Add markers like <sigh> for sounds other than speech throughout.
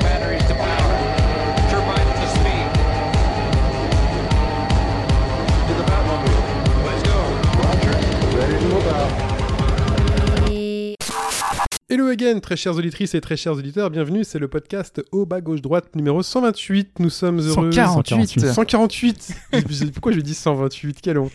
batteries to power. Turbines to speed. To the Batmobile. Let's go. Hello again, très chères auditrices et très chers auditeurs, bienvenue, c'est le podcast au bas gauche droite numéro 128. Nous sommes heureux. 148. <laughs> 148 Je- Pourquoi je dis 128 Quelle honte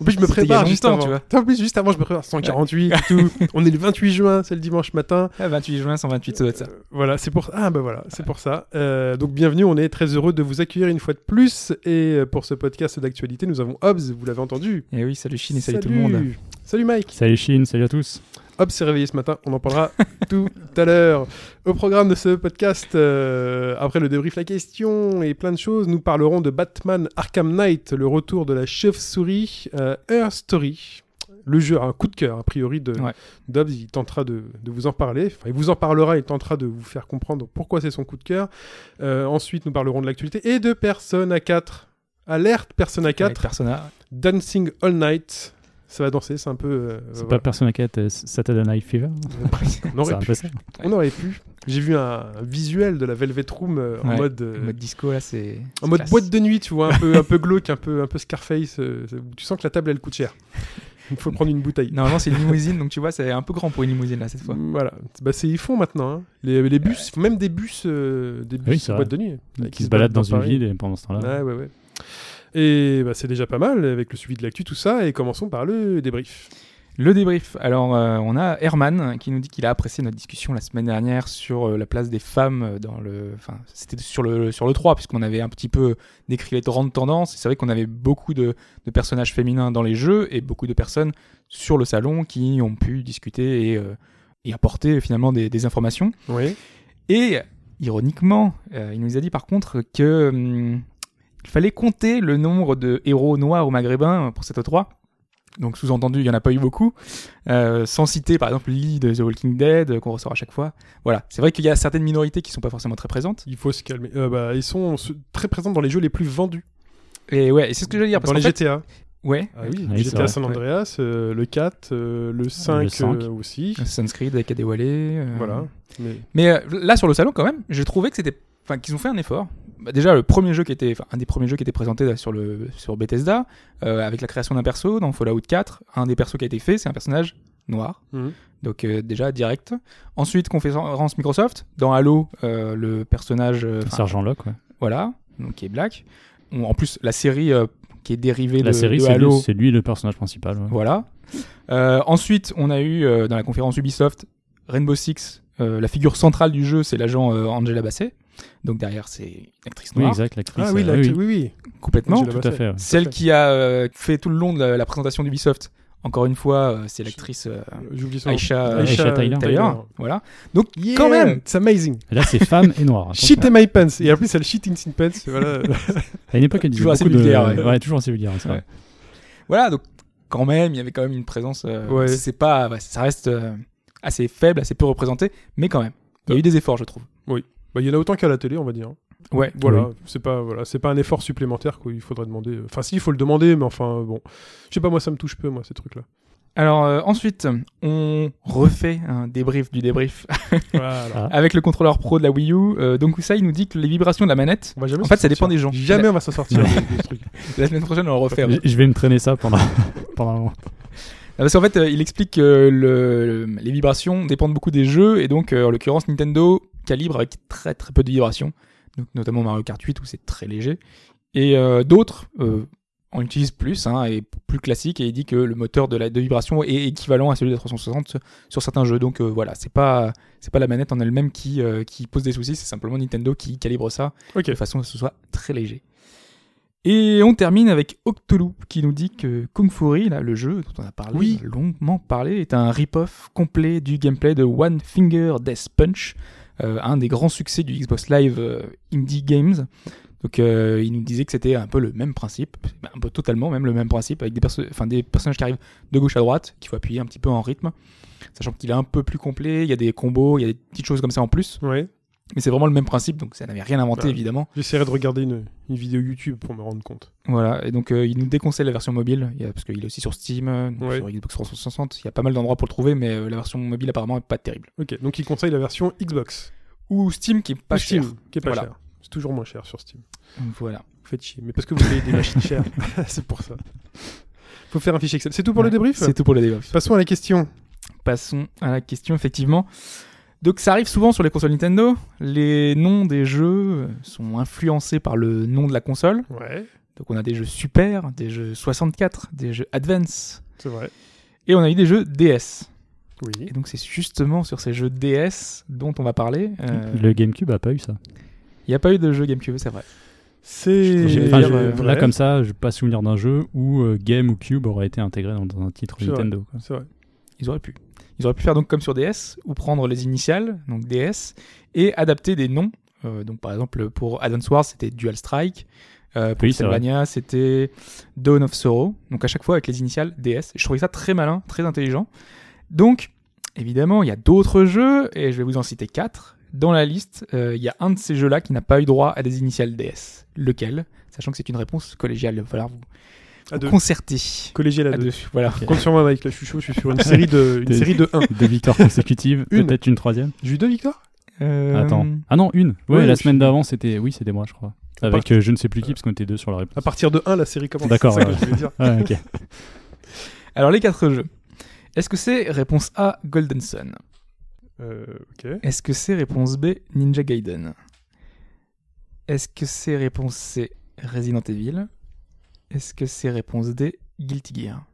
En plus, je me C'était il y a prépare juste longtemps, avant. tu vois. En plus, juste avant, je me prépare 148 et <laughs> tout. On est le 28 juin, c'est le dimanche matin. Ah, 28 juin, 128, ça doit être ça. Euh, Voilà, c'est pour ah bah voilà, c'est pour ça. Euh, donc bienvenue, on est très heureux de vous accueillir une fois de plus et euh, pour ce podcast d'actualité, nous avons Hobbs, vous l'avez entendu. Et Eh oui, salut Chine et salut, tout le monde. Salut Mike. Salut Chine, salut à tous. Hop, s'est réveillé ce matin, on en <laughs> parlera tout à l'heure. Au programme de ce podcast, euh, après le débrief, la question et plein de choses, nous parlerons de Batman Arkham Knight, le retour de la chauve-souris, euh, Her Story. Le jeu a un coup de cœur, a priori, de Ouais. d'Hobbs, il tentera de, de vous en parler. Enfin, il vous en parlera, il tentera de vous faire comprendre pourquoi c'est son coup de cœur. Euh, ensuite, nous parlerons de l'actualité et de Persona 4. Alerte Persona Avec 4, Persona. Dancing All Night. Ça va danser, c'est un peu... euh, C'est voilà. pas Persona 4, euh, Saturday Night Fever On aurait C'est un hein, pu. peu ça. On aurait pu. J'ai vu un visuel de la Velvet Room euh, en Ouais, mode, euh, Le mode disco, là, c'est. en mode classe. boîte de nuit, tu vois, un peu un peu glauque, un peu un peu Scarface. euh, c'est- tu sens que la table elle coûte cher. Il faut prendre une bouteille. Normalement, c'est une limousine, donc tu vois, c'est un peu grand pour une limousine, là, cette fois. Voilà, bah c'est ils font maintenant. hein. Les, les bus, même des bus, euh, des bus Ah c'est boîte vrai. de nuit euh, Qui se balade dans une Paris. ville et pendant ce temps-là. Ouais, ouais, ouais. Et bah, c'est déjà pas mal avec le suivi de l'actu, tout ça. Et commençons par le débrief. Le débrief. Alors, euh, on a Herman qui nous dit qu'il a apprécié notre discussion la semaine dernière sur euh, la place des femmes dans le. Enfin, c'était sur le, sur le 3, puisqu'on avait un petit peu décrit les grandes tendances. Et C'est vrai qu'on avait beaucoup de, de personnages féminins dans les jeux et beaucoup de personnes sur le salon qui ont pu discuter et, euh, et apporter finalement des- des informations. Oui. Et ironiquement, euh, il nous a dit par contre que hum, il fallait compter le nombre de héros noirs ou maghrébins pour cette O3. Donc sous-entendu, il n'y en a pas eu beaucoup. Euh, sans citer par exemple Lee de The Walking Dead euh, qu'on ressort à chaque fois. Voilà, c'est vrai qu'il y a certaines minorités qui sont pas forcément très présentes. Il faut se calmer. Euh, bah, ils sont se- très présents dans les jeux les plus vendus. Et ouais, et c'est ce que je veux dire parce dans qu'en les fait, GTA. ouais, Ah oui, Ah oui, GTA c'est vrai. San Andreas, euh, le 4, euh, le 5, Le 5. euh, aussi. Assassin's Creed avec Adewale. euh, Voilà. Mais Mais euh, là sur le salon quand même, j'ai trouvé que c'était, enfin qu'ils ont fait un effort. Bah, déjà le premier jeu qui était, enfin, un des premiers jeux qui était présenté là, sur le sur Bethesda, euh, avec la création d'un perso dans Fallout 4, un des persos qui a été fait, c'est un personnage noir, Mhm. donc euh, déjà direct. Ensuite conférence Microsoft dans Halo, euh, le personnage, euh, enfin, Sergent Locke, ouais. voilà, donc qui est black. On- en plus la série euh, qui est dérivée La de, série, de c'est lui, Halo, c'est lui le personnage principal. ouais. voilà. Euh, ensuite, on a eu euh, dans la conférence Ubisoft Rainbow Six. euh, la figure centrale du jeu, c'est l'agent euh, Angela Bassett. Donc derrière, c'est une actrice Oui, noire, exact, l'actrice. Ah oui, euh, la- oui, oui. complètement. Angela tout Bassett. à fait. ouais. Celle qui a euh, fait tout le long de la, la présentation d'Ubisoft. Encore une fois, euh, c'est l'actrice euh, J'oublie son nom. Aisha, Aisha Tyler. Tyler. Voilà. Donc euh, Yeah, quand même, C'est amazing. Et Là, c'est femme et noire. attention. Shit in my pants. Et en plus, elle shit in sin pants. Voilà. <laughs> À une époque, elle disait Toujours assez beaucoup de- vulgaire, ouais. Ouais, toujours assez vulgaire, c'est vrai. voilà. Donc quand même, il y avait quand même une présence. euh, Ouais. C'est pas, bah, ça reste euh, assez faible, assez peu représenté, mais quand même, il y a eu des efforts, je trouve. Bah, il y en a autant qu'à la télé, on va dire. Ouais. Voilà. C'est pas, voilà, c'est pas un effort supplémentaire qu'il faudrait demander. Enfin, si, il faut le demander, mais enfin, bon. Je sais pas, moi, ça me touche peu, moi, ces trucs-là. Alors euh, ensuite, on refait un débrief du débrief <laughs> Voilà. Ah. avec le contrôleur pro de la Wii U. Euh, donc ça, il nous dit que les vibrations de la manette. <laughs> On va jamais En s'en fait, ça sortir. dépend des gens. Jamais on va s'en sortir de de ce truc. La semaine prochaine, on le refait. Je- Je vais me traîner ça pendant <laughs> pendant un moment. Ah, Parce qu'en fait, euh, il explique que le- le- les vibrations dépendent beaucoup des jeux, et donc, euh, en l'occurrence, Nintendo calibre avec très très peu de vibrations, donc, notamment Mario Kart 8 où c'est très léger, et euh, d'autres euh, en utilisent plus, hein, et plus classique, et il dit que le moteur de, la, de vibration est équivalent à celui de la 360 sur certains jeux, donc euh, voilà, c'est pas, c'est pas la manette en elle-même qui, euh, qui pose des soucis, c'est simplement Nintendo qui calibre ça Ok. de façon à ce que ce soit très léger. Et on termine avec Octoloop qui nous dit que Kung Fury, là, le jeu dont on a parlé, Oui. longuement parlé, est un rip-off complet du gameplay de One Finger Death Punch, euh, un des grands succès du Xbox Live euh, Indie Games. Donc euh, il nous disait que c'était un peu le même principe, ben, un peu totalement même le même principe, avec des, perso- enfin, des personnages qui arrivent de gauche à droite, qu'il faut appuyer un petit peu en rythme, sachant qu'il est un peu plus complet, il y a des combos, il y a des petites choses comme ça en plus. Ouais. Mais c'est vraiment le même principe, donc ça n'avait rien inventé Ouais. évidemment. J'essaierai de regarder une, une vidéo YouTube pour me rendre compte. Voilà, et donc euh, il nous déconseille la version mobile, il y a- parce qu'il est aussi sur Steam, euh, Ouais. sur Xbox 360, il y a pas mal d'endroits pour le trouver, mais euh, la version mobile apparemment est pas terrible. Ok, donc il conseille la version Xbox. Ou Steam qui est pas Ou Steam, cher. qui est pas Voilà. cher. C'est toujours moins cher sur Steam. Voilà. Vous faites chier. Mais parce que vous payez des machines chères, <laughs> c'est pour ça. Faut faire un fichier Excel. C'est tout pour le Ouais, débrief C'est tout pour le débrief. Passons à la question. Passons à la question, effectivement. Donc ça arrive souvent sur les consoles Nintendo, les noms des jeux euh, sont influencés par le nom de la console. Ouais, Donc on a des jeux Super, des jeux 64, des jeux Advance, c'est vrai. et on a eu des jeux DS. Oui. Et donc c'est justement sur ces jeux DS dont on va parler. Euh, Il Le GameCube a pas eu ça. n'y a pas eu de jeu GameCube, c'est vrai. C'est. J'ai- Enfin, dire, je- euh, là, comme ça, je pas souvenir d'un jeu où euh, Game ou Cube aurait été intégré dans, dans un titre C'est vrai. Nintendo. <laughs> quoi. C'est vrai. Ils auraient pu. Ils auraient pu faire donc comme sur DS, ou prendre les initiales, donc DS, et adapter des noms. Euh, donc par exemple pour Advance Wars c'était Dual Strike, Euh, pour Oui, c'est vrai. Castlevania c'était Dawn of Sorrow. Donc à chaque fois avec les initiales DS. Je trouvais ça très malin, très intelligent. Donc évidemment il y a d'autres jeux et je vais vous en citer quatre. Dans la liste, euh, il y a un de ces jeux-là qui n'a pas eu droit à des initiales DS. Lequel Sachant que c'est une réponse collégiale, il va falloir vous À deux. concerter. Euh, Collégial à À deux. deux, voilà. Compte sur moi, Mike. Là, je suis chaud. Je suis sur une série de, une T'es- série de 1. Deux victoires consécutives, Une. peut-être une troisième. J'ai eu deux victoires Euh, Attends. Ah non, une. Ouais, Oui, la je- semaine d'avant, c'était. Oui, c'était moi, je crois. Avec euh, je ne sais plus qui, parce qu'on était deux sur la À réponse. partir de 1, la série commence. D'accord, C'est ça que ouais. je voulais dire. Ah, <laughs> ok. Alors les quatre jeux. Est-ce que c'est réponse A Golden Sun Euh, ok. Est-ce que c'est réponse B Ninja Gaiden Est-ce que c'est réponse C Resident Evil Est-ce que c'est réponse D Guilty Gear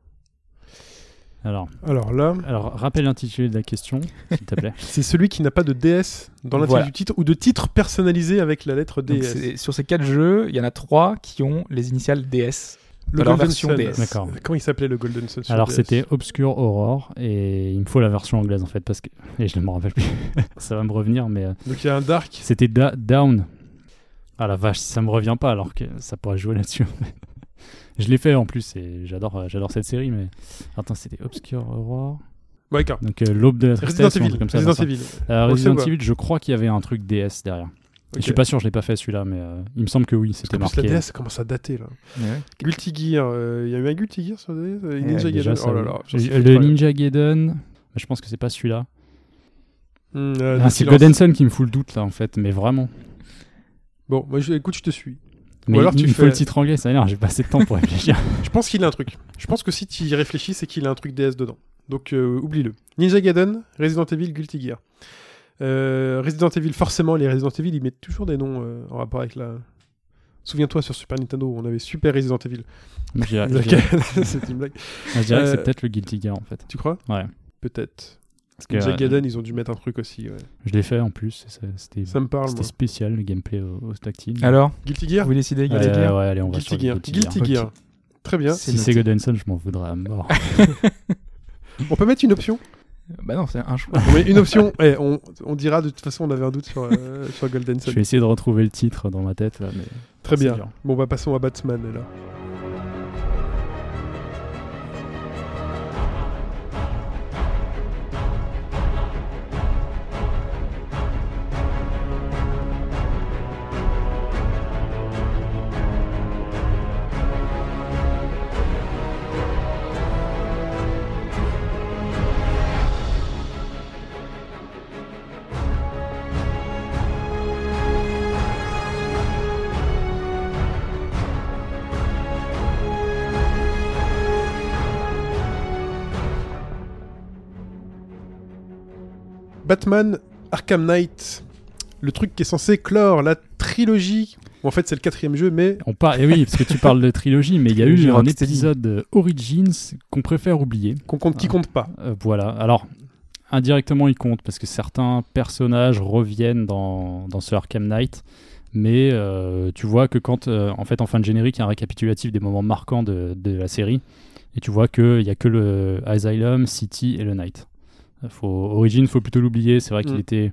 Alors, Alors là, alors, rappelle l'intitulé de la question, s'il <laughs> te plaît. c'est celui qui n'a pas de DS dans l'intitulé Voilà. du titre ou de titre personnalisé avec la lettre Donc, DS. c'est- sur ces quatre jeux, il y en a trois qui ont les initiales DS. dans leur version DS. D'accord. Comment il s'appelait le Golden Sun sur Alors, DS? c'était Obscure Aurore, et il me faut la version anglaise, en fait, parce que. Et je ne me rappelle plus. <laughs> ça va me revenir, mais. euh, Donc il y a un Dark. C'était Da- Down. Ah la vache, ça me revient pas alors que ça pourrait jouer là-dessus. <laughs> Je l'ai fait en plus et j'adore, euh, j'adore cette série. Mais attends, c'était Obscure Aurore. Ouais, car. Donc euh, l'aube de la Resident tristesse, ou un Evil. truc comme ça. Resident dans ça. Evil. Euh, On le sait Resident ou pas Evil, je crois qu'il y avait un truc DS derrière. Et Je suis Ok. pas sûr, je l'ai pas fait celui-là, mais euh, il me semble que oui, Parce c'était qu'en plus, la marqué. DS, ça commence à dater là. Guilty Gear, euh, il y a eu un Guilty Gear sur DS euh, Ninja Eh, Déjà, Gaiden. ça, Oh là oui. là. Euh, le Ninja Gaiden. Je pense que c'est pas celui-là. Hum, euh, Ah, le c'est silence. Godenson qui me fout le doute là en fait, mais vraiment. Bon, moi, je- écoute, je te suis. Mais alors il, tu il faut le fais- titre anglais, ça a l'air, j'ai pas assez de temps <laughs> pour réfléchir. Je pense qu'il a un truc. Je pense que si tu y réfléchis, c'est qu'il a un truc DS dedans. Donc euh, oublie-le. Ninja Gaiden, Resident Evil, Guilty Gear. Euh, Resident Evil, forcément, les Resident Evil, ils mettent toujours des noms euh, en rapport avec la. Souviens-toi sur Super Nintendo, on avait Super Resident Evil. je dirais, je dirais- <laughs> c'est une blague. je dirais que Euh, c'est peut-être le Guilty Gear en fait. Tu crois Ouais. Peut-être. Parce que, Ninja euh, Gaiden, ils ont dû mettre un truc aussi. ouais. Je l'ai fait en plus, et ça- c'était Ça me parle. c'était moi. Ah, spécial le gameplay au, au tactile. Alors, Guilty Gear vous décidez Guilty Euh, Gear ouais, allez, on va sur Guilty le Gear. Guilty Gear. Guilty Gear. Très bien. C'est Si c'est noté. Godenson, je m'en voudrais à <laughs> mort. On peut mettre une option Bah non, c'est un choix. On met une option. Eh, on, on dira de toute façon, on avait un doute sur, euh, sur Golden je Sun. vais essayer de retrouver le titre dans ma tête. Là, mais Très c'est bien. dur. Bon, bah passons à Batman là. Batman Arkham Knight. Le truc qui est censé clore la trilogie. Bon, en fait, c'est le quatrième jeu, mais On parle, et oui, parce que tu parles de trilogie, mais il y a Trilogie eu un Rocksteady. épisode euh, Origins qu'on préfère oublier. qu'on compte, qui Ah. compte pas. Euh, voilà. Alors, indirectement, il compte parce que certains personnages reviennent dans, dans ce Arkham Knight. Mais euh, tu vois que quand, euh, en fait, en fin de générique, il y a un récapitulatif des moments marquants de, de la série. Et tu vois qu'il n'y a que le Asylum, City et le Knight. Faut, Origin, faut plutôt l'oublier. C'est vrai qu'il Mm. était.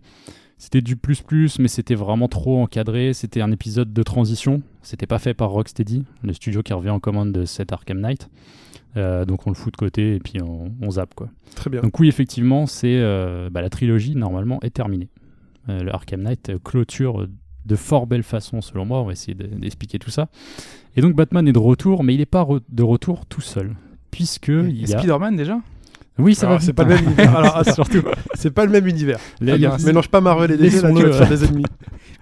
C'était du plus plus, mais c'était vraiment trop encadré. C'était un épisode de transition. C'était pas fait par Rocksteady, le studio qui revient en commande de cet Arkham Knight. Euh, donc on le fout de côté et puis on, on zappe quoi. Très bien. Donc oui, effectivement, c'est euh, bah, la trilogie normalement est terminée. euh, le Arkham Knight euh, clôture euh, de fort belle façon, selon moi. On va essayer de- d'expliquer tout ça. Et donc, Batman est de retour, mais il n'est pas re- de retour tout seul. Puisque <laughs> il y a. Spider-Man déjà Oui, ça Alors, va. Ah, c'est vite, pas le hein. <laughs> même univers. Alors, C'est attends. surtout. C'est pas le même univers. Là, il y a- Regarde, Mélange pas Marvel et DC, là, tu Laissons-le, vas te faire des ennemis.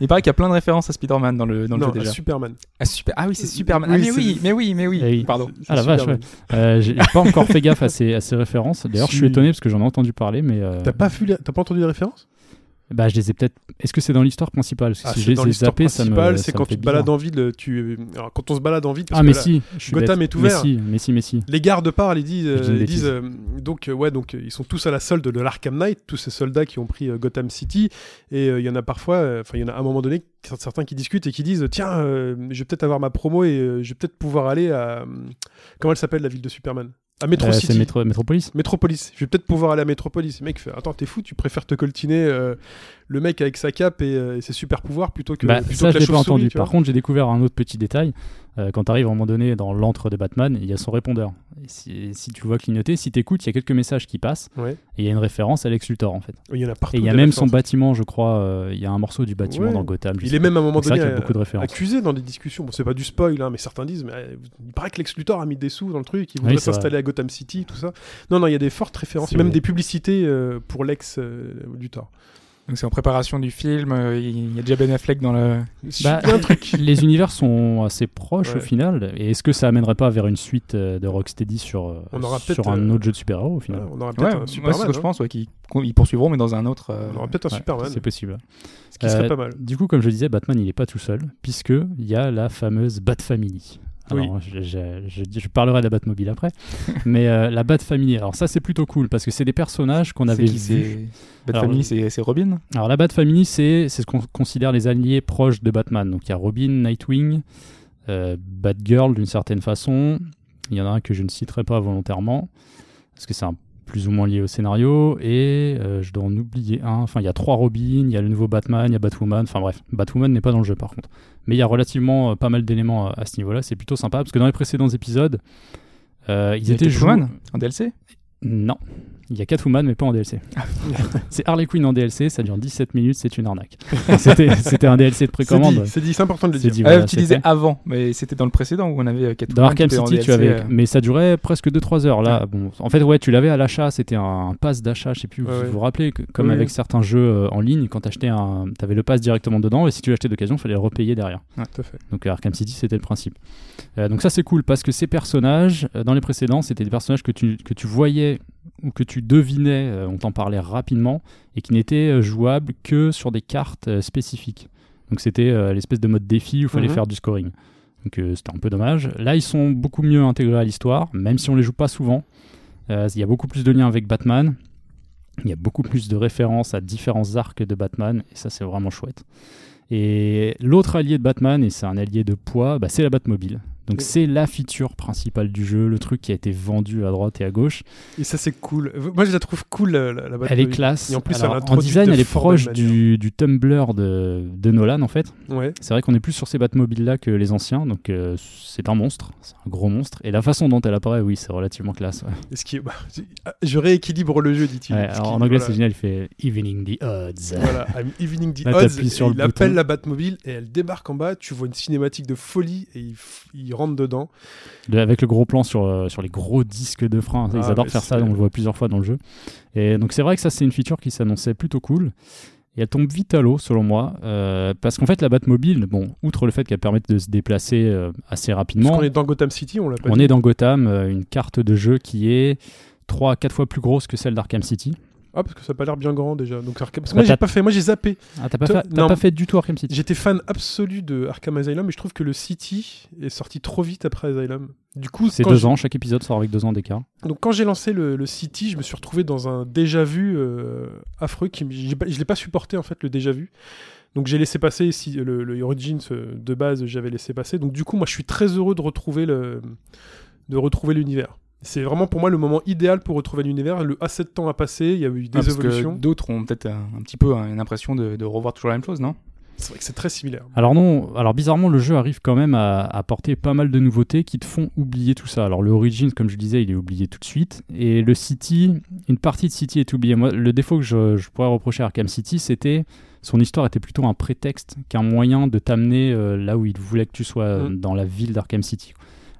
Il paraît qu'il y a plein de références à Spider-Man dans le, dans le non, jeu déjà. à Superman. Ah, super... ah oui, c'est Superman. Oui, ah, mais c'est- oui, mais oui, mais oui, Eh oui. Pardon. Ah la vache, ouais. Superman. Euh, j'ai j'ai pas encore fait gaffe à ces, à ces références. D'ailleurs, je suis Si. étonné parce que j'en ai entendu parler, mais euh, T'as pas, vu les- t'as pas entendu les références bah, je les ai peut-être. Est-ce que c'est dans l'histoire principale Parce que Ah, si je les ai zappés, ça me- c'est ça me quand fait tu te balades bizarre. en ville, tu... Alors, quand on se balade en ville, parce Ah, que mais là, si, je suis Gotham bête. est ouvert. Mais si, mais si, mais si. les gardes parlent, ils disent, Je dis une euh, ils bêtise. disent euh, donc euh, ouais, donc euh, ils sont tous à la solde de l'Arkham Knight, tous ces soldats qui ont pris euh, Gotham City, et euh, il y en a parfois, euh, enfin il y en a à un moment donné certains qui discutent et qui disent tiens, euh, je vais peut-être avoir ma promo et euh, je vais peut-être pouvoir aller à euh, comment elle s'appelle la ville de Superman à Metro Euh, c'est City. Métro- Métropolis Métropolis, je vais peut-être pouvoir aller à Métropolis. Le mec fait Attends, t'es fou, tu préfères te coltiner euh, le mec avec sa cape et, euh, et ses super pouvoirs plutôt que, Bah, plutôt ça, que je la l'ai pas chauve-souris, entendu. tu vois. Par contre, j'ai découvert un autre petit détail. Euh, quand tu arrives à un moment donné dans l'antre de Batman, il y a son répondeur. Et si, si tu vois clignoter, si t'écoutes, il y a quelques messages qui passent. Ouais. Et il y a une référence à Lex Luthor en fait. Il y en a partout. et il y a des même son références. bâtiment, je crois. euh, Il y a un morceau du bâtiment Ouais. dans Gotham. je Il sais est même à un moment pas. C'est vrai donné qu'il y a euh, beaucoup de références. accusé dans des discussions. Bon, c'est pas du spoil, hein, mais certains disent mais, euh, Il paraît que Lex Luthor a mis des sous dans le truc, il voudrait Oui, c'est s'installer à Gotham City, tout ça. Non, non, il y a des fortes références, C'est- même des publicités euh, pour Lex euh, Luthor. Donc c'est en préparation du film. euh, Il y a déjà Ben Affleck dans le. Bah, Il y a un <laughs> truc. les univers sont assez proches Ouais. au final. Et est-ce que ça amènerait pas vers une suite euh, de Rocksteady sur, euh, On aura sur peut-être, un euh, autre jeu de super-héros au final Voilà, on aura Ouais, peut-être un moi, Superman. c'est ce que je hein. pense, ouais, qu'ils con- ils poursuivront, mais dans un autre. euh, On aura peut-être un Ouais, Superman, C'est possible. ce qui serait Euh, pas mal. Du coup, comme je le disais, Batman, il n'est pas tout seul, puisque il y a la fameuse Bat Family. Alors, je, je- je dis- je parlerai de la <laughs> Batmobile après, mais euh, la Bat Family. Alors ça, c'est plutôt cool parce que c'est des personnages qu'on c'est avait qui, vus. c'est- Bad Alors, euh, Family, c'est c'est Robin. Alors la Bat Family, c'est c'est ce qu'on considère les alliés proches de Batman. Donc il y a Robin, Nightwing, euh, Batgirl d'une certaine façon. Il y en a un que je ne citerai pas volontairement parce que c'est un plus ou moins lié au scénario et euh, je dois en oublier un. Enfin, il y a trois Robins, il y a le nouveau Batman, il y a Batwoman. Enfin bref, Batwoman n'est pas dans le jeu par contre. Mais il y a relativement euh, pas mal d'éléments à, à ce niveau-là. C'est plutôt sympa parce que dans les précédents épisodes, euh, ils Il y a étaient joués. Catwoman en DLC. Non. Il y a Catwoman, mais pas en DLC. <laughs> c'est Harley Quinn en DLC, ça dure 17 minutes, c'est une arnaque. C'était c'était un DLC de C'est précommande. dit, c'est dit, c'est important de le bah? C'est dire. dit, Ah, voilà, tu c'était- disais avant, mais c'était dans le précédent où on avait euh, Catwoman. Dans Arkham qui était en City, tu DLC, avais. euh, Mais ça durait presque 2-3 heures. Là, bon, en fait, ouais, tu l'avais à l'achat. C'était un, pass d'achat. Je sais plus, Ouais, vous ouais. vous rappelez, que- comme Oui, avec oui. certains jeux euh, en ligne, quand t'achetais un. T'avais le pass directement dedans. Et si tu l'achetais d'occasion, fallait le repayer derrière. Tout à fait. Donc euh, Arkham City, c'était le principe. Euh, donc ça, c'est cool parce que ces personnages, euh, dans les précédents, c'était des personnages que tu, que tu voyais ou que tu devinais, euh, on t'en parlait rapidement, et qui n'étaient euh, jouables que sur des cartes euh, spécifiques. Donc c'était euh, l'espèce de mode défi où il fallait Mhm. faire du scoring. Donc euh, c'était un peu dommage. Là, ils sont beaucoup mieux intégrés à l'histoire, même si on les joue pas souvent. Euh, Il y a beaucoup plus de liens avec Batman. Il y a beaucoup plus de références à différents arcs de Batman, et ça c'est vraiment chouette. Et l'autre allié de Batman, et c'est un allié de poids, bah, c'est la Batmobile. Donc Oui. c'est la feature principale du jeu, le truc qui a été vendu à droite et à gauche. Et ça, c'est cool. Moi, je la trouve cool, la, la la elle est Batmobile. classe. Et en plus, elle Alors, a en introduit design, de elle est fort proche belle du, du Tumblr de, de Nolan en fait. Ouais. C'est vrai qu'on est plus sur ces Batmobiles-là que les anciens, donc euh, c'est un monstre, c'est un gros monstre. Et la façon dont elle apparaît, oui, c'est relativement classe. ouais. Et ce qui est- bah, <laughs> c'est- ah, je rééquilibre le jeu, dit-il. Ouais, Ce alors, qui- en anglais, voilà. c'est génial, il fait Evening the Odds. Voilà, I'm evening the Là, odds. t'appuies sur et le il appelle bouton. la Batmobile et elle débarque en bas. Tu vois une cinématique de folie et il, f- il rentre dedans. Le- avec le gros plan sur, euh, sur les gros disques de frein. Ils Ah, adorent mais faire ça, c'est- on le voit plusieurs fois dans le jeu. Et donc c'est vrai que ça c'est une feature qui s'annonçait plutôt cool. Et elle tombe vite à l'eau selon moi, euh, parce qu'en fait la Batmobile, bon, outre le fait qu'elle permet de se déplacer euh, assez Parce rapidement, qu'on est dans Gotham City, on l'appelle. on est dans Gotham, euh, une carte de jeu qui est 3 4 fois plus grosse que celle d'Arkham City. Ah, parce que ça a pas l'air bien grand déjà. Donc, Arkham- parce que Bah, moi, j'ai t'as- pas fait. Moi, j'ai zappé. Ah t'as pas, Toi- fait- t'as non. pas fait du tout Arkham City J'étais fan absolu de Arkham Asylum, mais je trouve que le City est sorti trop vite après Asylum. Du coup, C'est quand deux j'ai- ans, chaque épisode sort avec deux ans d'écart. Donc quand j'ai lancé le, le City, je me suis retrouvé dans un déjà vu euh, affreux qui me- j'ai pas- je l'ai pas supporté en fait le déjà vu. Donc j'ai laissé passer si, le, le Origins euh, de base, j'avais laissé passer. Donc du coup, moi je suis très heureux de retrouver le de retrouver l'univers. C'est vraiment pour moi le moment idéal pour retrouver l'univers. Le assez de temps a passé, il y a eu Ah, des parce que évolutions. D'autres ont peut-être un, un petit peu hein, une impression de, de revoir toujours la même chose, non C'est vrai que c'est très similaire. Alors non, alors bizarrement le jeu arrive quand même à apporter pas mal de nouveautés qui te font oublier tout ça. Alors le Origins, comme je disais, il est oublié tout de suite. Et le City, une partie de City est oubliée. Moi, le défaut que je, je pourrais reprocher à Arkham City, c'était son histoire était plutôt un prétexte qu'un moyen de t'amener euh, là où il voulait que tu sois, euh, Mm. dans la ville d'Arkham City.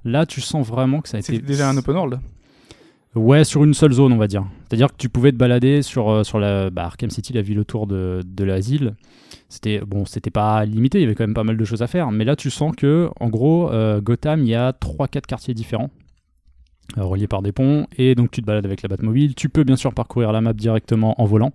Là, tu sens vraiment que ça a été. C'était déjà un open world. Ouais, sur une seule zone, on va dire. C'est-à-dire que tu pouvais te balader sur, euh, sur la, bah, Arkham City, la ville autour de, de l'asile. C'était bon, c'était pas limité, il y avait quand même pas mal de choses à faire. Mais là, tu sens que, en gros, euh, Gotham, il y a 3-4 quartiers différents, euh, reliés par des ponts. Et donc, tu te balades avec la Batmobile. Tu peux bien sûr parcourir la map directement en volant.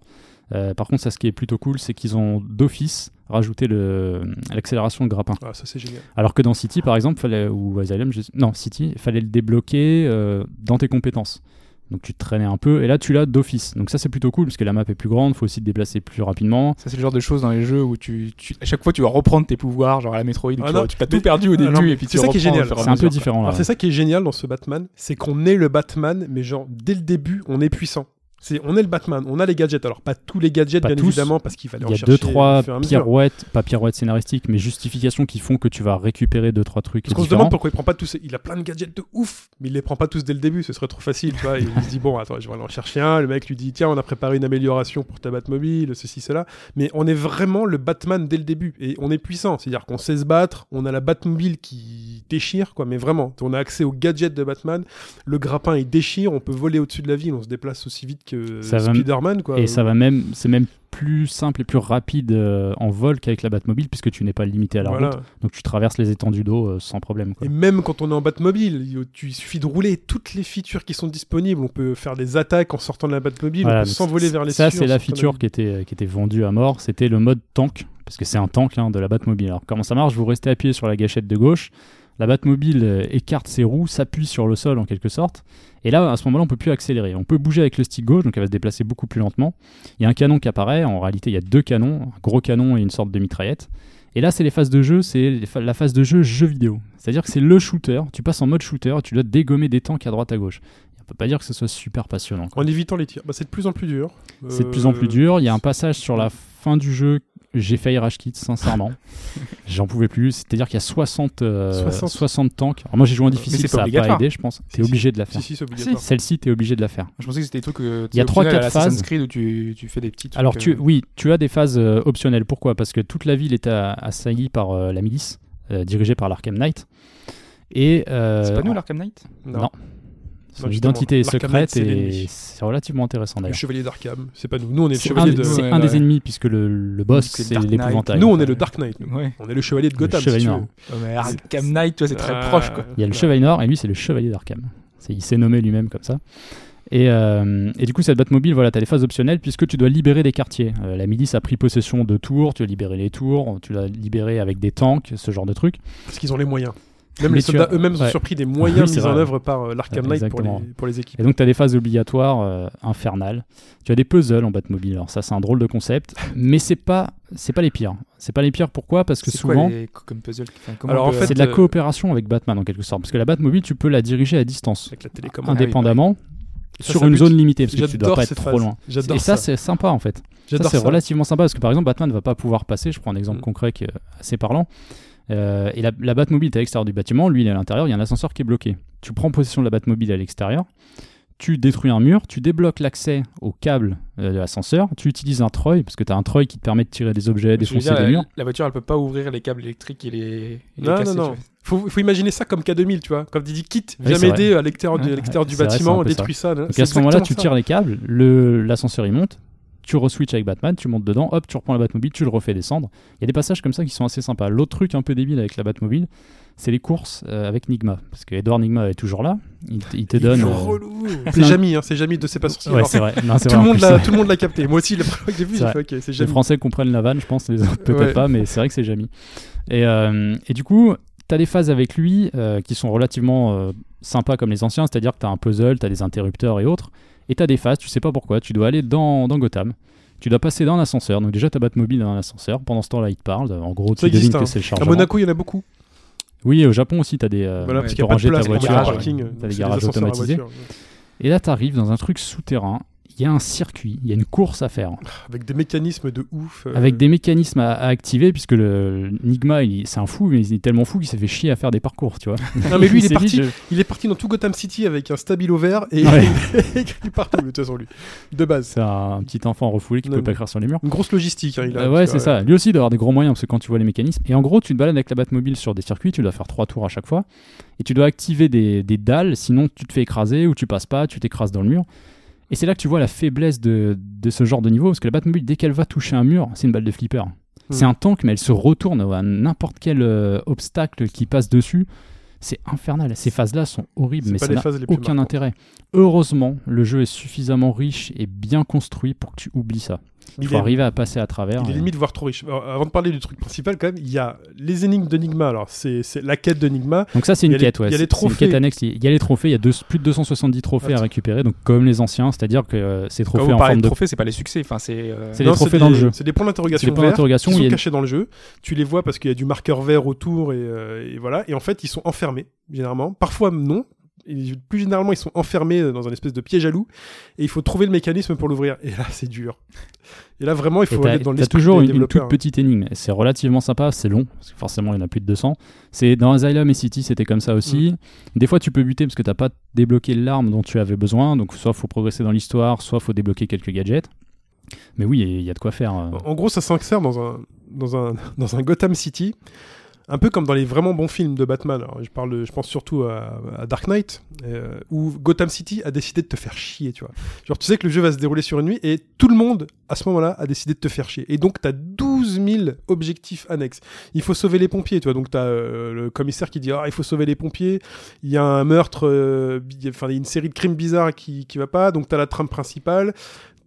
Euh, par contre, ça, ce qui est plutôt cool, c'est qu'ils ont d'office rajouté le- l'accélération de grappin. Ah, ça c'est génial. Alors que dans City, par exemple, fallait, ou Asylum, je- non, City, il fallait le débloquer euh, dans tes compétences. Donc tu te traînais un peu, et là tu l'as d'office. Donc ça c'est plutôt cool, parce que la map est plus grande, faut aussi te déplacer plus rapidement. Ça, c'est le genre de choses dans les jeux où tu, tu- à chaque fois, tu vas reprendre tes pouvoirs, genre à la Metroid, où Ah tu, non. vois, tu t'as tout Mais- perdu au Ah début, non, et puis c'est tu ça qui est reprends au génial. fur et à C'est un mesure, peu quoi. différent là. Alors Ah, c'est ça qui est génial dans ce Batman, c'est qu'on est le Batman, mais genre dès le début, on est puissant. C'est, on est le Batman, on a les gadgets. Alors pas tous les gadgets, Pas bien tous. évidemment, parce qu'il fallait Il y en a chercher deux trois au fur et à mesure. pirouettes, pas pirouettes scénaristiques, mais justifications qui font que tu vas récupérer deux trois trucs Parce qu'on se différents. demande pourquoi il prend pas tous. ces- Il a plein de gadgets de ouf, mais il les prend pas tous dès le début. Ce serait trop facile, tu vois. Et il se dit bon, attends, je vais aller en chercher un. Le mec lui dit tiens, on a préparé une amélioration pour ta Batmobile, ceci, cela. Mais on est vraiment le Batman dès le début et on est puissant. C'est-à-dire qu'on sait se battre. On a la Batmobile qui déchire, quoi. Mais vraiment, on a accès aux gadgets de Batman. Le grappin il déchire. On peut voler au-dessus de la ville. On se déplace aussi vite que Ça va m- Spider-Man, quoi. Et ça va même, c'est même plus simple et plus rapide euh, en vol qu'avec la Batmobile, puisque tu n'es pas limité à la Voilà. route. Donc tu traverses les étendues d'eau euh, sans problème. Quoi. Et même quand on est en Batmobile, il- tu, il suffit de rouler toutes les features qui sont disponibles. On peut faire des attaques en sortant de la Batmobile, Voilà, on peut donc s'envoler c- vers les Ça, cieux hein, c'est en la sortant de feature qui était, euh, qui était vendue à mort. C'était le mode tank, parce que c'est un tank hein, de la Batmobile. Alors, comment ça marche Vous restez appuyé sur la gâchette de gauche. La Batmobile euh, écarte ses roues, s'appuie sur le sol en quelque sorte. Et là, à ce moment-là, on peut plus accélérer. On peut bouger avec le stick gauche, donc elle va se déplacer beaucoup plus lentement. Il y a un canon qui apparaît. En réalité, il y a deux canons, un gros canon et une sorte de mitraillette. Et là, c'est les phases de jeu, c'est les pha- la phase de jeu jeu vidéo. C'est-à-dire que c'est le shooter. Tu passes en mode shooter, tu dois dégommer des tanks à droite à gauche. On peut pas dire que ce soit super passionnant. quoi. En évitant les tirs. Bah, c'est de plus en plus dur. C'est de Euh, plus en plus dur. Il y a un passage sur la fin du jeu. J'ai failli rage quit, sincèrement. <laughs> J'en pouvais plus. C'est-à-dire qu'il y a 60, euh, 60. 60 tanks. Alors moi, j'ai joué en Mais c'est difficile, pas ça n'a pas obligatoire. aidé, je pense. Si, T'es si. obligé de la faire. Si, si, c'est obligatoire. Celle-ci, t'es obligé de la faire. Je pensais que c'était des trucs. euh, Il y a optionnels trois, quatre à Assassin's phases. Creed où tu, tu fais des petits trucs. Alors, tu, euh, oui, tu as des phases euh, optionnelles. Pourquoi Parce que toute la ville est a- assaillie par euh, la milice, euh, dirigée par l'Arkham Knight. Et euh, C'est pas nous l'Arkham Knight non. son Non, justement, identité est l'Arkham Knight, secrète c'est et l'ennemi. c'est relativement intéressant Le d'ailleurs. chevalier d'Arkham, c'est pas nous. Nous, on est le C'est un, chevalier de. c'est ouais, un des ouais. ennemis puisque le, le boss Donc, c'est c'est Dark Knight. l'épouvantail. Nous, on est le Dark Knight. nous. Ouais. On est le chevalier de Gotham. chevalier si tu noir. veux. mais Arkham Knight, tu vois, c'est très Ah, proche, quoi. Il y a le voilà. Chevalier Noir et lui c'est le Chevalier d'Arkham. C'est- Il s'est nommé lui-même comme ça. Et, euh, et du coup, cette Batmobile, voilà, tu as des phases optionnelles puisque tu dois libérer des quartiers. Euh, la milice a pris possession de tours, tu as libéré les tours, tu l'as libéré avec des tanks, ce genre de trucs. Parce qu'ils ont les moyens. Même Mais les tu soldats as- eux-mêmes sont ouais. surpris des Oui, moyens c'est mis en vrai. œuvre par euh, l'Arkham Knight pour Exactement. les, pour les équipes. Et donc, tu as des phases obligatoires euh, infernales. Tu as des puzzles en Batmobile. Alors, ça, c'est un drôle de concept, mais c'est pas, c'est pas les pires. C'est pas les pires pourquoi Parce que C'est quoi souvent. les- comme puzzle enfin, comment Alors, on en peut- fait, C'est de la euh, coopération avec Batman en quelque sorte, parce que la Batmobile, tu peux la diriger à distance, Avec la télécommande. indépendamment, bah Ça, sur ça une bute. zone limitée, Ah, parce que tu dois J'adore pas cette être trop phrase. loin. J'adore Et ça. ça, c'est sympa en fait. Ça, J'adore c'est ça. Mm. relativement sympa parce que par exemple, Batman ne va pas pouvoir passer. Je prends un exemple concret qui est assez parlant. Euh, et la, la Batmobile est à l'extérieur du bâtiment, lui il est à l'intérieur, il y a un ascenseur qui est bloqué. Tu prends possession de la Batmobile à l'extérieur, tu détruis un mur, tu débloques l'accès au câble euh, de l'ascenseur, tu utilises un treuil, parce que tu as un treuil qui te permet de tirer des objets, Je veux défoncer dire, des euh, la- murs. La voiture, elle peut pas ouvrir les câbles électriques et les. et les Non, casser, non, non. tu vois. Faut, faut imaginer ça comme K2000, tu vois. Comme Didi, quitte, Oui, viens c'est m'aider à l'extérieur du, à Ouais, l'extérieur du c'est vrai, c'est un bâtiment, peu ça. détruis <laughs> ça. là. Donc C'est à ce moment-là, tu exactement tires les câbles, le- l'ascenseur il monte, tu re-switches avec Batman, tu montes dedans, hop, tu reprends la Batmobile, tu le refais descendre. Il y a des passages comme ça qui sont assez sympas. L'autre truc un peu débile avec la Batmobile, c'est les courses euh, avec Nigma. Parce que Edward Nigma est toujours là, il, t- il te ça. donne. Il est euh, relou. C'est plein- Jamie, hein, c'est Jamie de C'est pas sorcier. Ouais, Alors, c'est vrai. Non, c'est Tout le, vrai, en monde plus, l'a, c'est- tout le monde l'a capté. Moi aussi, la première fois que j'ai vu, C'est j'ai vrai. fait OK, c'est Les Jamie. Français comprennent la vanne, je pense, les autres peut-être Ouais. pas, mais c'est vrai que c'est Jamie. Et, euh, et du coup, tu as des phases avec lui euh, qui sont relativement euh, sympas comme les anciens, c'est-à-dire que tu as un puzzle, tu as des interrupteurs et autres, et tu as des phases, tu sais pas pourquoi, tu dois aller dans, dans Gotham. Tu dois passer dans un ascenseur, donc déjà ta Batmobile est dans un ascenseur, pendant ce temps-là il te parle, euh, en gros tu Ça existe, devines que hein. c'est le À chargement. Monaco, il y en a beaucoup. Oui, au Japon aussi tu as des... euh, Voilà, ouais, parce tu qu'il n'y peux a pas de ranger ta place pour voiture. le parking. ouais. donc T'as des c'est garages ascenseurs à automatisés. voiture. Et là, tu arrives dans un truc souterrain. il y a un circuit, il y a une course à faire. Avec des mécanismes de ouf. euh, Avec des mécanismes à, à activer, puisque le, le Nigma, il- c'est un fou, mais il est tellement fou qu'il s'est fait chier à faire des parcours, tu vois. Non, mais lui, <laughs> il est s'est dit, parti. je- Il est parti dans tout Gotham City avec un stabilo vert et Ouais. il écrit partout, de toute façon, lui. De base. C'est un petit enfant refoulé qui Non, peut mais- pas écrire sur les murs. Une grosse logistique, hein, il a. Euh, ouais, c'est ça. Lui aussi, il doit avoir des gros moyens parce que quand tu vois les mécanismes. Et en gros, tu te balades avec la Batmobile sur des circuits, tu dois faire trois tours à chaque fois. Et tu dois activer des, des dalles, sinon tu te fais écraser ou tu passes pas, tu t'écrases dans le mur. Et c'est là que tu vois la faiblesse de, de ce genre de niveau parce que la Batmobile, dès qu'elle va toucher un mur, c'est une balle de Hmm. flipper. C'est un tank, mais elle se retourne à n'importe quel euh, obstacle qui passe dessus. C'est infernal. Ces phases-là sont horribles, mais C'est pas ça les n'a phases les plus aucun marquantes. intérêt. Heureusement, le jeu est suffisamment riche et bien construit pour que tu oublies ça. Il Il est- faut arriver à passer à travers. Il est et- limite voire trop riche. Alors, avant de parler du truc principal, quand même, il y a les énigmes d'Enigma. Alors, c'est c'est la quête d'Enigma. Donc ça c'est Il y a une les- quête, ouais. il y a c'est- les c'est une trophées. quête annexe. Il y a les trophées. Il y a deux- plus de 270 trophées à Attends. récupérer, donc comme les anciens, c'est-à-dire que euh, ces Quand trophées vous en parlez forme de de trophées, c'est pas les succès. Enfin, c'est. euh, C'est les Non, trophées des- dans le jeu. C'est des points C'est des d'interrogation points verts qui d'interrogation, sont il y a- cachés dans le jeu. Tu les vois parce qu'il y a du marqueur vert autour et, euh, et voilà. Et en fait, ils sont enfermés, généralement. Parfois, non. Et plus généralement, ils sont enfermés euh, dans un espèce de piège à loup et il faut trouver le mécanisme pour l'ouvrir. Et là, c'est dur. Et là, vraiment, il Et faut t'as- être dans t'as l'esprit toujours des une, une développeurs, toute petite énigme. C'est relativement sympa, c'est long, parce que forcément il y en a plus de 200. C'est dans Asylum et City, c'était comme ça aussi. Mm. Des fois tu peux buter parce que t'as pas débloqué l'arme dont tu avais besoin, donc soit faut progresser dans l'histoire, soit faut débloquer quelques gadgets. Mais oui, il y a de quoi faire. euh. En en gros, ça s'insère dans un, dans, un, <laughs> dans un Gotham City, un peu comme dans les vraiment bons films de Batman. Alors, je, parle, je pense surtout à, à Dark Knight, euh, où Gotham City a décidé de te faire chier, tu vois. Genre, tu sais que le jeu va se dérouler sur une nuit et tout le monde, à ce moment-là, a décidé de te faire chier. Et donc, tu as 12 000 objectifs annexes. Il faut sauver les pompiers, tu vois. Donc, tu as le commissaire qui dit Ah, il faut sauver les pompiers. Il y a un meurtre, euh, bi- enfin, il y a une série de crimes bizarres qui, qui va pas. Donc, tu as la trame principale.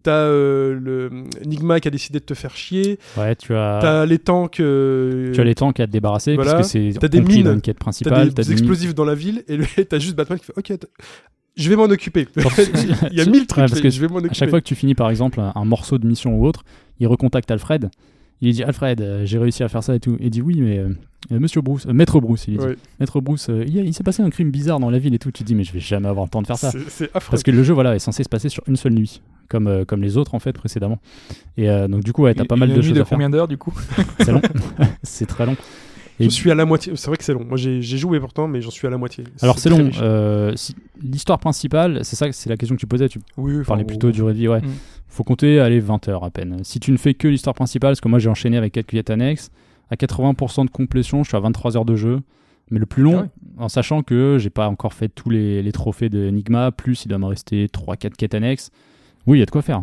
T'as euh, le Nigma qui a décidé de te faire chier. Ouais, tu as, T'as les tanks. euh, Ah. tu as les tanks à te débarrasser Voilà. parce que c'est T'as des compris mines. dans une quête t'as principale. des, t'as des mines. explosifs dans la ville et le- <laughs> t'as juste Batman qui fait Ok, t- je vais m'en occuper. <laughs> Il <laughs> y a mille trucs. Ouais, parce mais que je vais m'en occuper. À chaque fois que tu finis par exemple un, un morceau de mission ou autre, il recontacte Alfred. Il lui dit Alfred, euh, j'ai réussi à faire ça et tout. Il dit oui, mais euh, euh, Monsieur Bruce, euh, Maître Bruce, il lui dit. Ouais, Maître Bruce, euh, il, y a- il s'est passé un crime bizarre dans la ville et tout. Tu te dis mais je vais jamais avoir le temps de faire ça. c'est- c'est affreux. Parce que le jeu voilà est censé se passer sur une seule nuit, comme euh, comme les autres en fait précédemment. Et euh, donc du coup ouais, t'as une- pas mal une de nuit choses de à faire. combien d'heures du coup <laughs> C'est long, <laughs> c'est très long. Je suis à la moitié. C'est vrai que c'est long. Moi, j'ai j'ai joué pourtant, mais j'en suis à la moitié. Alors c'est très long. riche. euh, si- L'histoire principale, c'est ça, c'est la question que tu posais. Tu Oui, oui, enfin, parlais on- plutôt du vie, ouais. Mm. Faut compter, allez, 20 heures à peine. Si tu ne fais que l'histoire principale, parce que moi j'ai enchaîné avec quelques quêtes annexes, à 80% de complétion, je suis à 23 heures de jeu. Mais le plus long, Ah ouais. en sachant que j'ai pas encore fait tous les, les trophées de Enigma, plus il doit me rester 3-4 quêtes annexes. Oui, il y a de quoi faire.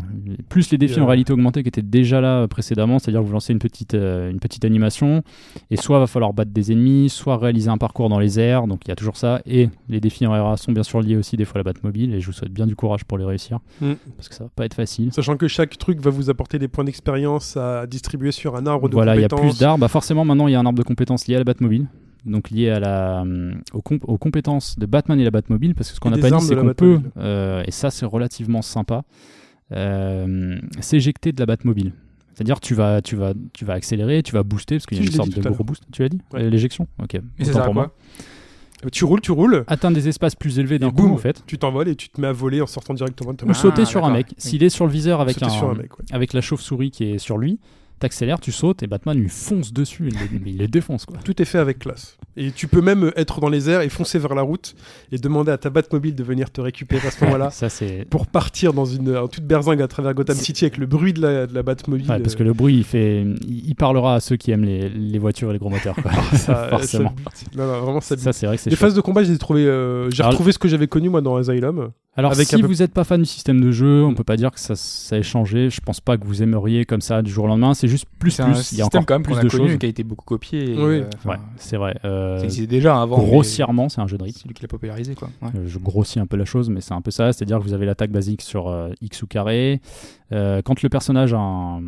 Plus les défis Et, euh, en réalité augmentée qui étaient déjà là euh, précédemment, c'est-à-dire que vous lancez une petite, euh, une petite animation, et soit va falloir battre des ennemis, soit réaliser un parcours dans les airs, donc il y a toujours ça. Et les défis en RA sont bien sûr liés aussi des fois à la Batmobile, et je vous souhaite bien du courage pour les réussir, Mm. parce que ça va pas être facile. Sachant que chaque truc va vous apporter des points d'expérience à distribuer sur un arbre de Voilà, il y a plus compétences. d'arbres. Bah forcément, maintenant, il y a un arbre de compétences lié à la Batmobile. Donc lié à la, hum, aux, comp- aux compétences de Batman et la Batmobile, parce que ce qu'on Et n'a des pas dit, armes de c'est la qu'on peut, Batmobile. euh, et ça c'est relativement sympa, euh, s'éjecter de la Batmobile. C'est-à-dire tu vas, tu, vas, tu vas accélérer, tu vas booster, parce qu'il y a Si, je une l'ai sorte dit de tout à gros boost. Tu l'as dit Ouais. Euh, L'éjection Ok. Mais c'est autant ça, pour quoi. moi. Tu roules, tu roules. Atteindre des espaces plus élevés d'un Et coup, boum. en fait. Tu t'envoles et tu te mets à voler en sortant directement de ta Ah, Ou machine. sauter sur un d'accord. mec. S'il est sur le viseur avec, Sauter un, sur un mec, ouais. avec la chauve-souris qui est sur lui, t'accélères, tu sautes, et Batman lui fonce dessus, il le, il le défonce, quoi. Tout est fait avec classe. Et tu peux même être dans les airs et foncer vers la route et demander à ta Batmobile de venir te récupérer à ce <laughs> moment-là Ça, c'est... pour partir dans une en toute berzingue à travers Gotham City avec le bruit de la, de la Batmobile. Ouais, parce que le bruit, il fait, il il parlera à ceux qui aiment les, les voitures et les gros moteurs. <laughs> quoi. ça, forcément. ça bute. Non, non, vraiment, Ah, ça bute. Ça, c'est vrai que c'est Les chouette. phases de combat, j'ai trouvé, euh, j'ai Alors- retrouvé ce que j'avais connu moi dans Asylum. Alors, avec un si peu- vous n'êtes pas fan du système de jeu, on peut pas dire que ça, ça ait changé. Je pense pas que vous aimeriez comme ça du jour au lendemain. C'est juste plus C'est un plus. Il y a encore système quand même plus qu'on de a choses. connu et qui a été beaucoup copié. et, Oui. euh, enfin, Ouais, c'est vrai. Euh, ça existait déjà avant. mais grossièrement, c'est un jeu de rythme. C'est lui qui l'a popularisé, quoi. Ouais. Euh, Je grossis un peu la chose, mais c'est un peu ça. C'est-à-dire que vous avez l'attaque basique sur euh, X ou carré. Euh, quand le personnage a un,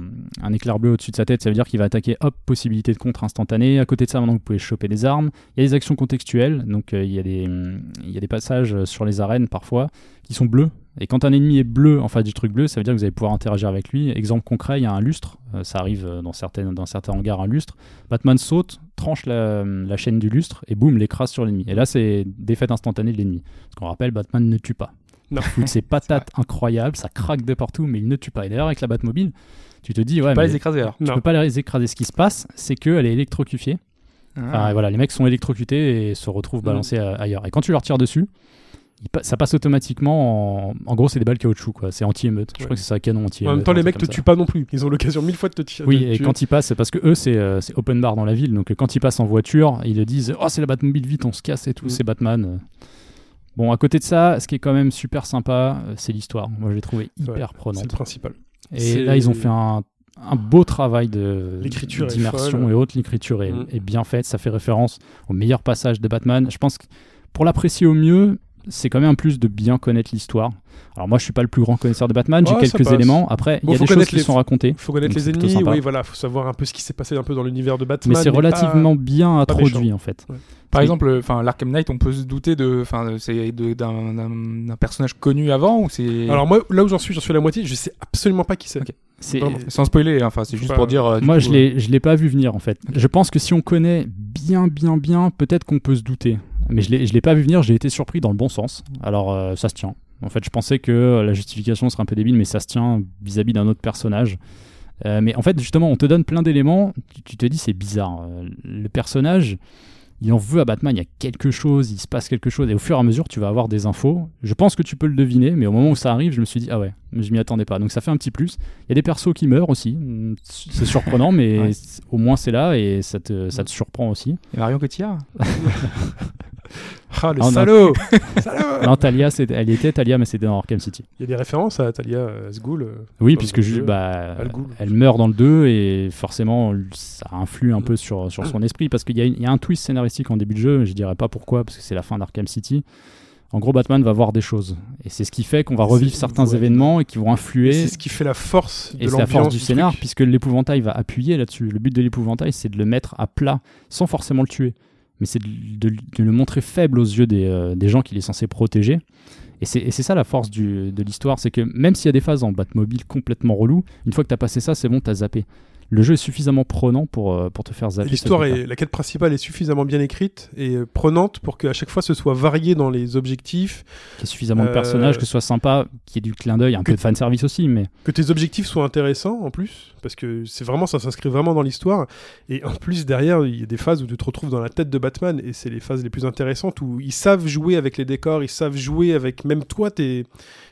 un éclair bleu au-dessus de sa tête, ça veut dire qu'il va attaquer, hop, possibilité de contre instantanée. À côté de ça, maintenant, vous pouvez choper des armes. Il y a des actions contextuelles. Donc, euh, il, y a des, hum, il y a des passages euh, sur les arènes, parfois, qui sont bleus. Et quand un ennemi est bleu en face du truc bleu, ça veut dire que vous allez pouvoir interagir avec lui. Exemple concret, il y a un lustre. Euh, ça arrive euh, dans, certaines, dans certains hangars, un lustre. Batman saute, tranche la, la chaîne du lustre et boum, l'écrase sur l'ennemi. Et là, c'est défaite instantanée de l'ennemi. Parce qu'on rappelle, Batman ne tue pas. Non. Il fout ses patates incroyables, ça craque de partout, mais il ne tue pas. Et d'ailleurs, avec la Batmobile, tu te dis, ouais, Pas mais les écraser alors. tu Non. peux pas les écraser. Ce qui se passe, c'est qu'elle est électrocufiée. Ah. Ah. Enfin, Ah, voilà, les mecs sont électrocutés et se retrouvent Mm. balancés euh, ailleurs. Et quand tu leur tires dessus, il pa- ça passe automatiquement en. En gros, c'est des balles caoutchouc, quoi. C'est anti-émeute. Je Ouais. crois que c'est ça, canon anti-émeute. En même temps, un les truc mecs te comme ça. tuent pas non plus. Ils ont l'occasion mille fois de te tirer. Oui, de et tuer. quand ils passent, parce que eux, c'est euh, c'est open bar dans la ville, donc euh, quand ils passent en voiture, ils le disent Oh, c'est la Batmobile, vite, on se casse et tout, Mm. c'est Batman. Bon, à côté de ça, ce qui est quand même super sympa, euh, c'est l'histoire. Moi, je l'ai trouvé Ouais, hyper C'est le prenante. principal. c'est- Et là, ils ont fait un, un beau travail de L'écriture est d'immersion folle. et autres. L'écriture est, Mm. est bien faite, ça fait référence au meilleur passage de Batman. Je pense que pour l'apprécier au mieux, c'est quand même un plus de bien connaître l'histoire. Alors, moi, je suis pas le plus grand connaisseur de Batman, Ouais, j'ai Oh, ça quelques passe. éléments. Après, il Bon, y a faut des choses connaître qui les- sont racontées. Faut connaître Donc, les c'est plutôt ennemis, sympa. oui, voilà, faut savoir un peu ce qui s'est passé un peu dans l'univers de Batman. Mais c'est pas- relativement bien introduit méchant. en fait. Par Oui. exemple, euh, enfin l'Arkham Knight, on peut se douter de, enfin c'est de- d'un- d'un d'un personnage connu avant ou c'est. Alors moi, là où j'en suis, j'en suis à la moitié, je sais absolument pas qui c'est. Ok. C'est- Vraiment. sans spoiler, hein, enfin c'est Faut juste pas- pour dire. euh, du Moi, coup, je l'ai, je l'ai pas vu venir en fait. Je pense que si on connaît bien, bien, bien, peut-être qu'on peut se douter. Mais je l'ai, je l'ai pas vu venir. J'ai été surpris dans le bon sens. Alors, euh, ça se tient. En fait, je pensais que la justification serait un peu débile, mais ça se tient vis-à-vis d'un autre personnage. Euh, mais en fait, justement, on te donne plein d'éléments. Tu, tu te dis, c'est bizarre. Euh, Le personnage, il en veut à Batman. Il y a quelque chose, il se passe quelque chose. Et au fur et à mesure, tu vas avoir des infos. Je pense que tu peux le deviner, mais au moment où ça arrive, je me suis dit, ah ouais, mais je m'y attendais pas. Donc ça fait un petit plus. Il y a des persos qui meurent aussi. mm, C'est surprenant, mais Ouais. c'est- au moins c'est là et ça te, ça te surprend aussi. et euh, Marion Cotillard. Ah, le Ah, on a- salaud Salaud Non, Talia, c'est- elle y était Talia, mais c'était dans Arkham City. Il y a des références à Talia euh, Sghoul. euh, Oui, dans puisque le ju- jeu. bah, Al Ghul. elle meurt dans le 2 et forcément ça influe un Mm. peu sur, sur son esprit parce qu'il y, a une- il y a un twist scénaristique en début de jeu, je dirais pas pourquoi parce que c'est la fin d'Arkham City. En gros, Batman va voir des choses et c'est ce qui fait qu'on va C'est- revivre certains ouais. événements et qui vont Et influer c'est ce qui fait la force de Et c'est la l'ambiance force du scénar, truc. puisque l'épouvantail va appuyer là-dessus. Le but de l'épouvantail, c'est de le mettre à plat, sans forcément le tuer. Mais c'est de, de- de le montrer faible aux yeux des, euh, des gens qu'il est censé protéger. Et c'est et c'est ça la force du- de l'histoire, c'est que même s'il y a des phases en Batmobile complètement relou, une fois que t'as passé ça, c'est bon, t'as zappé. Le jeu est suffisamment prenant pour, euh, pour te faire Et zapper. ce L'histoire truc-là. et la quête principale est suffisamment bien écrite et euh, prenante pour qu'à chaque fois ce soit varié dans les objectifs, Qu'il y ait suffisamment de euh, personnages, que ce soit sympa, qu'il y ait du clin d'œil, un peu de fanservice aussi, mais que tes objectifs soient intéressants en plus, parce que c'est vraiment ça s'inscrit vraiment dans l'histoire. Et en plus derrière, il y a des phases où tu te retrouves dans la tête de Batman et c'est les phases les plus intéressantes où ils savent jouer avec les décors, ils savent jouer avec même toi tes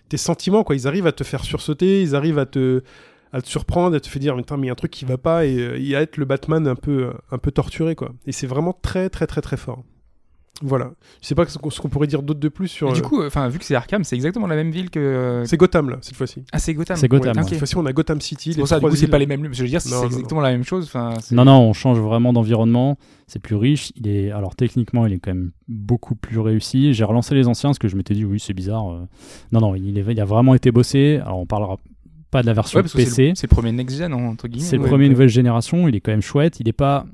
tes sentiments quoi. Ils arrivent à te faire sursauter, ils arrivent à te à te surprendre, à te faire dire putain mais il y a un truc qui va pas et, euh, et à être le Batman un peu euh, un peu torturé quoi. Et c'est vraiment très très très très fort. Voilà. Je sais pas ce qu'on ce qu'on pourrait dire d'autre de plus sur. Et du euh, coup, enfin vu que c'est Arkham, c'est exactement la même ville que. c'est Gotham là cette fois-ci. Ah, c'est Gotham. c'est Gotham. Ouais, ouais. ok. Cette fois-ci on a Gotham City. C'est pour ça, du trois coup, c'est îles. pas les mêmes lieux. Je veux dire, c'est Non, non, exactement la même chose. Enfin, c'est- Non, non, on change vraiment d'environnement. C'est plus riche. Il est alors techniquement, il est quand même beaucoup plus réussi. J'ai relancé les anciens parce que je m'étais dit oui, c'est bizarre. euh. Non, non, il, est- il a vraiment été bossé. Alors on parlera pas de la version Ouais, parce que c'est PC. le, c'est le premier next gen hein, entre guillemets. C'est le ouais. premier nouvelle génération. Il est quand même chouette. Il est pas.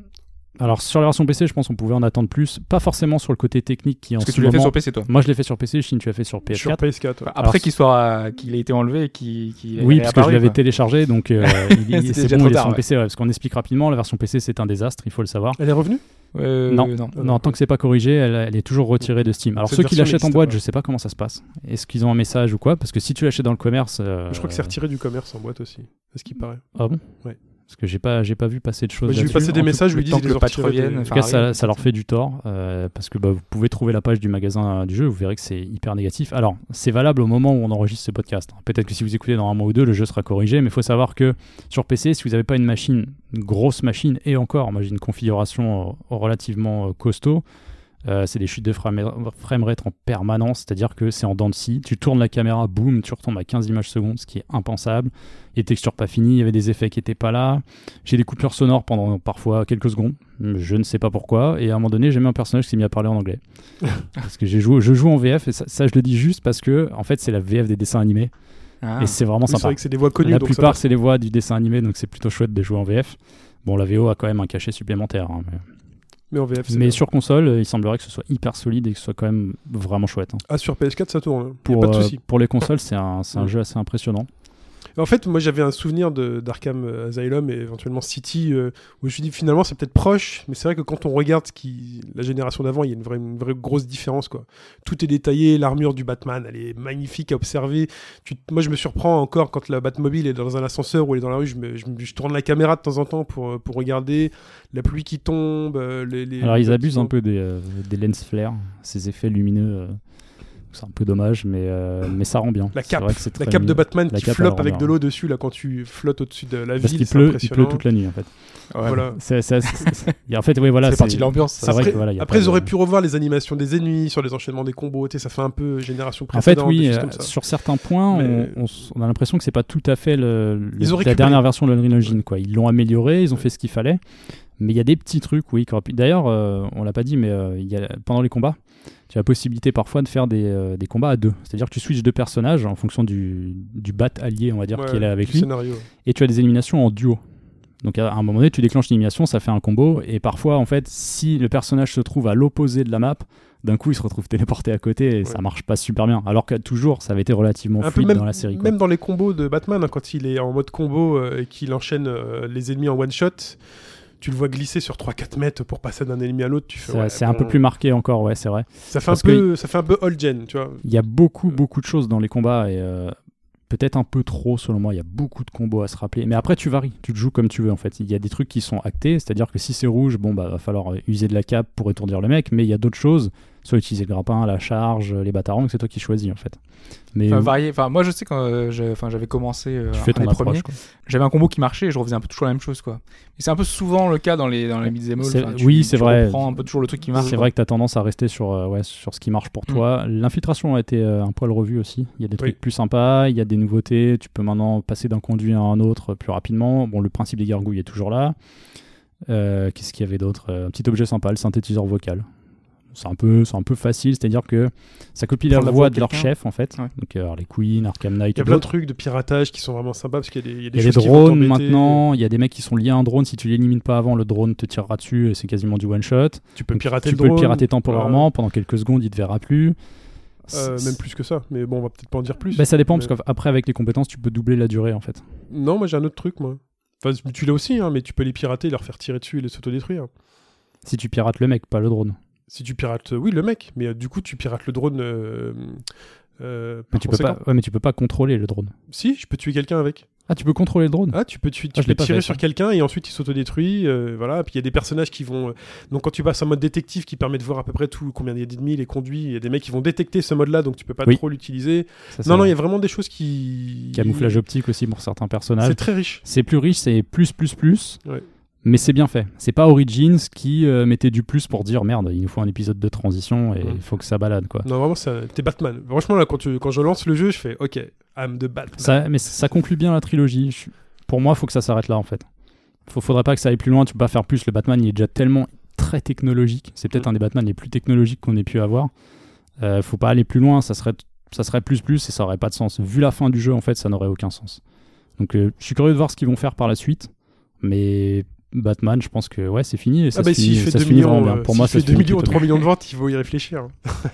Alors sur la version PC, je pense qu'on pouvait en attendre plus. Pas forcément sur le côté technique qui en Parce que ce tu l'as fait moment- sur PC toi. Moi, je l'ai fait sur PC. Chine, tu l'as fait sur PS4. Sur PS4. ouais. Enfin, Alors, après qu'il soit, euh, qu'il ait été enlevé, et qu'il, qu'il Oui, ait parce que je réapparu, l'avais quoi. téléchargé, <laughs> donc euh, il- il- C'était c'est déjà bon, trop il est tard, sur le ouais. PC. ouais, parce qu'on explique rapidement, la version PC, c'est un désastre, il faut le savoir. Elle est revenue Euh, Non. non. Non, tant que c'est pas corrigé, elle, elle est toujours retirée de Steam. Alors Cette ceux qui version l'achètent en n'existe boîte, pas. je sais pas comment ça se passe. Est-ce qu'ils ont un message ou quoi Parce que si tu l'achètes dans le commerce, euh, Je crois que c'est retiré du commerce en boîte aussi, à ce qui paraît. Ah bon Ouais. Parce que j'ai pas j'ai pas vu passer de choses. Bah, j'ai vu là-dessus. passer des En tout- messages où le ils disent temps qu'ils que les le ont patch retirés de- revienne, En tout cas, ça, arrive, ça leur fait du tort euh, parce que bah, vous pouvez trouver la page du magasin euh, du jeu. Vous verrez que c'est hyper négatif. Alors, c'est valable au moment où on enregistre ce podcast. hein. Peut-être que si vous écoutez dans un mois ou deux, le jeu sera corrigé. Mais il faut savoir que sur PC, si vous n'avez pas une machine, une grosse machine, et encore, moi j'ai une configuration euh, relativement euh, costaud. euh, c'est des chutes de frame- framerate en permanence, c'est-à-dire que c'est en dents de scie. Tu tournes la caméra, boum, tu retombes à 15 images secondes, ce qui est impensable. Les textures pas finies, il y avait des effets qui n'étaient pas là. J'ai des coupures sonores pendant parfois quelques secondes. Je ne sais pas pourquoi. Et à un moment donné, j'ai mis un personnage qui s'est mis à parler en <laughs> anglais. parce que j'ai joué, je joue en VF et ça, ça, je le dis juste parce que en fait c'est la VF des dessins animés Ah. et c'est vraiment Oui, c'est sympa. vrai que c'est des voix connues. la donc ça plupart passe. c'est les voix du dessin animé donc c'est plutôt chouette de jouer en VF. Bon la VO a quand même un cachet supplémentaire. hein, mais Mais en VF, c'est mais bien. sur console euh, il semblerait que ce soit hyper solide et que ce soit quand même vraiment chouette. hein. Ah, sur PS4, ça tourne. hein. Y a Pour, pas de euh, souci. pour les consoles c'est un, c'est un Ouais. jeu assez impressionnant. En fait, moi j'avais un souvenir de- d'Arkham Asylum et éventuellement City, euh, où je me suis dit finalement c'est peut-être proche, mais c'est vrai que quand on regarde ce qui, la génération d'avant, il y a une vraie, une vraie grosse différence. quoi. Tout est détaillé, l'armure du Batman, elle est magnifique à observer. Tu, t- moi je me surprends encore quand la Batmobile est dans un ascenseur ou elle est dans la rue, je, me- je me- je tourne la caméra de temps en temps pour, euh, pour regarder la pluie qui tombe. euh, les, les- Alors, ils abusent qui un sont- peu des, euh, des lens flares, ces effets lumineux. euh, c'est un peu dommage, mais, euh, mais ça rend bien. La C'est cape, vrai que c'est La très cape de mignon. Batman La qui cape à floppe avec l'envers. de l'eau dessus, là, quand tu flottes au-dessus de la Parce ville, qu'il c'est pleut, il pleut impressionnant. toute la nuit, en fait. Ouais. Voilà. C'est, c'est assez- et en fait, oui, voilà. c'est partie de l'ambiance. c'est ça. vrai Après, que, voilà, il y a après, pas ils de- auraient pu revoir les animations des ennemis sur les enchaînements des combos. tu sais, ça fait un peu génération En fait, précédente. oui, des choses euh, comme ça. sur certains points, Mais- on, on s- on a l'impression que c'est pas tout à fait le, le- Ils ont la récupéré. dernière version de l'Unreal Engine. Quoi. Ils l'ont amélioré, ils ont fait ce qu'il fallait. Mais il y a des petits trucs, oui. qui auraient pu- D'ailleurs, euh, on l'a pas dit, mais euh, il y a, pendant les combats, tu as la possibilité parfois de faire des, euh, des combats à deux. C'est-à-dire que tu switches deux personnages en fonction du, du bat allié, on va dire, Ouais, qui est là avec du lui. Scénario. et tu as des éliminations en duo. Donc à un moment donné, tu déclenches une élimination, ça fait un combo, et parfois, en fait, si le personnage se trouve à l'opposé de la map, d'un coup, il se retrouve téléporté à côté, et Ouais. ça marche pas super bien. Alors que toujours, ça avait été relativement Un peu fluide même, dans la série. quoi. même dans les combos de Batman, hein, quand il est en mode combo euh, et qu'il enchaîne euh, les ennemis en one shot, tu le vois glisser sur 3-4 mètres pour passer d'un ennemi à l'autre. Tu fais, Ça- ouais, c'est bon, un peu plus marqué encore, ouais, c'est vrai. Ça fait un parce peu, ça fait un peu old gen, tu vois. Il y a beaucoup, beaucoup de choses dans les combats, et euh, peut-être un peu trop, selon moi. Il y a beaucoup de combos à se rappeler. Mais après, tu varies, tu te joues comme tu veux, en fait. Il y a des trucs qui sont actés, c'est-à-dire que si c'est rouge, bon, bah, va falloir user de la cape pour étourdir le mec, mais il y a d'autres choses, soit utiliser le grappin, la charge, les batarangs, c'est toi qui choisis, en fait. Mais Enfin, euh, varié. Enfin, moi, je sais quand euh, j'ai- enfin, j'avais commencé euh, tu fais un ton des premiers, approche. quoi. j'avais un combo qui marchait et je refaisais un peu toujours la même chose, quoi. Et c'est un peu souvent le cas dans les dans les beat'em all. C'est- Enfin, tu- oui, c'est tu vrai. reprends un peu toujours le truc qui marche. C'est quoi. vrai que tu as tendance à rester sur, euh, ouais, sur ce qui marche pour toi. L'infiltration a été euh, un poil revue aussi. Il y a des trucs Mm. Oui. plus sympas, il y a des nouveautés. Tu peux maintenant passer d'un conduit à un autre plus rapidement. Bon, le principe des gargouilles est toujours là. Euh, Qu'est-ce qu'il y avait d'autre Euh, Un petit objet sympa, le synthétiseur vocal. C'est un, peu, c'est un peu facile, c'est-à-dire que ça copie la Prendre voix, la voix de de leur quelqu'un. chef en fait. Ouais. Donc euh, les Queen, Arkham Knight, Il y a ou plein de d'autres. trucs de piratage qui sont vraiment sympas parce qu'il y a des, il y a des Il y a des choses qui vont drones t'embêter. maintenant, il y a des mecs qui sont liés à un drone. Si tu l'élimines pas avant, le drone te tirera dessus et c'est quasiment du one shot. Tu peux Donc, pirater tu le peux drone. le pirater temporairement pendant quelques secondes, il te verra plus. euh, C'est- même plus que ça, mais bon, on va peut-être pas en dire plus. Bah, ça dépend parce Mais- qu'après avec les compétences, tu peux doubler la durée en fait. Non, moi j'ai un autre truc, moi. Enfin, tu l'as aussi, hein, mais tu peux les pirater, leur faire tirer dessus et les s'autodétruire. Si tu pirates le mec, pas le drone. Si tu pirates, euh, oui, le mec, mais euh, du coup, tu pirates le drone. euh, euh, Mais par tu peux pas. conséquent. ouais, mais tu peux pas contrôler le drone. Si, je peux tuer quelqu'un avec. Ah, tu peux contrôler le drone. Ah, tu peux, tu, tu Ah, je l'ai peux pas tirer fait, sur ça. quelqu'un et ensuite il s'autodétruit. euh, voilà, puis il y a des personnages qui vont. euh, donc quand tu passes en mode détective qui permet de voir à peu près tout, combien il y a d'ennemis, les conduits, il y a des mecs qui vont détecter ce mode-là, donc tu peux pas Oui. trop l'utiliser. Ça, c'est Non, non, vrai. il y a vraiment des choses qui. camouflage optique aussi pour certains personnages. C'est très riche. C'est plus riche, c'est plus plus plus. Ouais. Mais c'est bien fait. C'est pas Origins qui euh, mettait du plus pour dire merde, il nous faut un épisode de transition et il Mm. faut que ça balade quoi. Non, vraiment, ça- t'es Batman. Franchement, là, quand, tu- quand je lance le jeu, je fais OK, I'm the Batman. Ça, mais ça conclut bien la trilogie. Je- Pour moi, faut que ça s'arrête là en fait. Faut, faudrait pas que ça aille plus loin. Tu peux pas faire plus. Le Batman, il est déjà tellement très technologique. C'est peut-être Mm. un des Batman les plus technologiques qu'on ait pu avoir. Euh, faut pas aller plus loin. Ça serait, ça serait plus plus et ça aurait pas de sens. Vu la fin du jeu, en fait, ça n'aurait aucun sens. Donc, euh, je suis curieux de voir ce qu'ils vont faire par la suite. Mais Batman, je pense que ouais, c'est fini. Et ça ah bah se finit, s'il fait ça 2 se finit millions, vraiment bien. euh, Pour s'il moi, ça fait se 2 finit millions ou plutôt 3 millions de ventes, il faut y réfléchir.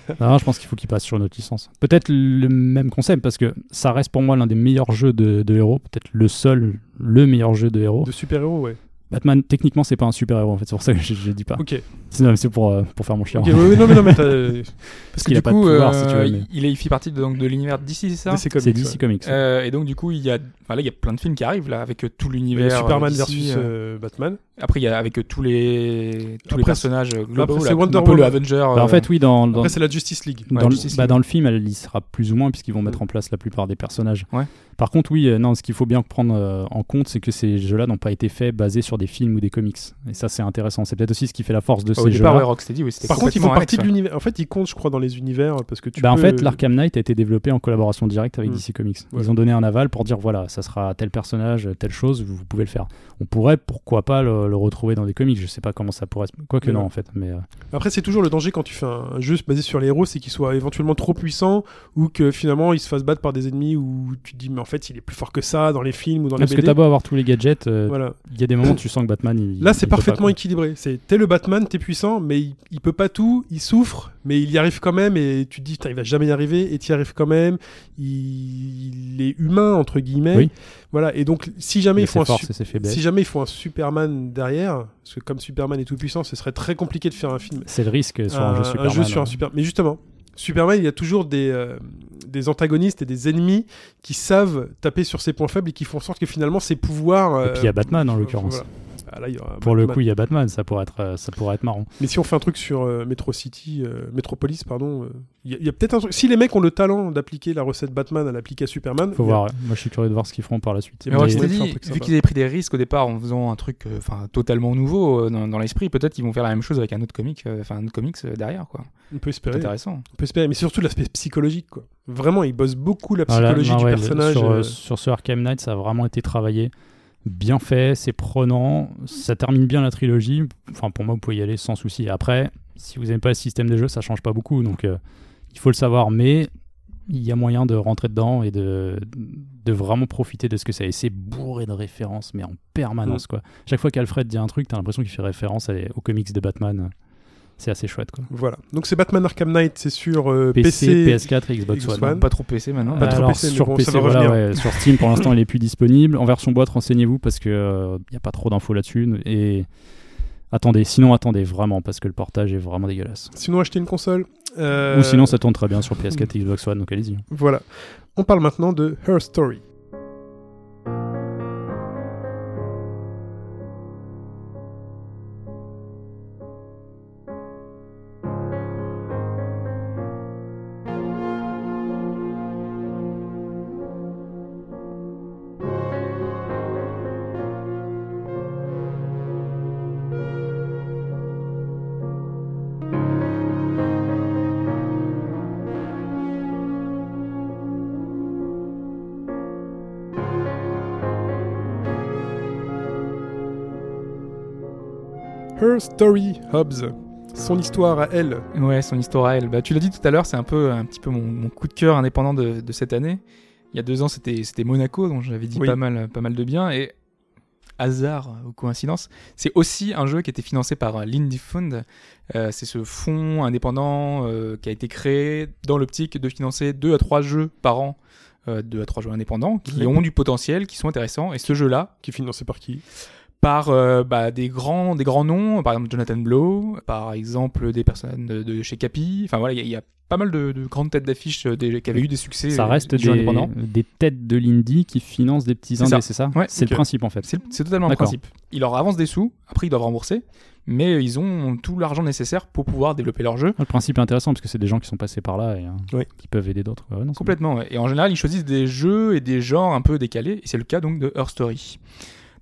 hein, non, je pense qu'il faut qu'il passe sur une autre licence. Peut-être le même concept, parce que ça reste pour moi l'un des meilleurs jeux de, de héros, peut-être le seul, le meilleur jeu de héros. De super-héros, ouais. Batman, techniquement, c'est pas un super-héros, en fait, c'est pour ça que je, je dis pas. Ok. C'est non, mais c'est pour, euh, pour faire mon chien. Ok, ouais, <laughs> ouais, non, mais non, mais t'as- parce Et qu'il du a pas coup, de pouvoir, euh, si tu veux. mais- il il fait partie de, donc, de l'univers d'ici, c'est ça DC Comics, C'est ouais. DC Comics. Euh, et donc du coup il y a enfin, là il y a plein de films qui arrivent là avec euh, tout Il y a l'univers euh, Superman DC, versus euh, euh, Batman. après il y a avec euh, tous les tous Après, les personnages euh, globaux après, c'est là, Wonder un peu le Woman. Avenger Bah, en euh, fait, oui, dans, dans, Après, c'est la Justice League. Ouais, dans, Justice le, bah, League. dans le film, elle y sera plus ou moins, puisqu'ils vont mettre en place la plupart des personnages. Ouais. Par contre, oui, euh, non, ce qu'il faut bien prendre euh, en compte, c'est que ces jeux-là n'ont pas été faits basés sur des films ou des comics. Et ça, c'est intéressant. C'est peut-être aussi ce qui fait la force Ah, de au ces jeux-là. départ ouais, Rocksteady oui c'était Par contre, ils font complètement hein. partie de annexe, l'univers. En fait, ils comptent, je crois, dans les univers euh, parce que tu. Bah, En peux- fait, l'Arkham Knight a été développé en collaboration directe avec Hmm. DC Comics. Ouais. Ils ont donné un aval pour dire voilà, ça sera tel personnage, telle chose, vous vous pouvez le faire. On pourrait, pourquoi pas, le, le retrouver dans des comics. Je sais pas comment ça pourrait. se- Quoique Mais non, ouais. en fait. Mais euh, Après, c'est toujours le danger quand tu fais un un jeu basé sur les héros, c'est qu'ils soient éventuellement trop puissants ou que finalement ils se fassent battre par des ennemis où tu te dis mais en fait il est plus fort que ça dans les films ou dans les parce que BD. t'as beau avoir tous les gadgets, euh, il Voilà. y a des moments où tu tu sens que Batman. il- Là, il c'est peut pas, parfaitement quoi. équilibré. C'est t'es le Batman, t'es puissant, mais il, il peut pas tout, il souffre, mais il y arrive quand même. Et tu te dis, putain, il va jamais y arriver, et t'y arrives quand même. Il, il est humain entre guillemets. Oui. Voilà. Et donc, si jamais Il il a faut ses un forces su- et ses faiblesses. si jamais il faut un Superman derrière, parce que comme Superman est tout puissant, ce serait très compliqué de faire un film C'est le risque sur un, jeu Superman. Euh, sur un hein. super- Mais justement, Superman, il y a toujours des, euh, des antagonistes et des ennemis qui savent taper sur ses points faibles et qui font en sorte que finalement ses pouvoirs. Et euh, puis il y a Batman en euh, l'occurrence. voilà. Ah, là, il y aura Pour le Batman. coup, il y a Batman, ça pourrait être, euh, ça pourrait être marrant. Mais si on fait un truc sur euh, Metro City, euh, Metropolis, pardon, euh, il y a- il y a, peut-être un truc. Si les mecs ont le talent d'appliquer la recette Batman à l'appliquer à Superman, Faut il y a- voir. Moi, je suis curieux de voir ce qu'ils feront par la suite. Mais Mais Mais- ouais, Ouais, Rocksteady, c'est un truc vu sympa. qu'ils avaient pris des risques au départ en faisant un truc euh, enfin, totalement nouveau euh, dans, dans l'esprit, peut-être qu'ils vont faire la même chose avec un autre comic, euh, enfin un autre comics euh, derrière quoi. on peut C'est espérer. intéressant. On peut espérer. Mais surtout l'aspect psychologique, quoi. Vraiment, ils bossent beaucoup la Ah là, psychologie non, du ouais, le- personnage. Sur, euh, euh, sur ce Arkham Knight, ça a vraiment été travaillé, bien fait, c'est prenant, ça termine bien la trilogie. Enfin, pour moi, vous pouvez y aller sans souci. Après, si vous n'aimez pas le système des jeux, ça change pas beaucoup, donc euh, il faut le savoir. Mais il y a moyen de rentrer dedans et de, de vraiment profiter de ce que c'est. Et c'est bourré de références, mais en permanence, Mm. quoi. Chaque fois qu'Alfred dit un truc, t'as l'impression qu'il fait référence à- aux comics de Batman. C'est assez chouette, quoi. Voilà. Donc c'est Batman Arkham Knight, c'est sur euh, PC, PC, PS4 et Xbox Xbox One. hein. One. Pas trop PC maintenant. Pas Euh, trop Bah, Alors, PC, mais sur bon, ça PC, va voilà, revenir. ouais, sur Steam pour l'instant il est plus disponible. En version boîte, renseignez-vous parce que il n'y a pas trop d'infos là-dessus. Et attendez, sinon attendez vraiment parce que le portage est vraiment dégueulasse. Sinon, acheter une console. Euh, Ou sinon ça tourne très bien sur PS4 et Xbox One, donc allez-y. Voilà. On parle maintenant de Her Story. Her Story Hobbs. Son histoire à elle. Ouais, son histoire à elle. Bah, tu l'as dit tout à l'heure, c'est un peu un petit peu mon, mon coup de cœur indépendant de, de cette année. Il y a deux ans, c'était c'était Monaco, dont j'avais dit Oui. pas mal pas mal de bien et hasard ou coïncidence, c'est aussi un jeu qui était financé par euh, l'Indie Fund. Euh, c'est ce fonds indépendant euh, qui a été créé dans l'optique de financer deux à trois jeux par an, euh, deux à trois jeux indépendants qui Oui. ont du potentiel, qui sont intéressants. Et ce jeu-là, Qui est financé par qui par euh, bah, des grands des grands noms par exemple Jonathan Blow par exemple des personnes de, de chez Capi enfin voilà il y, a- il y a pas mal de, de grandes têtes d'affiches euh, des- qui avaient eu des succès Ça euh, reste des jeux des, indépendants des têtes de l'indie qui financent des petits C'est indés, ça. c'est ça Ouais, C'est ok. le principe en fait. c'est c'est totalement le D'accord. principe ils leur avancent des sous après ils doivent rembourser mais ils ont tout l'argent nécessaire pour pouvoir développer leur jeu Le principe est intéressant parce que c'est des gens qui sont passés par là et hein, Oui. qui peuvent aider d'autres. Ouais, ouais, non, c'est Complètement, ouais. Et en général, ils choisissent des jeux et des genres un peu décalés, et c'est le cas donc de Her Story.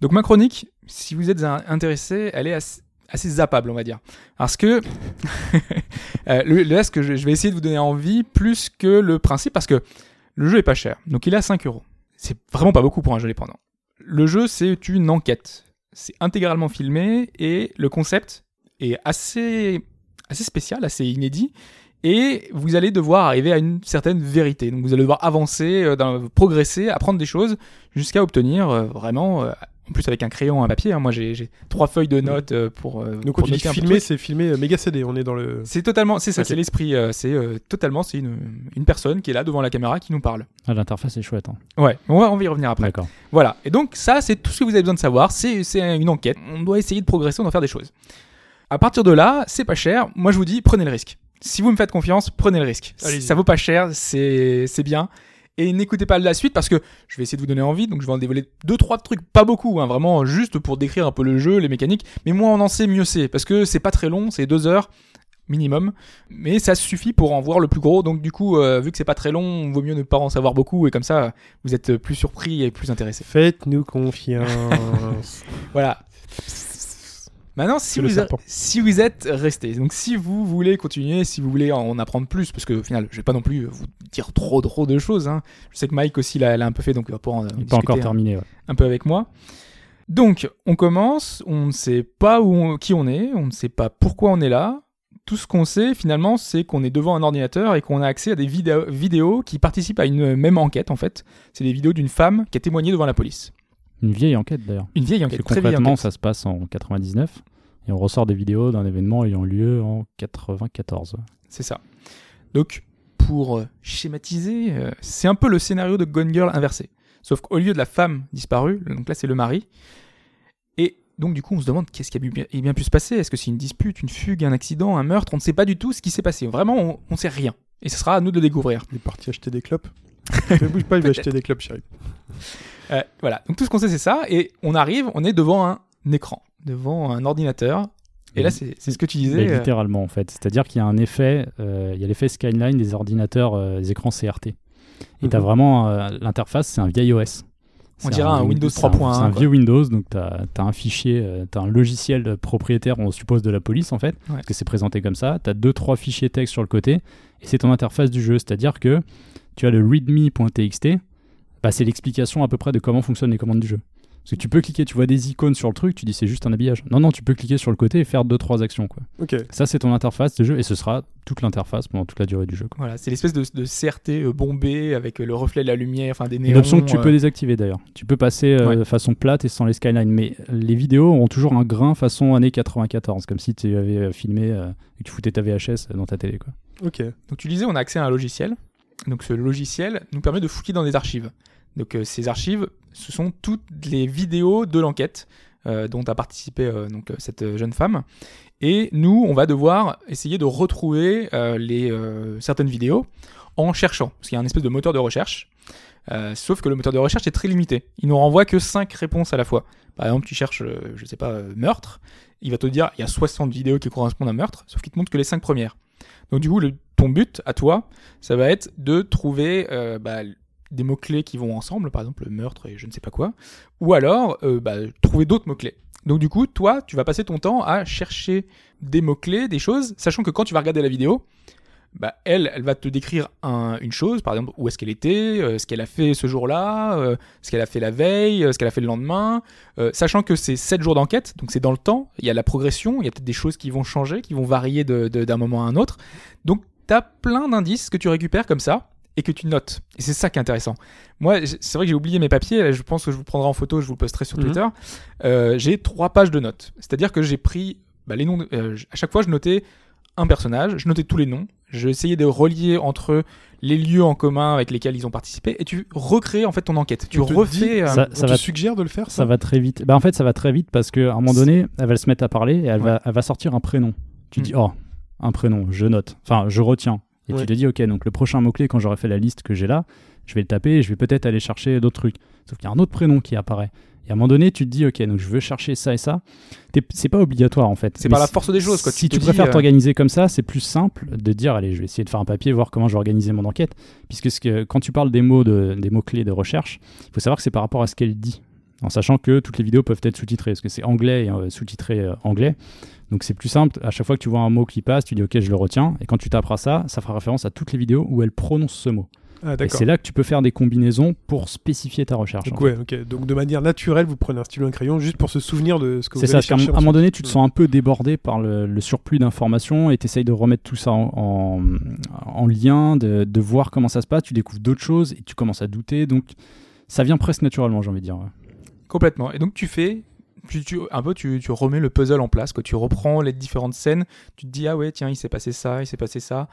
Donc ma chronique, si vous êtes un- intéressé, elle est assez, assez zappable, on va dire. Parce que <laughs> euh, le- là, ce que je, je vais essayer de vous donner envie, plus que le principe, parce que le jeu est pas cher. Donc il est à 5 euros. C'est vraiment pas beaucoup pour un jeu indépendant. Le jeu, c'est une enquête. C'est intégralement filmé, et le concept est assez, assez spécial, assez inédit et vous allez devoir arriver à une certaine vérité. Donc vous allez devoir avancer, euh, dans- progresser, apprendre des choses jusqu'à obtenir euh, vraiment, euh, en plus avec un crayon, un papier. hein. moi j'ai j'ai trois feuilles de notes euh, pour. euh, Donc, pour quand tu dis noter un peu filmé, le truc. c'est filmé euh, méga CD. On est dans le. c'est totalement, c'est ça, Ok. c'est l'esprit. euh, c'est euh, totalement, c'est une, une personne qui est là devant la caméra qui nous parle. bon. Ah, L'interface est chouette. hein. Ouais, on va, on va y revenir après. D'accord. Voilà. Et donc, ça, c'est tout ce que vous avez besoin de savoir. C'est c'est une enquête. On doit essayer de progresser, on doit faire des choses. À partir de là, c'est pas cher. Moi, je vous dis, prenez le risque. Si vous me faites confiance, prenez le risque. Allez-y. Ça vaut pas cher, c'est c'est bien. Et n'écoutez pas la suite parce que je vais essayer de vous donner envie. Donc, je vais en dévoiler deux, trois trucs, pas beaucoup, hein, vraiment juste pour décrire un peu le jeu, les mécaniques. Mais moins on en sait, mieux c'est. Parce que c'est pas très long, c'est deux heures minimum. Mais ça suffit pour en voir le plus gros. Donc, du coup, euh, vu que c'est pas très long, vaut mieux ne pas en savoir beaucoup. Et comme ça, vous êtes plus surpris et plus intéressé. Faites-nous confiance. Voilà. Maintenant, si C'est le vous, serpent. si vous êtes resté, donc si vous voulez continuer, si vous voulez en apprendre plus, parce que au final, je vais pas non plus vous dire trop trop de choses. hein. Je sais que Mike aussi l'a l'a un peu fait, donc il va pouvoir en, en Il n'est discuter hein. pas encore hein. un- terminé. ouais. un peu avec moi. Donc, on commence, on ne sait pas où on- qui on est, on ne sait pas pourquoi on est là. Tout ce qu'on sait finalement, c'est qu'on est devant un ordinateur et qu'on a accès à des vidéo- vidéos qui participent à une même enquête en fait. C'est des vidéos d'une femme qui a témoigné devant la police. Une vieille enquête d'ailleurs. Une vieille hein, Parce que enquête, très vieille concrètement, enquête. ça se passe en 99 et on ressort des vidéos d'un événement ayant lieu en 94. C'est ça. Donc, pour euh, schématiser, euh, c'est un peu le scénario de Gone Girl inversé. Sauf qu'au lieu de la femme disparue, donc là c'est le mari. Et donc du coup on se demande qu'est-ce qui a bu- bien, eh bien pu se passer. Est-ce que c'est une dispute, une fugue, un accident, un meurtre On ne sait pas du tout ce qui s'est passé. Vraiment, on ne sait rien. Et ce sera à nous de le découvrir. <laughs> Il est parti acheter des <laughs> clopes. Ne bouge pas, il va Peut-être. acheter des clopes, chérie. Euh, voilà, donc tout ce qu'on sait c'est ça. Et on arrive, on est devant un écran, devant un ordinateur. Et là c'est c'est ce que tu Mais disais. euh, Bah, littéralement en fait. C'est-à-dire qu'il y a un effet, euh, il y a l'effet skyline des ordinateurs, euh, des écrans CRT. Et Mhm. t'as vraiment euh, l'interface, c'est un vieil OS. On C'est dirait un Windows c'est un- 3.1, C'est un quoi. vieux Windows, donc t'as as un fichier, euh, t'as un logiciel euh, propriétaire, on suppose de la police en fait, euh, Ouais. parce que c'est présenté comme ça. T'as deux trois fichiers texte sur le côté, et c'est ton interface du jeu. C'est-à-dire que tu as le readme.txt, bah, c'est l'explication à peu près de comment fonctionnent les commandes du jeu. Parce que tu peux cliquer, tu vois des icônes sur le truc, tu dis c'est juste un habillage. Non, non, tu peux cliquer sur le côté et faire deux trois actions quoi. Ok. Ça, c'est ton interface de jeu et ce sera toute l'interface pendant toute la durée du jeu. quoi. Voilà, c'est l'espèce de, de CRT euh, bombé avec euh, le reflet de la lumière, enfin des néons. Une option que tu euh, peux désactiver d'ailleurs. Tu peux passer euh, Ouais. de façon plate et sans les skylines, mais les vidéos ont toujours un grain façon années 94, comme si tu avais euh, filmé euh, et que tu foutais ta VHS dans ta télé. Quoi. Ok. Donc tu le disais, on a accès à un logiciel. Donc ce logiciel nous permet de fouiller dans des archives. Donc euh, ces archives, ce sont toutes les vidéos de l'enquête euh, dont a participé euh, donc, euh, cette jeune femme. Et nous, on va devoir essayer de retrouver euh, les, euh, certaines vidéos en cherchant. Parce qu'il y a un espèce de moteur de recherche. Euh, sauf que le moteur de recherche est très limité. Il nous renvoie que 5 réponses à la fois. Par exemple, tu cherches, euh, je sais pas, euh, meurtre. Il va te dire, il y a 60 vidéos qui correspondent à meurtre, sauf qu'il te montre que les 5 premières. Donc du coup, le- ton but à toi, ça va être de trouver euh, bah, des mots-clés qui vont ensemble, par exemple le meurtre et je ne sais pas quoi, ou alors euh, bah, trouver d'autres mots-clés. Donc du coup, toi, tu vas passer ton temps à chercher des mots-clés, des choses, sachant que quand tu vas regarder la vidéo, bah, elle, elle va te décrire un- une chose, par exemple où est-ce qu'elle était, euh, ce qu'elle a fait ce jour-là, euh, ce qu'elle a fait la veille, euh, ce qu'elle a fait le lendemain, euh, sachant que c'est 7 jours d'enquête, donc c'est dans le temps, il y a la progression, il y a peut-être des choses qui vont changer, qui vont varier de- de- d'un moment à un autre. Donc t'as plein d'indices que tu récupères comme ça et que tu notes. Et c'est ça qui est intéressant. Moi, j- c'est vrai que j'ai oublié mes papiers, là, je pense que je vous prendrai en photo, je vous le posterai sur Mhm. Twitter. Euh, j'ai trois pages de notes. C'est-à-dire que j'ai pris bah, les noms, de- euh, j- à chaque fois je notais un personnage, je notais tous les noms, je essayais de relier entre eux les lieux en commun avec lesquels ils ont participé, et tu recrées en fait ton enquête. Tu On te dit- refais... euh, Ça- On ça te va- suggère de le faire, ça, Ça va très vite. Bah, en fait, ça va très vite parce qu'à un moment donné, elle va se mettre à parler et elle, va, elle va sortir un prénom. Tu Mm. dis, oh, un prénom, je note. Enfin, je retiens. Et Ouais. tu te dis, ok, donc le prochain mot-clé, quand j'aurai fait la liste que j'ai là, je vais le taper et je vais peut-être aller chercher d'autres trucs. Sauf qu'il y a un autre prénom qui apparaît. Et à un moment donné, tu te dis, ok, donc je veux chercher ça et ça. T'es- C'est pas obligatoire en fait. C'est Mais par la si- force des choses. Quoi. si te tu dis, préfères euh, t'organiser comme ça, c'est plus simple de dire allez, je vais essayer de faire un papier, voir comment je vais organiser mon enquête. Puisque ce que- quand tu parles des mots, de, des mots clés de recherche, il faut savoir que c'est par rapport à ce qu'elle dit. En sachant que toutes les vidéos peuvent être sous-titrées, parce que c'est anglais et euh, sous-titré euh, anglais. Donc c'est plus simple. À chaque fois que tu vois un mot qui passe, tu dis ok, je le retiens. Et quand tu taperas ça, ça fera référence à toutes les vidéos où elle prononce ce mot. Ah, Et d'accord. c'est là que tu peux faire des combinaisons pour spécifier ta recherche. en Donc, fait. ouais, ok. Donc, de manière naturelle, vous prenez un stylo et un crayon juste pour se souvenir de ce que vous C'est avez ça, parce qu'à cherché. un à un moment ensuite. donné, tu Hmm. te sens un peu débordé par le, le surplus d'informations et tu essayes de remettre tout ça en, en- en lien, de, de voir comment ça se passe, tu découvres d'autres choses et tu commences à douter, donc ça vient presque naturellement, j'ai envie de dire. ouais. Complètement. Et donc tu fais, tu, tu- un peu tu, tu remets le puzzle en place, que tu reprends les différentes scènes, tu te dis ah ouais tiens il s'est passé ça, il s'est passé ça,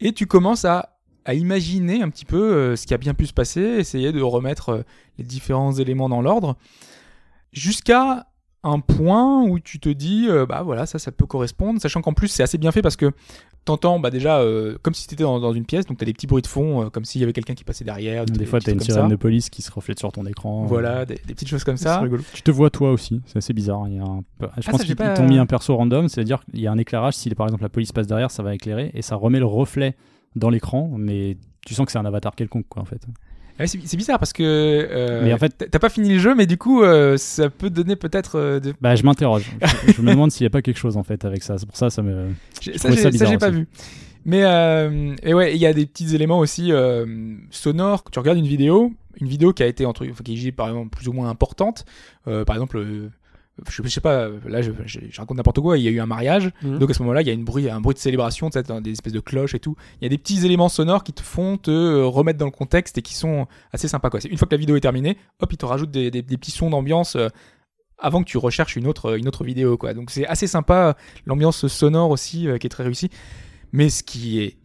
et tu commences à, à imaginer un petit peu euh, ce qui a bien pu se passer, essayer de remettre euh, les différents éléments dans l'ordre, jusqu'à un point où tu te dis euh, bah voilà ça ça peut correspondre, sachant qu'en plus c'est assez bien fait parce que t'entends bah déjà euh, comme si t'étais dans, dans une pièce, donc t'as des petits bruits de fond, euh, comme s'il y avait quelqu'un qui passait derrière, Des fois, petites tu as une comme sirène ça. de police qui se reflète sur ton écran. Voilà, des, des petites choses comme C'est ça. rigolo. Tu te vois toi aussi, c'est assez bizarre. Il y a un peu- Je Ah, pense ça, j'ai qu'ils pas- t'ont mis un perso random, c'est-à-dire qu'il y a un éclairage, si par exemple la police passe derrière, ça va éclairer et ça remet le reflet dans l'écran, mais tu sens que c'est un avatar quelconque, quoi, en fait. Ouais, Ah c'est c'est bizarre parce que euh, Mais en fait- t'as- t'as pas fini le jeu, mais du coup, euh, ça peut donner peut-être. euh, de- Bah, je m'interroge. je, je me demande s'il n'y a pas quelque chose en fait avec ça. C'est pour ça, ça me. j'ai- trouvais Ça, j'ai ça ça, bizarre j'ai pas aussi. vu. Mais euh, et ouais, il y a des petits éléments aussi euh, sonores. Quand tu regardes une vidéo, une vidéo qui a été entre, enfin, qui est par exemple plus ou moins importante, euh, par exemple. euh, je, je sais pas, là je, je- je raconte n'importe quoi, il y a eu un mariage, Mmh. Mhm. donc à ce moment-là il y a une bruit, un bruit de célébration, tu sais, t'as des espèces de cloches et tout. Il y a des petits éléments sonores qui te font te euh, remettre dans le contexte et qui sont assez sympas. Quoi. C'est- Une fois que la vidéo est terminée, hop, ils te rajoutent des, des- des petits sons d'ambiance euh, avant que tu recherches une autre, une autre vidéo. Quoi. Donc c'est assez sympa, l'ambiance sonore aussi euh, qui est très réussie. Mais ce qui est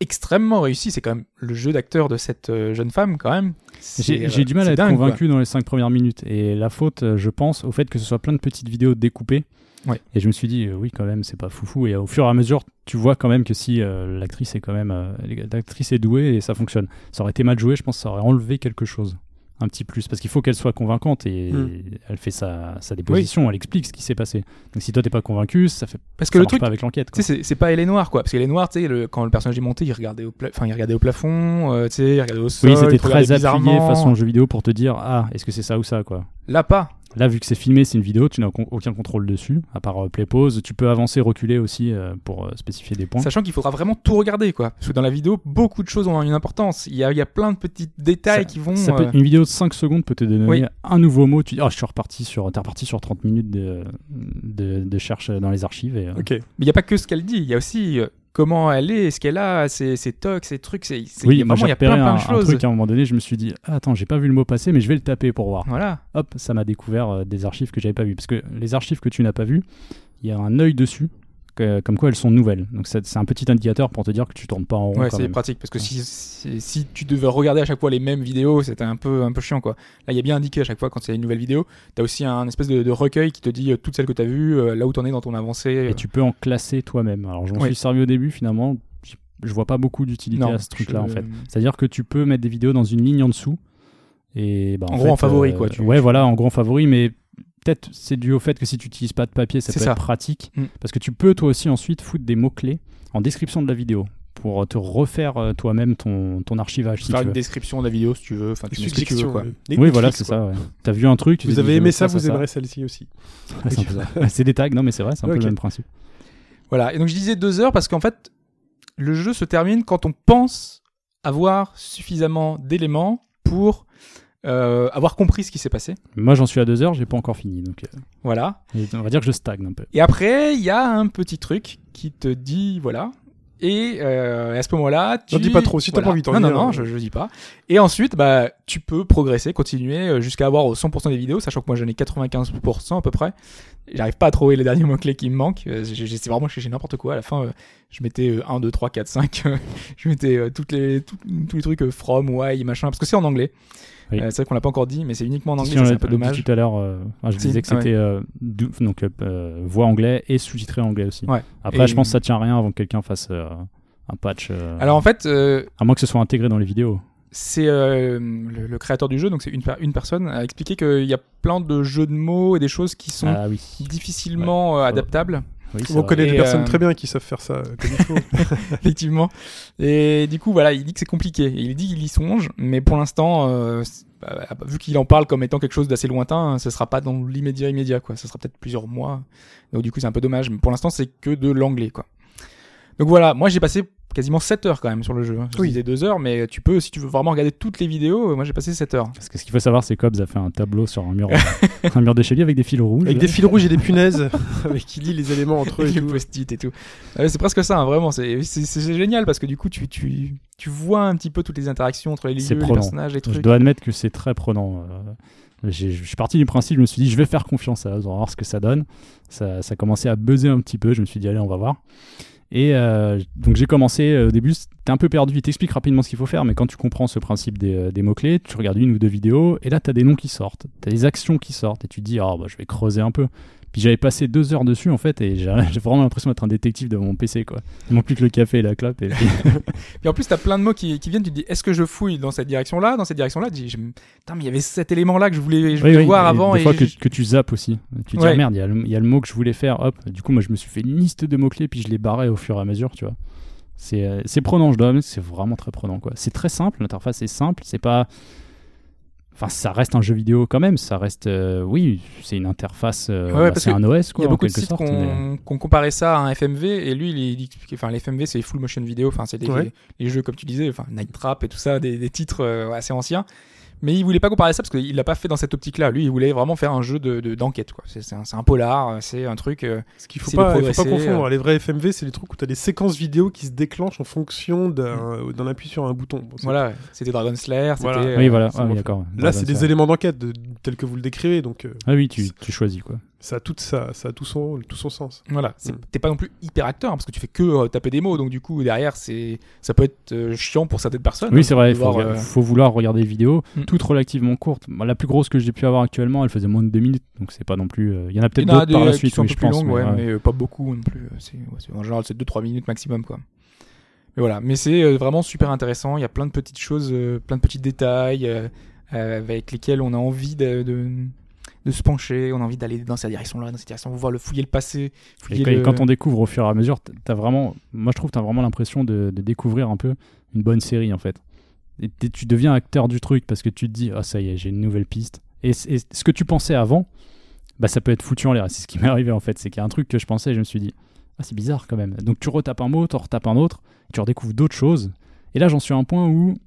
extrêmement réussi, c'est quand même le jeu d'acteur de cette euh, jeune femme quand même. C'est, J'ai euh, j'ai du mal à c'est être dingue, quoi. convaincu dans les 5 premières minutes. Et la faute, euh, je pense, au fait que ce soit plein de petites vidéos découpées. Ouais. Et je me suis dit, euh, oui, quand même, c'est pas foufou. Et euh, au fur et à mesure, tu vois quand même que si euh, l'actrice est quand même. euh, l'actrice est douée et ça fonctionne. Ça aurait été mal joué, je pense que ça aurait enlevé quelque chose. Un petit plus. Parce qu'il faut qu'elle soit convaincante et Hmm. Mm. elle fait sa, sa déposition, elle explique ce qui s'est passé. Donc si toi t'es pas convaincu, ça fait Parce ça que le marche truc, pas avec l'enquête. Tu quoi. sais, c'est- c'est pas elle est noire, quoi. Parce qu'elle est noire, tu sais, le- quand le personnage est monté, il regardait au, pla- enfin, il regardait au plafond, euh, tu sais, il regardait au sol. Oui, il c'était te regardait très appuyé bizarrement. façon jeu vidéo pour te dire, ah, est-ce que c'est ça ou ça, quoi. Là, pas. Là, vu que c'est filmé, c'est une vidéo, tu n'as con- aucun contrôle dessus, à part play-pause. Tu peux avancer, reculer aussi euh, pour euh, spécifier des points. Sachant qu'il faudra vraiment tout regarder, quoi. Parce que dans la vidéo, beaucoup de choses ont une importance. Il y a, il y a plein de petits détails qui vont. Ça peut- euh, Une vidéo de 5 secondes peut te donner Oui. un nouveau mot. Tu dis, ah, je suis reparti sur, t'es reparti sur 30 minutes de, de, de cherche dans les archives. Et, euh, Ok. Mais il n'y a pas que ce qu'elle dit, il y a aussi euh, comment elle est, ce qu'elle a, ses, ses tocs, ses trucs. c'est c'est- il y Oui, a moi vraiment, j'ai il y a repéré plein, plein un, de un choses. truc à un moment donné, je me suis dit, ah, attends, j'ai pas vu le mot passer, mais je vais le taper pour voir. Voilà. Hop, ça m'a découvert euh, des archives que j'avais pas vues. Parce que les archives que tu n'as pas vues, il y a un œil dessus, que- comme quoi elles sont nouvelles. Donc c'est c'est un petit indicateur pour te dire que tu tournes pas en rond. Ouais, quand c'est même. pratique parce que si, si, si tu devais regarder à chaque fois les mêmes vidéos, c'était un peu, un peu chiant quoi. Là, il y a bien indiqué à chaque fois quand c'est une nouvelle vidéo, t'as aussi un espèce de, de recueil qui te dit euh, toutes celles que t'as vues, euh, là où t'en es dans ton avancée. euh. Et tu peux en classer toi-même. Alors, je m'en Oui. suis servi au début, finalement, j- je vois pas beaucoup d'utilité Non, à ce truc-là, je- en fait. C'est-à-dire que tu peux mettre des vidéos dans une ligne en dessous. Et bah, En gros, en fait, favori, quoi, tu- ouais, tu- voilà, en gros, en favori, mais peut-être c'est dû au fait que si tu n'utilises pas de papier, ça C'est peut ça. être pratique. Mm. Parce que tu peux, toi aussi, ensuite, foutre des mots-clés en description de la vidéo pour te refaire euh, toi-même ton, ton archivage, si Faire tu une veux. description de la vidéo si tu veux, enfin tu mets ce que tu veux Suggestion, quoi. euh, Oui, voilà, Netflix, c'est quoi. ça. ouais. T'as vu un truc, tu Vous t'es dit, avez je veux aimé ça, vous ça. aimerez celle-ci aussi. Ouais, <laughs> c'est un peu ça. C'est des tags, non, mais c'est vrai, c'est un peu Ok. le même principe. Voilà. Et donc je disais deux heures parce qu'en fait, le jeu se termine quand on pense avoir suffisamment d'éléments pour euh, avoir compris ce qui s'est passé. Moi, j'en suis à deux heures, j'ai pas encore fini. Donc, euh, Voilà. on va dire que je stagne un peu. Et après, il y a un petit truc qui te dit, voilà. Et euh, à ce moment-là, tu... Non, dis pas trop, si t'as pas envie, t'en Non, dis, non, hein. non, je, je dis pas. Et ensuite, bah, tu peux progresser, continuer euh, jusqu'à avoir au 100% des vidéos, sachant que moi j'en ai 95% à peu près. J'arrive pas à trouver les derniers mots-clés qui me manquent. Euh, j'ai- j'ai- C'est vraiment que j'ai n'importe quoi. À la fin, euh, je mettais euh, 1, 2, 3, 4, 5. euh, <laughs> je mettais euh, toutes les, tout- tous les trucs euh, from, why, machin. Parce que c'est en anglais. Oui. Euh, c'est vrai qu'on l'a pas encore dit, mais c'est uniquement en anglais, Si ça, on l'a c'est un peu dit dommage. Tout à l'heure, euh, enfin, je Si, disais que ah ouais. c'était euh, dou- donc euh, voix anglais et sous-titré anglais aussi. Ouais. Après, Et- je pense que ça tient à rien avant que quelqu'un fasse euh, un patch. euh, Alors en fait, euh, à moins que ce soit intégré dans les vidéos. c'est euh, le, le créateur du jeu, donc c'est une, per- une personne, a expliqué qu'il y a plein de jeux de mots et des choses qui sont Ah oui. difficilement euh, adaptables, <laughs> Oui, c'est On vrai. connaît Et, des euh, personnes très bien qui savent faire ça euh, comme il <laughs> faut. effectivement. Et du coup, voilà, il dit que c'est compliqué. Et il dit qu'il y songe, mais pour l'instant, euh, c'est- bah, bah, vu qu'il en parle comme étant quelque chose d'assez lointain, ce sera pas dans l'immédiat immédiat, quoi. Ce sera peut-être plusieurs mois. Donc du coup, c'est un peu dommage. Mais pour l'instant, c'est que de l'anglais, quoi. Donc voilà, moi j'ai passé quasiment 7 heures quand même sur le jeu. hein. Je Oui. disais 2 heures, mais tu peux, si tu veux vraiment regarder toutes les vidéos, moi j'ai passé 7 heures. Parce que ce qu'il faut savoir, c'est que Cobbs a fait un tableau sur <laughs> un mur, un mur de chélier avec des fils rouges. Avec des fils rouges et des punaises, <laughs> avec qui lit les éléments entre eux. et Avec les tout. post-it et tout. Ouais, c'est presque ça, hein, vraiment. C'est c'est- c'est génial parce que du coup, tu, tu, tu vois un petit peu toutes les interactions entre les C'est lieux, les prenant. personnages, les Je trucs. dois admettre que c'est très prenant. euh, j'ai- Je suis parti du principe, je me suis dit, je vais faire confiance à eux, on va voir ce que ça donne. Ça, ça commençait à buzzer un petit peu, je me suis dit, allez, on va voir. Et euh, donc j'ai commencé euh, au début, t'es un peu perdu, il t'explique rapidement ce qu'il faut faire, mais quand tu comprends ce principe des, euh, des mots-clés, tu regardes une ou deux vidéos, et là t'as des noms qui sortent, t'as des actions qui sortent, et tu te dis, ah bah, je vais creuser un peu. Puis j'avais passé deux heures dessus en fait, et j'ai <laughs> j'ai vraiment l'impression d'être un détective devant mon PC quoi. Il manque plus que le café et la clope, et puis Et en plus, t'as plein de mots qui, qui viennent. Tu te dis, est-ce que je fouille dans cette direction-là, dans cette direction-là Tu te dis, je- putain, mais il y avait cet élément-là que je voulais, je Oui, voulais oui, voir et avant. Des et fois je- que, que tu zappes aussi. Tu te dis, Ouais. ah merde, il y a le- il y, a le mot que je voulais faire, hop. Du coup, moi, je me suis fait une liste de mots-clés, puis je les barrais au fur et à mesure, tu vois. C'est euh, c'est prenant, je dois admettre, c'est vraiment très prenant, quoi. C'est très simple, l'interface est simple, c'est pas. Enfin, ça reste un jeu vidéo quand même, ça reste. euh, oui, c'est une interface, euh, Ouais, bah, parce c'est que un OS, Il quoi, y a en beaucoup de quelque sites sorte. qui mais- ont comparé ça à un FMV et lui, il, il expliquait, enfin, les FMV c'est full motion vidéo, enfin, c'est des Ouais. les jeux comme tu disais, enfin, Night Trap et tout ça, des, des titres euh, assez anciens. Mais il voulait pas comparer ça parce qu'il l'a pas fait dans cette optique-là. Lui, il voulait vraiment faire un jeu de de- d'enquête. quoi. C'est- c'est un, c'est un polar, c'est un truc. euh, Ce qu'il faut Essayer de pas, il faut pas progresser, confondre. euh. Les vrais FMV, c'est les trucs où tu as des séquences vidéo qui se déclenchent en fonction d'un euh, d'un appui sur un bouton. Bon, c'est- voilà, c'était Dragon Slayer. c'était, Voilà. euh, oui, voilà. c'est Ah, bon. oui, d'accord. Là, c'est Dragon des Slayer. éléments d'enquête de- tels que vous le décrivez, donc euh, Ah oui, tu, tu choisis quoi. ça a, toute sa- ça a tout, son, rôle, tout son sens. Voilà, c'est- Mm. t'es pas non plus hyper acteur hein, parce que tu fais que euh, taper des mots, donc du coup derrière c'est ça peut être euh, chiant pour certaines personnes. Oui, c'est vrai, il faut, Devoir, rega- euh, faut vouloir regarder les vidéos, Mm. toutes relativement courtes. Bah, la plus grosse que j'ai pu avoir actuellement, elle faisait moins de 2 minutes, donc c'est pas non plus. euh, Il y en a il peut-être y en a d'autres par des la qui suite, sont un oui, peu je plus pense. longues, mais, ouais, ouais. mais, euh, pas beaucoup non plus. C'est ouais, c'est- en général c'est 2-3 minutes maximum quoi. Mais voilà, mais c'est euh, vraiment super intéressant. Il y a plein de petites choses, euh, plein de petits détails euh, euh, avec lesquels on a envie de, de, de se pencher, on a envie d'aller dans cette direction-là, dans cette direction, voir le fouiller le passé, Et fouiller quand, le... et quand on découvre au fur et à mesure, t- t'as vraiment, moi je trouve, t'as vraiment l'impression de, de découvrir un peu une bonne série en fait. Et t'es- tu deviens acteur du truc parce que tu te dis, ah ça y est, j'ai une nouvelle piste. Et, c- et ce que tu pensais avant, bah ça peut être foutu en l'air. C'est ce qui m'est arrivé en fait, c'est qu'il y a un truc que je pensais, et je me suis dit, ah c'est bizarre quand même. Donc tu retapes un mot, tu retapes un autre, tu redécouvres d'autres choses. Et là j'en suis à un point où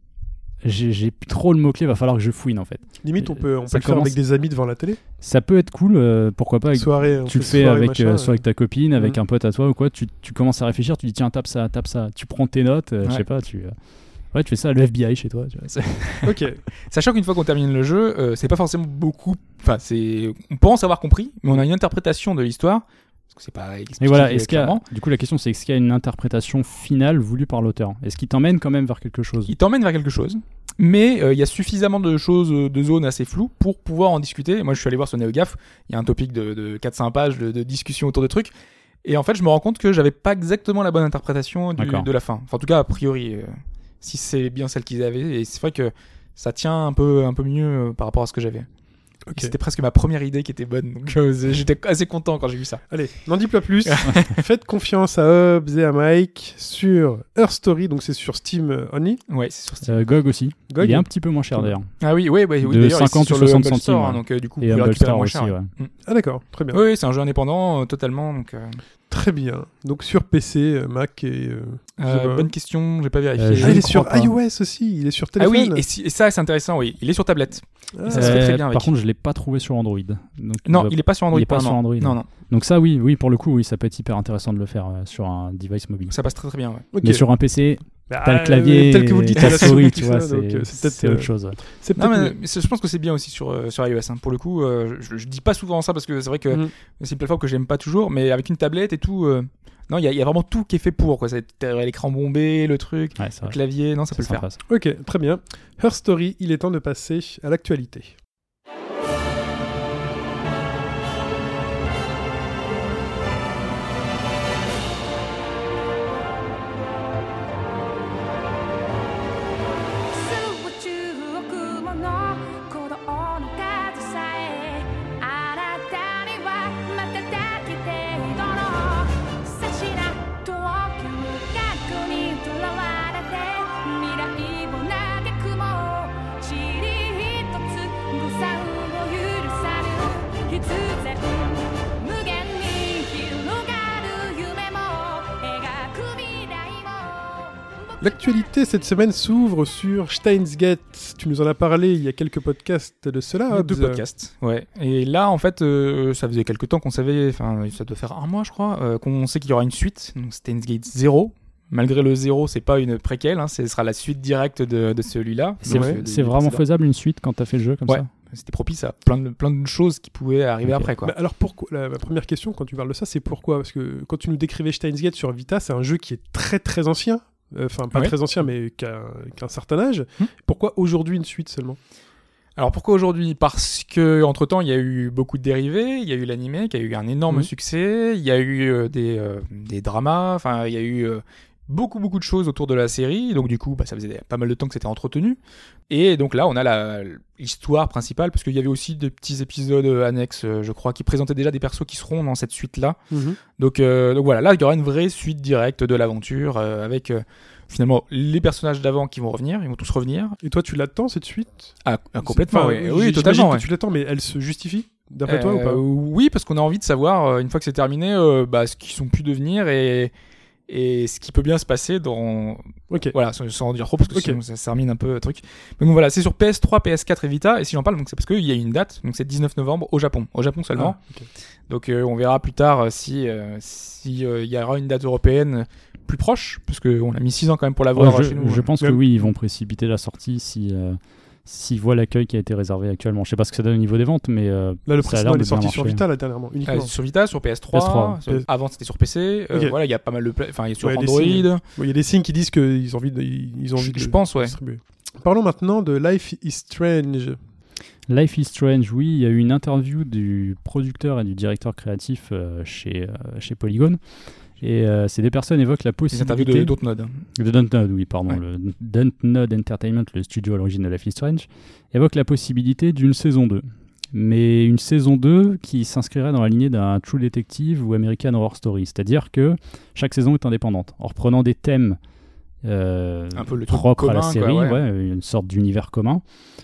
j'ai j'ai plus trop le mot clé, va falloir que je fouine en fait. Limite, on peut, on Euh, Ça peut le faire commence- avec des amis devant la télé. Ça peut être cool, euh, pourquoi pas avec soirée, on tu le fait fais soirée, avec, machin, euh, soit euh. avec ta copine, avec Mhm. un pote à toi ou quoi, tu, tu commences à réfléchir, tu dis tiens, tape ça, tape ça, tu prends tes notes, euh, je Ouais. sais pas, tu, euh, ouais, tu fais ça à le FBI chez toi. tu vois. Ok. <laughs> Sachant qu'une fois qu'on termine le jeu, euh, c'est pas forcément beaucoup. Enfin, c'est on pense avoir compris, mais on a une interprétation de l'histoire parce que c'est pas expliqué Et voilà, est-ce qu'il y a- clairement. du coup, la question c'est est-ce qu'il y a une interprétation finale voulue par l'auteur Est-ce qu'il t'emmène quand même vers quelque chose Il t'emmène vers quelque chose, mais euh, il y a suffisamment de choses, euh, de zones assez floues pour pouvoir en discuter. Moi, je suis allé voir sur NeoGaf, il y a un topic de, de 4-5 pages de, de discussion autour de trucs. Et en fait, je me rends compte que j'avais pas exactement la bonne interprétation du- D'accord. de la fin. Enfin, en tout cas, a priori, euh, si c'est bien celle qu'ils avaient. Et c'est vrai que ça tient un peu, un peu mieux euh, par rapport à ce que j'avais. Ok. Et C'était presque ma première idée qui était bonne, donc euh, c'est- j'étais assez content quand j'ai vu ça. Allez, n'en dis pas <laughs> plus. Faites confiance à Hobbs et à Mike sur Her Story, donc c'est sur Steam euh, only. Ouais, c'est sur Steam. Euh, Gog aussi. Gog. il est un petit peu moins cher d'ailleurs. Ah oui, oui, oui, oui De d'ailleurs, il est 50 sur ou le 60 Humble Store, centimes, hein, ouais. donc euh, du coup, Et vous pouvez Humble récupérer Star moins aussi, cher. ouais. ouais. Ah d'accord, très bien. Oui, oui, c'est un jeu indépendant euh, totalement. Donc, euh, Très bien. Donc sur PC, euh, Mac et... euh, euh, sais pas. bonne question, j'ai pas vérifié. Euh, Je Ah, il ne est sur crois pas. iOS aussi, il est sur ah téléphone. oui, et, si- et ça c'est intéressant, oui. Il est sur tablette. Ah, ça se fait très bien avec. Euh, Par contre, je l'ai pas trouvé sur Android. Donc, Non, euh, il est pas sur Android. il est pas pour le sur moment. Android. Non, non, Donc ça, oui, oui, pour le coup, oui, ça peut être hyper intéressant de le faire euh, sur un device mobile. ça passe très très bien. ouais. ok. Mais sur un PC, Bah, t'as le clavier, euh, tel que vous le dites, t'as la souris, tout tu vois, ça, donc, euh, c'est c'est peut-être autre euh, chose. ouais. c'est Non, peut-être Ah, mais mieux. c'est- je pense que c'est bien aussi sur, euh, sur iOS. hein. Pour le coup, euh, je, je dis pas souvent ça parce que c'est vrai que Mhm. Mm. c'est une plateforme que j'aime pas toujours, mais avec une tablette et tout, euh, non, il y, a- il y a vraiment tout qui est fait pour. quoi. C'est- t'as L'écran bombé, le truc, Ouais, c'est le vrai. clavier, non, ça C'est peut le faire. sympa, ça. Ok, très bien. Her Story, il est temps de passer à l'actualité. 「宇宙雲の子供の数さえ」「あなたにはまただけ程度の」「さしな東京学にとらわれて」「未来も嘆くも塵一つ誤算を許さぬ」「必然無限に広がる夢も描く未来も」 L'actualité cette semaine s'ouvre sur Steins Gate. Tu nous en as parlé il y a quelques podcasts de cela. deux Hobbs. podcasts. Ouais. Et là, en fait, euh, ça faisait quelques temps qu'on savait, enfin, ça doit faire un mois, je crois, euh, qu'on sait qu'il y aura une suite. Donc, Steins Gate 0. Malgré le 0, c'est pas une préquelle, hein, ce sera la suite directe de, de celui-là. C'est Donc, vrai- euh, de- c'est du vraiment précédent. faisable une suite quand t'as fait le jeu comme Ouais. ça C'était propice à plein de, plein de choses qui pouvaient arriver Ok. après, quoi. Bah, alors pourquoi la, ma première question quand tu parles de ça, c'est pourquoi Parce que quand tu nous décrivais Steins Gate sur Vita, c'est un jeu qui est très très ancien. Euh, Enfin, pas Ah Ouais. très ancien, mais qui a, qui a un certain âge. Hmm. Pourquoi aujourd'hui une suite seulement Alors pourquoi aujourd'hui Parce que entre temps il y a eu beaucoup de dérivés, il y a eu l'animé qui a eu un énorme Mhm. succès, il y a eu euh, des, euh, des dramas, enfin il y a eu euh, beaucoup beaucoup de choses autour de la série, donc du coup bah, ça faisait pas mal de temps que c'était entretenu. Et donc là on a la- l'histoire principale, parce qu'il y avait aussi des petits épisodes euh, annexes euh, je crois qui présentaient déjà des persos qui seront dans cette suite là. Donc, euh, donc voilà, là il y aura une vraie suite directe de l'aventure euh, avec euh, finalement les personnages d'avant qui vont revenir, ils vont tous revenir. Et toi, tu l'attends cette suite Ah, complètement, Enfin, oui, j'imagine oui totalement. que ouais. Tu l'attends, mais elle se justifie d'après toi ou Euh, pas Oui, parce qu'on a envie de savoir, euh, une fois que c'est terminé, euh, bah, ce qu'ils sont pu devenir et, et ce qui peut bien se passer dans Ok. voilà sans, sans en dire trop parce que Ok. sinon ça, ça termine un peu le truc mais donc voilà c'est sur PS3 PS4 et Vita et si j'en parle donc c'est parce qu'il y a une date donc c'est le 19 novembre au Japon au Japon seulement Ah, ok. donc euh, on verra plus tard euh, si euh, si euh, il y aura une date européenne plus proche parce que on a mis 6 ans quand même pour l'avoir Ouais, chez nous hein. je, je pense que Même- oui, ils vont précipiter la sortie si euh, s'ils voient l'accueil qui a été réservé actuellement. Je sais pas ce que ça donne au niveau des ventes, mais euh, Là, le ça a précédent l'air il est de bien sorti sur marcher. Vita, là, dernièrement, uniquement. Euh, sur Vita, sur PS3, PS3, sur- P- avant c'était sur PC. euh, Ok. Voilà, il y a pas mal de, pla- enfin, il y a sur Ouais, des Android. signes. Bon, Il y a des signes qui disent qu'ils ont envie de, ils ont envie Je, de je le pense, ouais. distribuer. Parlons maintenant de Life is Strange. Life is Strange, oui, il y a eu une interview du producteur et du directeur créatif euh, chez, euh, chez Polygon. Et euh, ces deux personnes évoquent la Des possibilité interviews de d'autres nodes. de Dontnod, oui, pardon, Ouais. le Dontnod Entertainment, le studio à l'origine de Life is Strange, évoque la possibilité d'une saison 2. Mais une saison 2 qui s'inscrirait dans la lignée d'un True Detective ou American Horror Story. C'est-à-dire que chaque saison est indépendante, en reprenant des thèmes euh, Un peu le truc propres à la commun, quoi, série, ouais. ouais, une sorte d'univers commun.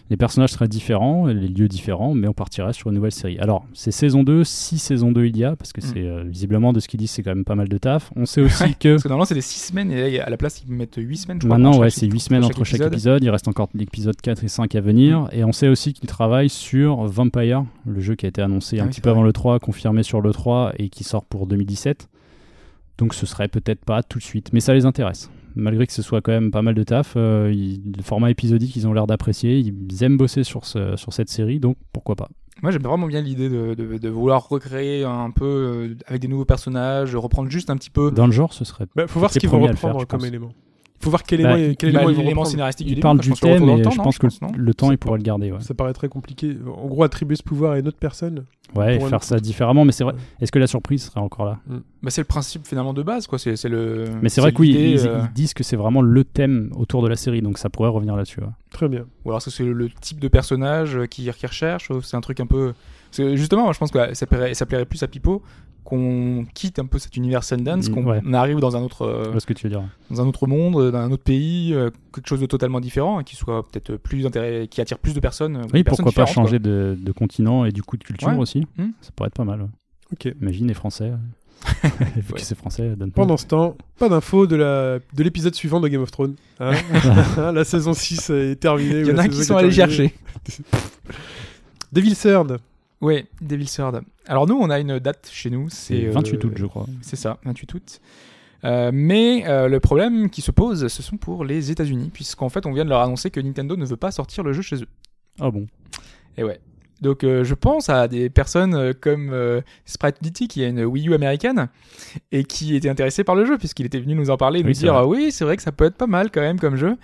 Les personnages seraient différents, les lieux différents, mais on partirait sur une nouvelle série. Alors, c'est saison 2, si saison 2 il y a, parce que Mm. c'est euh, visiblement de ce qu'ils disent, c'est quand même pas mal de taf. On <laughs> sait aussi que. Parce que normalement, c'est des 6 semaines et là, il y a- à la place, ils mettent 8 semaines, je crois. Maintenant, pour ouais, chaque- Mm. c'est 8 semaines pour entre chaque épisode. Il reste encore l'épisode 4 et 5 à venir. Et on sait aussi qu'il travaille sur Vampire, le jeu qui a été annoncé Ah un oui, petit c'est peu vrai. avant le 3, confirmé sur le 3 et qui sort pour 2017. Donc ce serait peut-être pas tout de suite, mais ça les intéresse. Malgré que ce soit quand même pas mal de taf, euh, ils- le format épisodique, ils ont l'air d'apprécier. Ils aiment bosser sur, ce- sur cette série, donc pourquoi pas. Moi, j'aime vraiment bien l'idée de, de, de vouloir recréer un peu euh, avec des nouveaux personnages, reprendre juste un petit peu. Dans le genre, ce serait. Bah, faut voir ce C'est qu'ils vont premier à le reprendre faire, je comme pense. élément. Faut voir quel Bah, élément, quel il- élément bah, ils vont L'élément reprendre. scénaristique du Ils début, parlent moi, je du pense qu'on retourne thème, dans mais le temps, je non, pense que le- non le temps C'est est pour pas- le garder. Ouais. Ça paraît très compliqué. En gros, attribuer ce pouvoir à une autre personne. Ouais, pour un faire autre- ça différemment, mais c'est vrai. Ouais. Est-ce que la surprise serait encore là Bah, c'est le principe finalement de base, quoi. C'est c'est le. Mais c'est vrai que oui, l'idée, ils, euh, ils disent que c'est vraiment le thème autour de la série, donc ça pourrait revenir là-dessus. ouais. Euh, Très bien. Mm. Ou alors est-ce que c'est le- le type de personnage euh, qui qui recherche ou C'est un truc un peu. parce que justement, moi, je pense que euh, ça plairait, ça plairait plus à Pipo qu'on quitte un peu cet univers Sundance, Mm, qu'on ouais. on arrive dans un autre, euh, Je vois ce que tu veux dire. dans un autre monde, euh, dans un autre pays, euh, quelque chose de totalement différent, et qui soit peut-être plus intérêt, qui attire plus de personnes. euh, des Oui, personnes pourquoi pas différentes, quoi. changer de, de continent et du coup de culture Ouais. aussi Hmm. Ça pourrait être pas mal. ouais. Ok. Imagine les <laughs> Français. euh, Vu Ouais. que c'est français, donne Pendant ce temps, pas d'infos de la de l'épisode suivant de Game of Thrones. <laughs> hein. <laughs> la saison 6 est terminée. Il ou y en la a saison qui est sont allés terminée. chercher. Devil Third. Ouais, Devil's Third. Alors nous, on a une date chez nous, c'est c'est euh, 28 août, je crois. C'est ça, 28 août. Euh, mais euh, le problème qui se pose, ce sont pour les États-Unis, puisqu'en fait, on vient de leur annoncer que Nintendo ne veut pas sortir le jeu chez eux. Ah bon Et ouais. Donc euh, je pense à des personnes euh, comme euh, Sprite Ditty qui a une Wii U américaine et qui était intéressée par le jeu puisqu'il était venu nous en parler, et nous Oui, c'est dire vrai. Ah oui c'est vrai que ça peut être pas mal quand même comme jeu.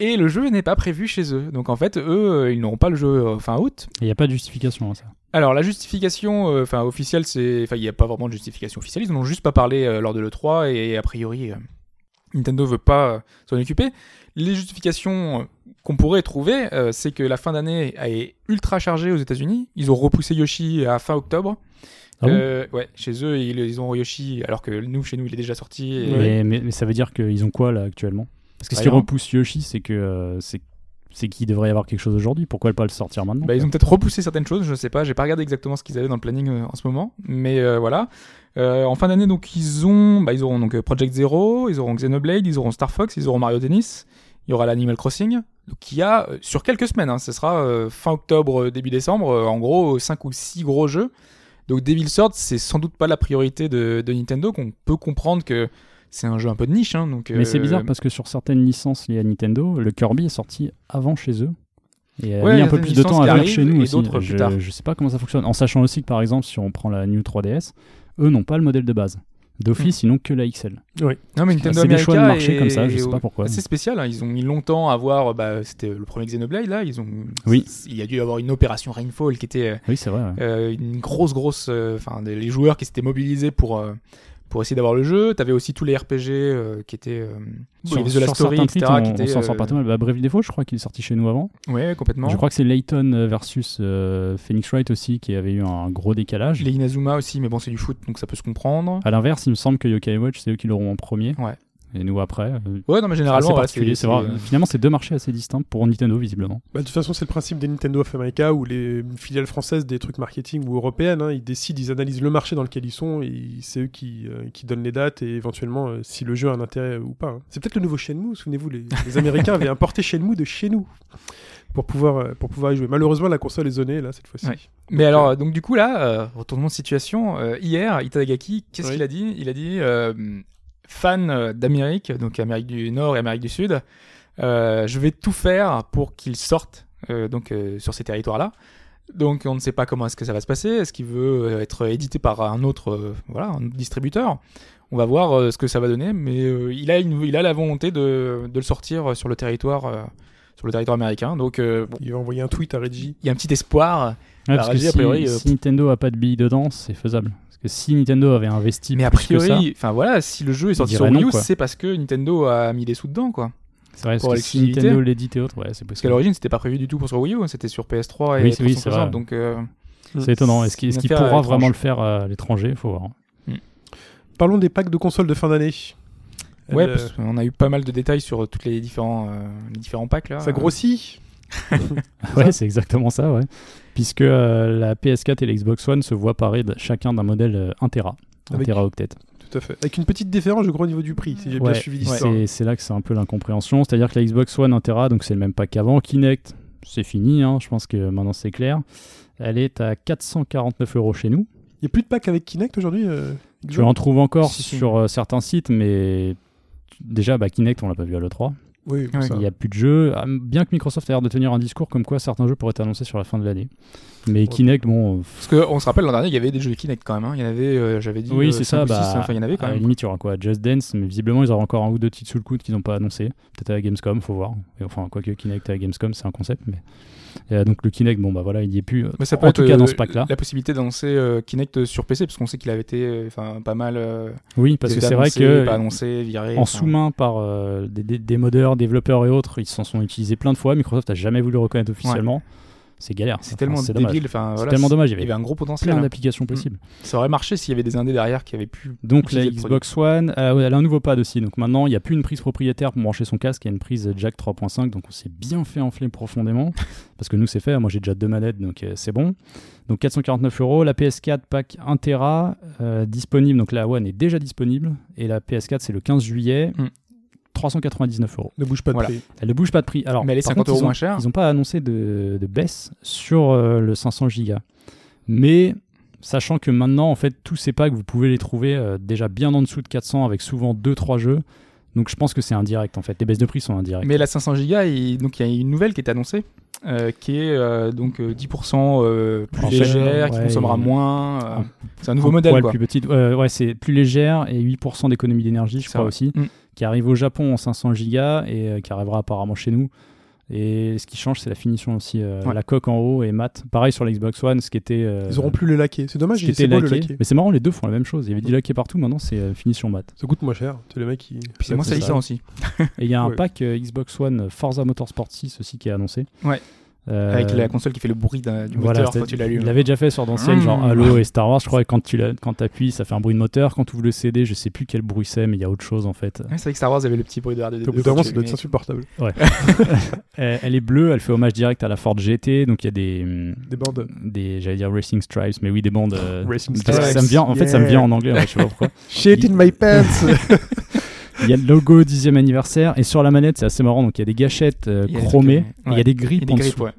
Et le jeu n'est pas prévu chez eux. Donc en fait eux euh, ils n'auront pas le jeu euh, fin août. Il n'y a pas de justification à ça. Alors la justification euh, enfin officielle c'est enfin il n'y a pas vraiment de justification officielle. Ils n'en ont juste pas parlé euh, lors de le 3 et a priori euh, Nintendo veut pas euh, s'en occuper. Les justifications euh, qu'on pourrait trouver, euh, c'est que la fin d'année est ultra chargée aux États-Unis. Ils ont repoussé Yoshi à fin octobre. Ah bon Euh, ouais, chez eux, ils, ils ont Yoshi, alors que nous, chez nous, il est déjà sorti. et- mais, mais- mais ça veut dire qu'ils ont quoi là actuellement Parce que si Rien. on repousse Yoshi, c'est que euh, c'est c'est qu'il devrait y avoir quelque chose aujourd'hui. Pourquoi pas le sortir maintenant Bah, ils quoi ont peut-être repoussé certaines choses, je sais pas, j'ai pas regardé exactement ce qu'ils avaient dans le planning euh, en ce moment, mais euh, voilà. Euh, en fin d'année, donc ils ont, bah, ils auront donc euh, Project Zero, ils auront Xenoblade, ils auront Star Fox, ils auront Mario Tennis, il y aura l'Animal Crossing. Donc il y a euh, sur quelques semaines, hein, ce sera euh, fin octobre, euh, début décembre, euh, en gros 5 ou 6 gros jeux. Donc Devil's Sword, c'est sans doute pas la priorité de, de Nintendo, qu'on peut comprendre que c'est un jeu un peu de niche. hein, donc, Mais c'est euh, bizarre parce que sur certaines licences liées à Nintendo, le Kirby est sorti avant chez eux. Et a Ouais, il mis y a un peu des plus de temps licences qui à venir arrivent chez nous et aussi. d'autres plus Je, tard. je sais pas comment ça fonctionne. En sachant aussi que par exemple, si on prend la New 3DS, eux n'ont pas le modèle de base. D'office, Hmm. ils n'ont que la XL. Non, mais Nintendo c'est des choix de America marché est- comme ça, je sais est- pas pourquoi. C'est spécial, hein, ils ont mis longtemps à voir, bah, c'était le premier Xenoblade là, ils ont, Oui. c- il y a dû y avoir une opération Rainfall qui était Oui, c'est vrai. ouais. euh, une grosse grosse, euh, enfin des- les joueurs qui s'étaient mobilisés pour euh, pour essayer d'avoir le jeu. T'avais aussi tous les RPG euh, qui étaient euh, sur les la Story, certains etc. titres, qui on, on étaient, s'en sort euh, pas trop mal. Bah, Bref Défaut, je crois qu'il est sorti chez nous avant. Ouais, complètement. Je crois que c'est Layton euh, versus euh, Phoenix Wright aussi qui avait eu un gros décalage. Les Inazuma aussi, mais bon, c'est du foot, donc ça peut se comprendre. À l'inverse, il me semble que Yokai Watch, c'est eux qui l'auront en premier. Ouais. et nous après. euh, Ouais, non, mais généralement, c'est ouais, euh, particulier. c'est vrai. Finalement, c'est deux marchés assez distincts pour Nintendo, visiblement. Bah, de toute façon, c'est le principe des Nintendo of America ou les filiales françaises des trucs marketing ou européennes. hein. ils décident, ils analysent le marché dans lequel ils sont et ils- c'est eux qui, euh, qui donnent les dates et éventuellement euh, si le jeu a un intérêt ou pas. hein. C'est peut-être le nouveau Shenmue. Souvenez-vous, les, les Américains avaient importé Shenmue de chez nous pour pouvoir, euh, pour pouvoir y jouer. Malheureusement, la console est zonée là cette fois-ci. Ouais. Mais alors, euh, donc du coup là, euh, retournement de situation. euh, hier, Itagaki, qu'est-ce Oui. qu'il a dit Il a dit euh, fan euh, d'Amérique, donc Amérique du Nord et Amérique du Sud. euh, je vais tout faire pour qu'il sorte euh, donc euh, sur ces territoires-là. Donc on ne sait pas comment est-ce que ça va se passer. Est-ce qu'il veut euh, être édité par un autre, euh, voilà, un autre distributeur On va voir euh, ce que ça va donner. Mais euh, il a, une- il a la volonté de, de le sortir euh, sur le territoire, euh, sur le territoire américain. Donc euh, bon, Il va envoyer un tweet à Reggie. il y a un petit espoir. Ouais, Bah, parce que vas-y, a si, priori, euh, si Nintendo a pas de billes dedans, c'est faisable. Parce que si Nintendo avait investi Mais a plus que ça, priori, enfin voilà, si le jeu est sorti Il sur dirait Wii non, U, quoi. c'est parce que Nintendo a mis des sous dedans, quoi. c'est vrai, pour parce que si l'exclusivité. Nintendo l'édite et autres, ouais, c'est Parce qu'à possible. l'origine, c'était pas prévu du tout pour sur Wii U, hein, c'était sur PS3 et Oui, c'est- oui, 360, c'est vrai. donc euh, C'est étonnant. Est-ce qu'il c'est est-ce qu'il une affaire pourra étrange. vraiment le faire à l'étranger <laughs> Faut voir. Parlons des packs de consoles de fin d'année. ouais, euh, Elle, euh, parce qu'on a eu pas mal de détails sur euh, toutes les différents euh, les différents packs là. euh, ça grossit. Ouais, c'est exactement ça, ouais. Puisque euh, la PS4 et l'Xbox One se voient parés de- chacun d'un modèle euh, 1 Tera, 1 Avec- Tera octet. Tout à fait. Avec une petite différence, je crois, au niveau du prix, si j'ai Ouais, bien suivi l'histoire. c'est, c'est là que c'est un peu l'incompréhension. C'est-à-dire que la Xbox One 1 Tera, donc c'est le même pas qu'avant. Kinect, c'est fini, hein, je pense que maintenant c'est clair. Elle est à 449 euros chez nous. Il n'y a plus de pack avec Kinect aujourd'hui euh, Tu en trouves encore Si, si. sur euh, certains sites, mais tu- déjà, bah, Kinect, on l'a pas vu à l'E3. Oui, Ouais. ça. Il n'y a plus de jeux. Ah, Bien que Microsoft ait l'air de tenir un discours comme quoi certains jeux pourraient être annoncés sur la fin de l'année. Mais Kinect, bon, Parce qu'on se rappelle l'an dernier, il y avait des jeux Kinect quand même. hein. Il y en avait, euh, j'avais dit. Oui, euh, c'est cinq ça. ou six, Bah, enfin, il y en avait quand à la même. limite, il y aura quoi Just Dance, mais visiblement, ils auront encore un ou deux titres sous le coude qu'ils n'ont pas annoncé. Peut-être à la Gamescom, faut voir. Et enfin, quoique Kinect à la Gamescom, c'est un concept. Mais... Et, euh, donc, le Kinect, bon, bah voilà, il n'y est plus. Mais ça peut en être, tout cas, dans euh, ce pack-là. La possibilité d'annoncer euh, Kinect sur PC, parce qu'on sait qu'il avait été, euh, enfin, pas mal. euh, Oui, parce que c'est vrai annoncé, que. pas annoncé, viré. En enfin, sous-main par euh, des, des- des modeurs, développeurs et autres, ils s'en sont utilisés plein de fois. Microsoft n'a jamais voulu le reconnaître officiellement. C'est galère. C'est Enfin, tellement c'est dommage. débile. Enfin, C'est voilà, tellement dommage. Il y avait un gros potentiel. plein hein. d'applications possibles. Ça aurait marché s'il y avait des indés derrière qui avaient pu. Donc la Utiliser le produit. Xbox One, euh, ouais, elle a un nouveau pad aussi. Donc maintenant, il n'y a plus une prise propriétaire pour brancher son casque, il y a une prise jack 3.5. Donc on s'est bien fait <laughs> enfler profondément. parce que nous, c'est fait. Moi, j'ai déjà deux manettes, donc euh, c'est bon. Donc 449 euros. La PS4 pack 1 Tera euh, disponible. Donc la One est déjà disponible. Et la PS4, c'est le 15 juillet. Mm. 399 euros. Ne bouge pas de Voilà. prix. Elle ne bouge pas de prix. Alors, Mais elle est par 50 contre, euros ils ont- moins chère. Ils n'ont pas annoncé de, de baisse sur euh, le 500 gigas. Mais sachant que maintenant, en fait, tous ces packs, vous pouvez les trouver euh, déjà bien en dessous de 400 avec souvent 2-3 jeux. Donc je pense que c'est indirect en fait. Les baisses de prix sont indirectes. Mais la 500 gigas, il... donc il y a une nouvelle qui est annoncée, euh, qui est euh, donc euh, 10% euh, plus En fait, légère, qui ouais, consommera et- moins. euh, Un- c'est un nouveau Un modèle poil quoi. plus petite. Euh, ouais, c'est plus légère et 8% d'économie d'énergie, je C'est crois vrai. aussi, Mm. qui arrive au Japon en 500 gigas et euh, qui arrivera apparemment chez nous. Et ce qui change, c'est la finition aussi. euh, Ouais. La coque en haut et mat. Pareil sur l'Xbox One, ce qui était. euh, Ils auront plus le laqué. C'est dommage, qui il était c'est beau le laqué. laqué. Mais c'est marrant, les deux font la même chose. Il y avait du laqué partout, maintenant c'est euh, finition mat. Ça coûte moins cher. C'est le mec qui. Puis c'est moins c'est ça. salissant aussi. Et il y a un Ouais. pack euh, Xbox One Forza Motorsport 6 aussi qui est annoncé. Ouais. Euh, Avec la console qui fait le bruit d'un- du voilà, moteur quand c'est- tu l'allumes. Il l'avait déjà fait sur d'anciennes, Mmh. genre Halo et Star Wars, je crois. Et quand tu l'as- quand t'appuies, ça fait un bruit de moteur. Quand tu ouvres le CD, je sais plus quel bruit c'est, mais il y a autre chose en fait. Ouais, c'est vrai que Star Wars avait le petit bruit de R2D2. Au bout d'un moment, ça doit être insupportable. Euh, elle est bleue, elle fait hommage direct à la Ford GT, donc il y a des. hum, Des bandes. Des, j'allais dire Racing Stripes, mais oui, des bandes. euh, Racing parce que Stripes, Ça me vient, en fait, ça me yeah. vient en anglais, ouais, je sais pas pourquoi. Shit in my pants. Il y a le logo 10e anniversaire et sur la manette, c'est assez marrant. Donc il y a des gâchettes euh, Il y a des chromées, trucs, et il y ouais. a des Il y a grippes des en grippes, dessous. ouais.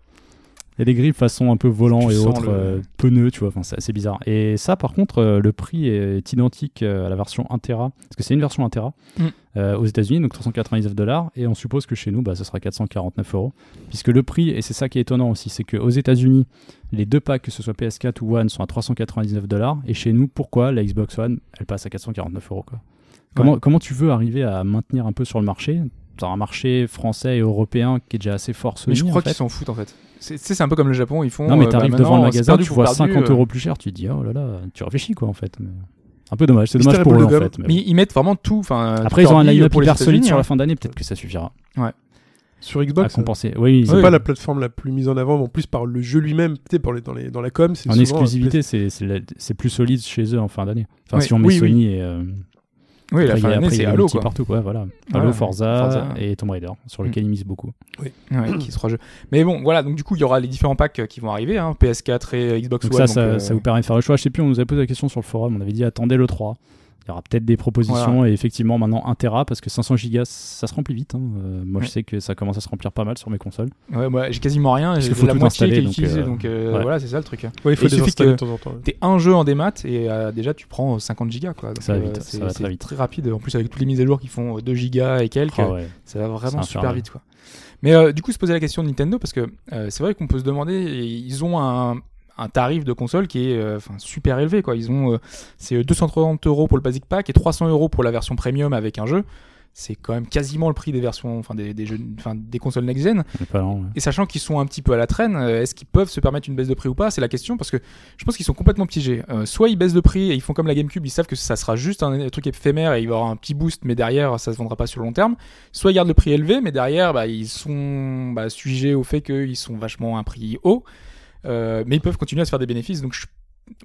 Il y a des grippes façon un peu volant Tu et sens autres, le- euh, pneus, tu vois. Enfin, c'est assez bizarre. Et ça, par contre, euh, le prix est identique euh, à la version 1 Tera, parce que c'est une version 1 Tera Mm. euh, aux États-Unis, donc 399 dollars. Et on suppose que chez nous, bah, ce sera 449 euros, puisque le prix, et c'est ça qui est étonnant aussi, c'est que aux États-Unis, les deux packs, que ce soit PS4 ou One, sont à 399 dollars. Et chez nous, pourquoi la Xbox One, elle passe à 449 euros quoi. Comment, comment tu veux arriver à maintenir un peu sur le marché T'as un marché français et européen qui est déjà assez fort Mais je solide, en crois fait. qu'ils s'en foutent en fait. C'est- Tu sais, c'est un peu comme le Japon, ils font. Non, mais euh, t'arrives bah, devant le maintenant, c'est magasin, perdu tu pour vois perdu, 50 euh, euros plus cher, tu te dis, oh là là, tu réfléchis quoi en fait. mais- Un peu dommage, c'est Mystère dommage pour Apollo eux en Gold. fait. mais Mais bon. ils mettent vraiment tout. enfin, Après, tout ils ont un ordi line-up pour les hyper solide États-Unis, sur hein. la fin d'année, peut-être que ça suffira <laughs> Sur à Xbox. hein. compenser. Oui, C'est oui, pas la plateforme la plus mise en avant, mais en plus par le jeu lui-même, tu sais, dans, les- dans, les- dans la com. c'est en souvent, euh, exclusivité, c'est- c'est la- c'est plus solide chez eux en fin d'année. Enfin, Oui, si on met oui, oui. Sony et. euh, hein. Oui, la Après, fin il y a- d'année, après, il y c'est a des Halo, outils quoi. partout, ouais, voilà. Voilà. Halo, Forza, Forza. Mm. et Tomb Raider, sur lequel ils misent beaucoup. Ouais, <clears throat> qui sera jeu. Mais bon, voilà, donc du coup, il y aura les différents packs euh, qui vont arriver, hein, PS4 et euh, Xbox Donc One. donc, ça, ça, euh, ça vous permet de faire le choix. Je sais plus, on nous a posé la question sur le forum, on avait dit attendez le 3. Il y aura peut-être des propositions et effectivement maintenant 1 Tera parce que 500 gigas ça se remplit vite. hein. Euh, moi Ouais. je sais que ça commence à se remplir pas mal sur mes consoles. Ouais, moi, j'ai quasiment rien, j'ai qu'il faut la tout moitié qui est installer, donc, utilisée, euh, donc euh, ouais. voilà, c'est ça le truc. Ouais, il faut Et il suffit désinstaller que- de temps en temps. ouais. T'es un jeu en démat et euh, déjà tu prends euh, 50 gigas quoi. Donc, Ça va euh, vite, c'est- ça va c'est très vite. rapide. En plus avec toutes les mises à jour qui font euh, 2 gigas et quelques, Ah ouais. ça va vraiment C'est super infernal. vite quoi. Mais euh, du coup se poser la question de Nintendo parce que euh, c'est vrai qu'on peut se demander, et ils ont un, un tarif de console qui est euh, enfin, super élevé quoi. Ils ont euh, c'est 230 euros pour le basic pack et 300 euros pour la version premium avec un jeu. C'est quand même quasiment le prix des versions, enfin des, des jeux, enfin des consoles next gen. on est pas loin, ouais. Et sachant qu'ils sont un petit peu à la traîne, euh, est-ce qu'ils peuvent se permettre une baisse de prix ou pas C'est la question parce que je pense qu'ils sont complètement piégés. Euh, soit ils baissent de prix et ils font comme la GameCube, ils savent que ça sera juste un truc éphémère et il va y avoir un petit boost, mais derrière ça se vendra pas sur le long terme. Soit ils gardent le prix élevé, mais derrière bah, ils sont bah, sujets au fait qu'ils sont vachement à un prix haut, Euh, mais ils peuvent continuer à se faire des bénéfices. Donc je...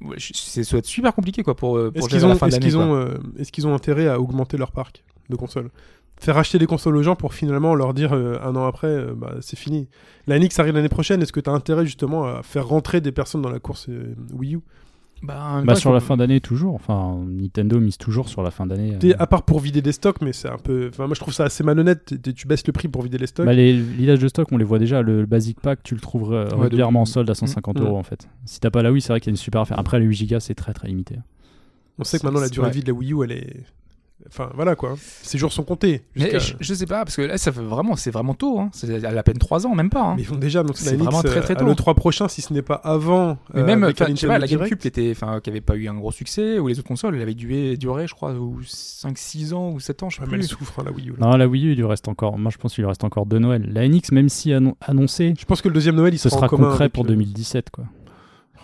ouais, je- c'est- ça doit être super compliqué quoi pour, euh, pour Est-ce gérer qu'ils la ont, fin de est-ce l'année. qu'ils quoi. ont, euh, est-ce qu'ils ont intérêt à augmenter leur parc de consoles Faire acheter des consoles aux gens pour finalement leur dire euh, un an après, euh, bah, c'est fini. La Nix arrive l'année prochaine, est-ce que tu as intérêt justement à faire rentrer des personnes dans la course euh, Wii U Bah, en même Bah, temps, sur il la faut- fin d'année toujours. Enfin Nintendo mise toujours sur la fin d'année. euh. Mm. T'es- À part pour vider des stocks, mais c'est un peu. Enfin, moi je trouve ça assez malhonnête. T'es- t'es- Tu baisses le prix pour vider les stocks. Bah, les villages de stock, on les voit déjà. Le, le basic pack, tu le trouveras euh, Ouais, de- régulièrement en solde à 150 Mm. euros en fait. Si t'as pas la Wii, c'est vrai qu'il y a une super affaire. Après, la 8 Go, c'est très très limité. On sait que maintenant la c'est- durée de ouais. vie de la Wii U, elle est. Enfin voilà quoi. Ses jours sont comptés. Mais jusqu'à- je, je sais pas parce que là ça fait vraiment c'est vraiment tôt. hein. C'est à la peine 3 ans même pas. hein. Mais ils vont déjà annoncer C'est la vraiment Nix très, très tôt. le 3 prochain, si ce n'est pas avant. Mais euh, même, avec enfin, je sais pas, la Nintendo GameCube Direct. qui était, enfin, qui avait pas eu un gros succès, ou les autres consoles, elle avait dû durer, je crois, ou 5-6 ans ou 7 ans, je sais Ouais, mais plus. elle souffre, hein, la Wii U. là. Non, la Wii U, il lui reste encore. Moi, je pense qu'il lui reste encore deux Noël. La NX, même si annon- annoncée, Je pense que le deuxième Noël, il ce sera en commun concret avec, pour euh, 2017 quoi.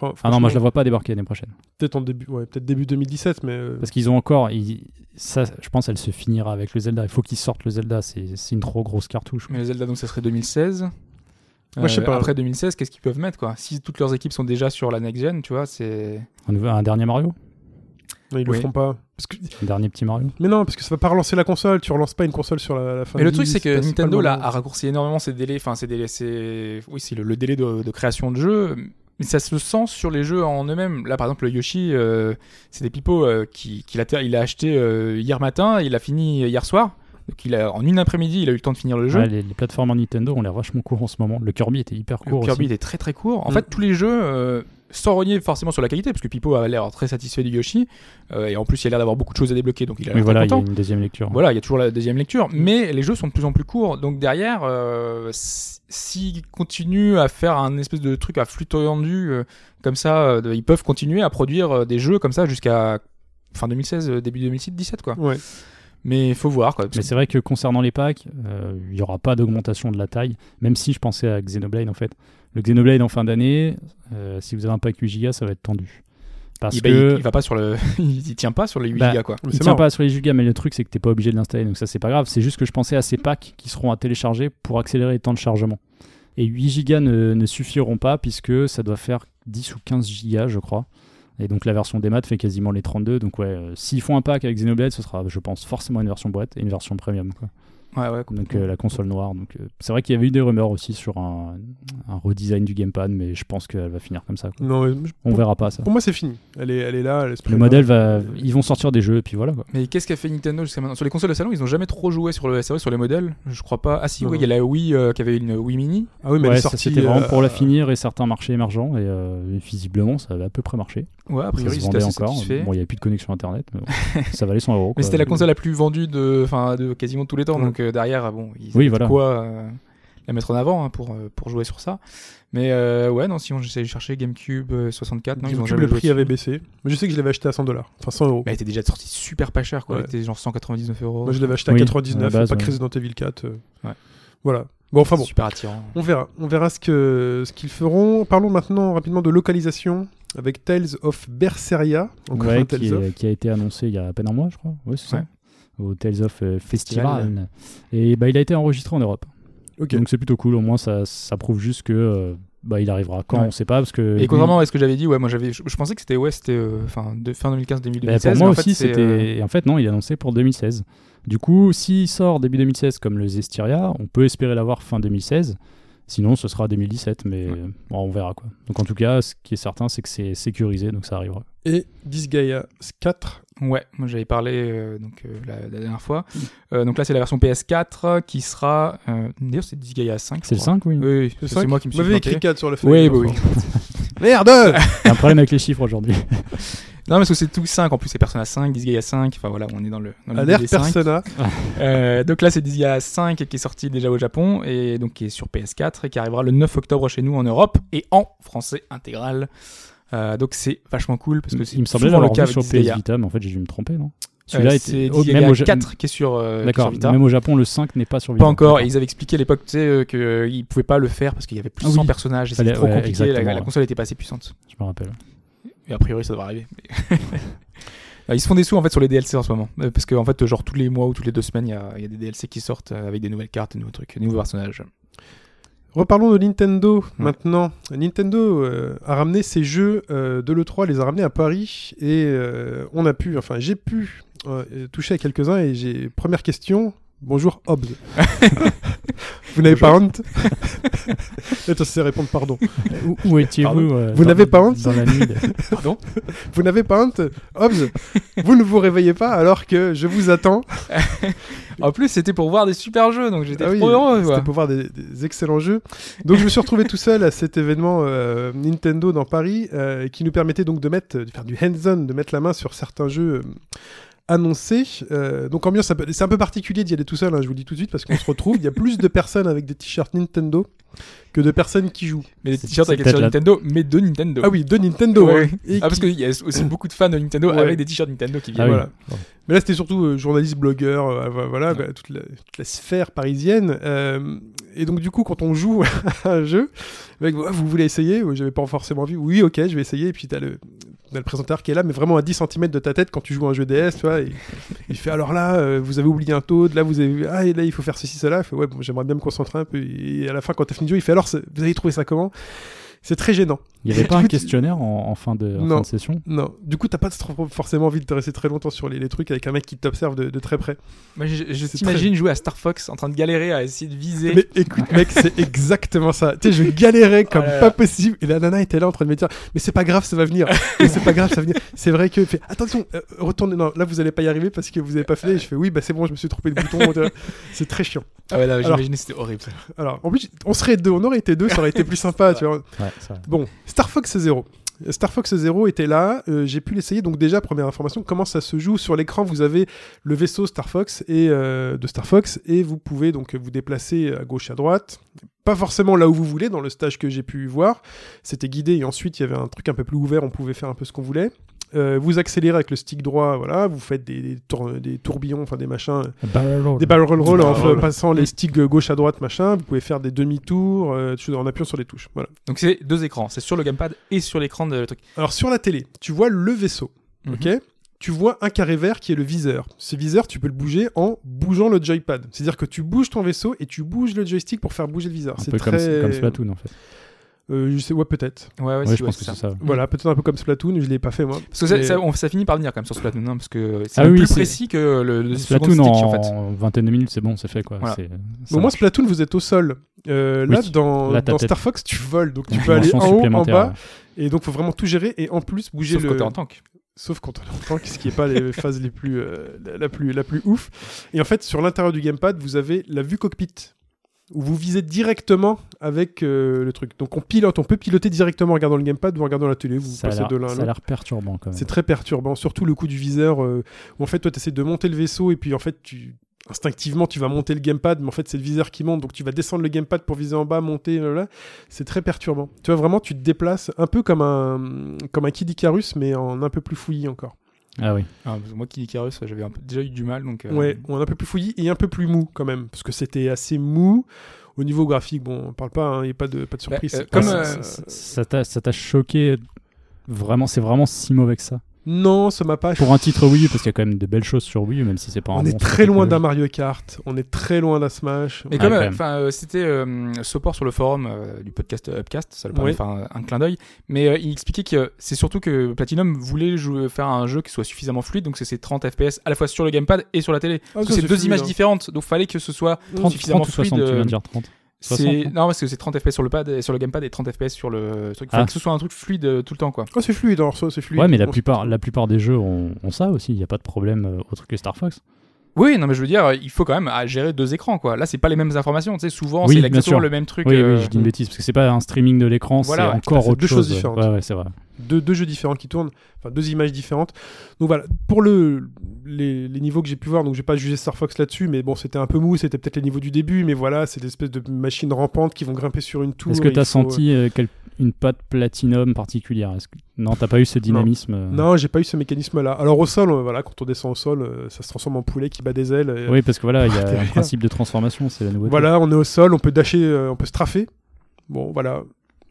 Oh, Ah non, moi je franchement, la vois pas débarquer l'année prochaine. Peut-être en début, ouais, peut-être début 2017, mais euh, Parce qu'ils ont encore. ils- ça, je pense, elle se finira avec le Zelda. Il faut qu'ils sortent le Zelda. C'est c'est une trop grosse cartouche. Mais les Zelda, donc ça serait 2016. Moi, je sais pas. Euh, Après 2016, qu'est-ce qu'ils peuvent mettre, quoi Si toutes leurs équipes sont déjà sur la next-gen, tu vois, c'est. Un, nouvel- un dernier Mario non, ils le oui. feront pas. Parce que- Un dernier petit Mario Mais non, parce que ça va pas relancer la console. Tu relances pas une console sur la, la fin. Mais le de truc, vie, c'est que pas- pas Nintendo, le là, moment. a raccourci énormément ses délais, enfin, ses délais, c'est. Oui, c'est le, le délai de, de création de jeu, mais ça se sent sur les jeux en eux-mêmes. Là, par exemple, le Yoshi, euh, c'est des pipeaux euh, qui, qu'il a, il a acheté euh, hier matin, il a fini hier soir. Donc, il a, en une après-midi, il a eu le temps de finir le jeu. Ouais, les, les plateformes en Nintendo ont l'air vachement court en ce moment. Le Kirby était hyper Le court Kirby aussi. il est très très court. En Mm. fait, tous les jeux, euh, sans rogner forcément sur la qualité, parce que Pipo a l'air très satisfait du Yoshi, euh, et en plus il a l'air d'avoir beaucoup de choses à débloquer, donc il a l'air Mais très voilà, il y a content. une deuxième lecture. Voilà, il y a toujours la deuxième lecture, mais les jeux sont de plus en plus courts. Donc derrière, euh, s- s'ils continuent à faire un espèce de truc à flux tendu euh, comme ça, euh, de- ils peuvent continuer à produire euh, des jeux comme ça jusqu'à fin 2016, euh, début 2017 quoi. Ouais. Mais faut voir quoi. Mais c'est vrai que concernant les packs, euh, il n'y aura pas d'augmentation de la taille, même si je pensais à Xenoblade en fait. Le Xenoblade en fin d'année, euh, si vous avez un pack 8 Go, ça va être tendu. Parce il, bah, que il- il va pas sur le, <laughs> il tient pas sur les 8 Bah, gigas quoi. Mais Il c'est tient marrant. pas sur les gigas, mais le truc c'est que t'es pas obligé de l'installer, donc ça c'est pas grave. C'est juste que je pensais à ces packs qui seront à télécharger pour accélérer les temps de chargement. Et 8 gigas ne, ne suffiront pas puisque ça doit faire 10 ou 15 gigas, je crois. Et donc la version des maths fait quasiment les 32. Donc ouais, euh, s'ils font un pack avec Xenoblade, ce sera, je pense, forcément une version boîte et une version premium. Quoi. Ouais ouais. Donc euh, la console noire. Donc euh, c'est vrai qu'il y avait eu des rumeurs aussi sur un, un redesign du gamepad, mais je pense qu'elle va finir comme ça. quoi. Non, euh, je- On verra pas ça. pour moi, c'est fini. Elle est, elle est là. Elle est Le modèle va, ils vont sortir des jeux et puis voilà quoi. Mais qu'est-ce qu'a fait Nintendo jusqu'à maintenant Sur les consoles de salon, ils ont jamais trop joué sur le c'est vrai, sur les modèles. Je crois pas. Ah si, Non, oui, il y a la Wii euh, qui avait une Wii Mini. Ah oui, mais Ouais, elle est ça, sortie. c'était vraiment euh, pour la finir et certains marchés émergents et euh, visiblement ça avait à peu près marché. Ouais, a priori, ça se c'était vendait assez encore. satisfait. Bon, il n'y avait plus de connexion internet, mais <laughs> bon, ça valait 100 euros. Mais quoi. c'était la console la plus vendue de, enfin, de quasiment tous les temps. Ouais. Donc euh, derrière, bon, ils Oui, avaient de voilà. quoi euh, la mettre en avant hein, pour euh, pour jouer sur ça. Mais euh, ouais, non, si on j'essaie de chercher GameCube euh, 64, non, ils ont GameCube, jamais le joué prix dessus. avait baissé. Mais je sais que je l'avais acheté à 100 dollars. Enfin, 100 euros. Mais elle était déjà sortie super pas cher, quoi. Ouais. Elle était genre 199 euros. Moi, je l'avais acheté à Oui, 99. à la base, pas ouais. crise dans Evil 4. euh, Ouais. Voilà. Bon, enfin bon. Super attirant. On verra, on verra ce que ce qu'ils feront. Parlons maintenant rapidement de localisation avec Tales of Berseria. Encore Ouais, un qui, Tales est- of. qui a été annoncée il y a à peine un mois, je crois. Ouais, c'est Ouais. ça. Au Tales of euh, Festival. Festival. Et bah, il a été enregistré en Europe. Ok. Donc c'est plutôt cool. Au moins, ça, ça prouve juste que euh, bah, il arrivera quand Ouais. on sait pas parce que Et contrairement à ce que j'avais dit, ouais, moi j'avais, je, je pensais que c'était ouais, c'était euh, fin, de, fin 2015 début Bah, 2016. pour moi mais en fait, aussi, c'est, c'était. euh, et En fait, non, il est annoncé pour 2016. Du coup, s'il sort début 2016 comme le Zestiria, on peut espérer l'avoir fin 2016. Sinon, ce sera 2017, mais euh, bon, on verra quoi. Donc, en tout cas, ce qui est certain, c'est que c'est sécurisé, donc ça arrivera. Et Disgaea 4. Ouais, moi j'avais parlé euh, donc euh, la, la dernière fois. Euh, donc là c'est la version PS4 qui sera. euh, D'ailleurs c'est Disgaea 5. je C'est le crois. 5 oui Oui, oui, Le c'est 5. moi qui me suis Vous avez planté. écrit 4 sur le feuille. Oui, bah oui. <laughs> Merde Il y a un problème avec les chiffres aujourd'hui. Non parce que c'est tout 5 en plus c'est Persona 5, Disgaea 5. Enfin voilà, on est dans le. Dans le Alerte milieu des cinq. Persona. Euh, donc là c'est Disgaea 5 qui est sorti déjà au Japon et donc qui est sur PS4 et qui arrivera le 9 octobre chez nous en Europe et en français intégral. Euh, donc c'est vachement cool parce que c'est Il me semblait souvent le l'avoir cas vu avec sur PS Disgaea. Vita, mais en fait, j'ai dû me tromper, non Euh, Celui-là c'est était au- Disgaea même au Ja- 4 qui est sur, euh, sur D'accord, Vita. même au Japon, le 5 n'est pas sur Vita. Pas encore, et ils avaient expliqué à l'époque tu sais, euh, que euh, ils pouvaient pas le faire parce qu'il y avait plus de Ah 100 oui. personnages et Fallait- c'était trop ouais, compliqué, la, exactement, la ouais. console était pas assez puissante. Je me rappelle. Et a priori ça devrait arriver. <laughs> mais- Euh, ils se font des sous en fait sur les DLC en ce moment. Euh, Parce que en fait, genre tous les mois ou toutes les deux semaines, il y a, il y a des DLC qui sortent euh, avec des nouvelles cartes, des nouveaux trucs, des nouveaux personnages. Reparlons de Nintendo maintenant. Nintendo euh, a ramené ses jeux euh, de l'E3, les a ramenés à Paris et euh, on a pu, enfin j'ai pu euh, toucher à quelques-uns et j'ai. Première question. Bonjour Hobbs. Vous n'avez pas honte <laughs> Attends, c'est répondre pardon. Où, où étiez-vous euh, Vous dans- n'avez pas honte Dans la nuit. de- Pardon Vous n'avez pas honte Hobbs, vous ne vous réveillez pas alors que je vous attends. En plus, c'était pour voir des super jeux, donc j'étais Ah oui, trop heureux. C'était quoi. pour voir des, des excellents jeux. Donc je me suis retrouvé tout seul à cet événement euh, Nintendo dans Paris, euh, qui nous permettait donc de mettre, de faire du hands-on, de mettre la main sur certains jeux. euh, annoncés. Euh, donc ambiance, un peu- c'est un peu particulier d'y aller tout seul, hein, je vous le dis tout de suite, parce qu'on se retrouve, il y a plus de personnes avec des t-shirts Nintendo que de personnes qui jouent. Mais des C'est- t-shirts avec c'est des t-shirts peut-être Nintendo, mais de Nintendo. Ah oui, de Nintendo. Ouais. hein. Et Ah, parce qui- qu'il y a aussi beaucoup de fans de Nintendo Ouais. avec des t-shirts Nintendo qui viennent. Ah oui. voilà. Mais là, c'était surtout euh, journaliste, blogueur, euh, vo- Ah. voilà, Ouais. bah, toute, la, toute la sphère parisienne. Euh, et donc, du coup, quand on joue <laughs> à un jeu, le mec, Ouais, vous voulez essayer Ouais, J'avais pas forcément envie. Oui, ok, je vais essayer. Et puis, t'as le, t'as le présentateur qui est là, mais vraiment à 10 cm de ta tête quand tu joues à un jeu DS, tu vois. et- il fait alors là, euh, vous avez oublié un taux, là, vous avez. Ah, et là, il faut faire ceci, cela. Il fait, ouais, bon, j'aimerais bien me concentrer un peu. Et à la fin, quand t'as fini le jeu, il fait alors, c'est- vous avez trouvé ça comment C'est très gênant. <laughs> Il n'y avait pas Du un coup, tu- questionnaire en, en fin de, en Non. fin de session Non. Du coup, t'as pas trop- forcément envie de te rester très longtemps sur les, les trucs avec un mec qui t'observe de- de très près. Moi, je je C'est t'imagine jouer à Star Fox en train de galérer à essayer de viser. Mais écoute, mec, c'est exactement ça. Tu sais, je galérais comme Oh là là. pas possible. Et la nana était là en train de me dire Mais c'est pas grave, ça va venir. Mais c'est pas grave, ça va venir. C'est vrai que. fait, Attention, euh, retournez. Non, là, vous allez pas y arriver parce que vous avez pas fait. Et je fais Oui, bah c'est bon, je me suis trompé de bouton. c'est très chiant. Ah ouais, là, Alors- j'imaginais c'était horrible. ça. Alors, en plus, on serait deux, on aurait été deux, ça aurait été plus sympa. tu vois. Ouais, c'est vrai. Bon, Star Fox Zero. Star Fox Zero était là, euh, j'ai pu l'essayer. Donc déjà, première information, comment ça se joue Sur l'écran, vous avez le vaisseau Star Fox et euh, de Star Fox et vous pouvez donc vous déplacer à gauche, à droite. Pas forcément là où vous voulez, dans le stage que j'ai pu voir. C'était guidé et ensuite il y avait un truc un peu plus ouvert, on pouvait faire un peu ce qu'on voulait. Euh, vous accélérez avec le stick droit, voilà, vous faites des, des tour- des tourbillons, enfin des machins, Barrel roll. des barrel roll en barrel roll. passant les sticks gauche à droite, machin. Vous pouvez faire des demi-tours euh, en appuyant sur les touches. Voilà. Donc, c'est deux écrans. C'est sur le gamepad et sur l'écran de le truc. Alors sur la télé, tu vois le vaisseau, Mhm. ok Tu vois un carré vert qui est le viseur. Ce viseur, tu peux le bouger en bougeant le joypad. C'est-à-dire que tu bouges ton vaisseau et tu bouges le joystick pour faire bouger le viseur. Un C'est peu très... comme, comme Splatoon en fait. Euh, je sais, ouais, peut-être. Ouais, ouais, Ouais, si, je ouais, pense c'est que ça. c'est ça. Voilà, peut-être un peu comme Splatoon, je l'ai pas fait moi. Parce que ça, Mais- ça, on- ça finit par venir quand même sur Splatoon, hein, parce que c'est Ah même oui, plus c'est- précis que le, le second Splatoon stick, en, en fait. vingtaine de minutes, c'est bon, c'est fait quoi. Voilà. C'est- ça Au moins marche. Splatoon, vous êtes au sol. Euh, là, Oui. dans, Là, t'as dans peut-être- Star Fox, tu voles, donc tu Une peux aller dimension en haut, en supplémentaire, bas, ouais. et donc faut vraiment tout gérer et en plus bouger Sauf le. quand t'es en tank. sauf quand on est en tank, ce qui n'est pas <laughs> les phases les plus, euh, la, la plus, la plus ouf. Et en fait, sur l'intérieur du gamepad, vous avez la vue cockpit, où vous visez directement avec euh, le truc. Donc on pilote, on peut piloter directement en regardant le gamepad ou en regardant la télé, vous Ça a passez l'air- de l'un à ça a l'autre. l'air perturbant quand même. C'est très perturbant, surtout le coup du viseur, euh, où en fait, toi, tu essaies de monter le vaisseau, et puis en fait, tu... Instinctivement, tu vas monter le gamepad, mais en fait, c'est le viseur qui monte, donc tu vas descendre le gamepad pour viser en bas, monter, là, là. C'est très perturbant. Tu vois, vraiment, tu te déplaces un peu comme un, comme un Kid Icarus, mais en un peu plus fouillis encore. Ah oui. Ah, parce que moi, Kid Icarus, j'avais un peu- déjà eu du mal, donc. euh, Ouais, on est un peu plus fouillis et un peu plus mou quand même, parce que c'était assez mou. Au niveau graphique, bon, on parle pas, il n'y a pas de, pas de surprise. euh, C'est comme, pas- euh, c'est- <laughs> Ça t'a ça t'a choqué vraiment, c'est vraiment si mauvais que ça. Non, ça m'a pas. Pour un titre Wii U, parce qu'il y a quand même de belles choses sur Wii U, même si c'est pas un euh, on est monstre très loin d'un technologique. Mario Kart, on est très loin d'un Smash. Mais Ouais, comme quand euh, même. enfin, euh, c'était euh, Sopor sur le forum euh, du podcast euh, Upcast, ça le Oui. permet de faire un, un clin d'œil, mais euh, il expliquait que euh, c'est surtout que Platinum voulait jouer- faire un jeu qui soit suffisamment fluide, donc c'est ces 30 FPS à la fois sur le gamepad et sur la télé. Ah, Parce que ça, c'est deux fluide, images hein. différentes, donc fallait que ce soit 30, suffisamment 30 ou 60, fluide, tu viens euh, de dire 30. c'est 60, non parce que c'est 30 FPS sur le pad et sur le gamepad et 30 FPS sur le truc. Fallait Ah. que ce soit un truc fluide euh, tout le temps quoi. Oh, c'est fluide, alors ça, c'est fluide. Ouais, mais la On- plupart, la plupart des jeux ont, ont ça aussi. Il n'y a pas de problème euh, autre que Star Fox. Oui, non mais je veux dire, il faut quand même ah, gérer deux écrans quoi. Là, c'est pas les mêmes informations, tu sais souvent c'est Oui, bien exactement sûr. le même truc Oui, euh, oui, je dis une bêtise parce que c'est pas un streaming de l'écran, Voilà, ouais, c'est encore mm. c'est autre deux chose. choses différentes. Ouais, ouais, c'est vrai. deux, deux jeux différents qui tournent, enfin deux images différentes. Donc voilà, pour le, les, les niveaux que j'ai pu voir, donc j'ai pas jugé Star Fox là-dessus, mais bon, c'était un peu mou, c'était peut-être les niveaux du début, mais voilà, c'est des espèces de machines rampantes qui vont grimper sur une tour. Est-ce que et tu as il faut, euh, senti euh, quel- une patte platinum particulière Est-ce que- Non, t'as pas eu ce dynamisme. euh, Non, j'ai pas eu ce mécanisme-là. Alors au sol, euh, voilà, quand on descend au sol, euh, ça se transforme en poulet qui bat des ailes. euh, Oui, parce que voilà, il y a un derrière. principe de transformation, c'est la nouveauté. Voilà, on est au sol, on peut dasher, euh, on peut se trafer. Bon, voilà.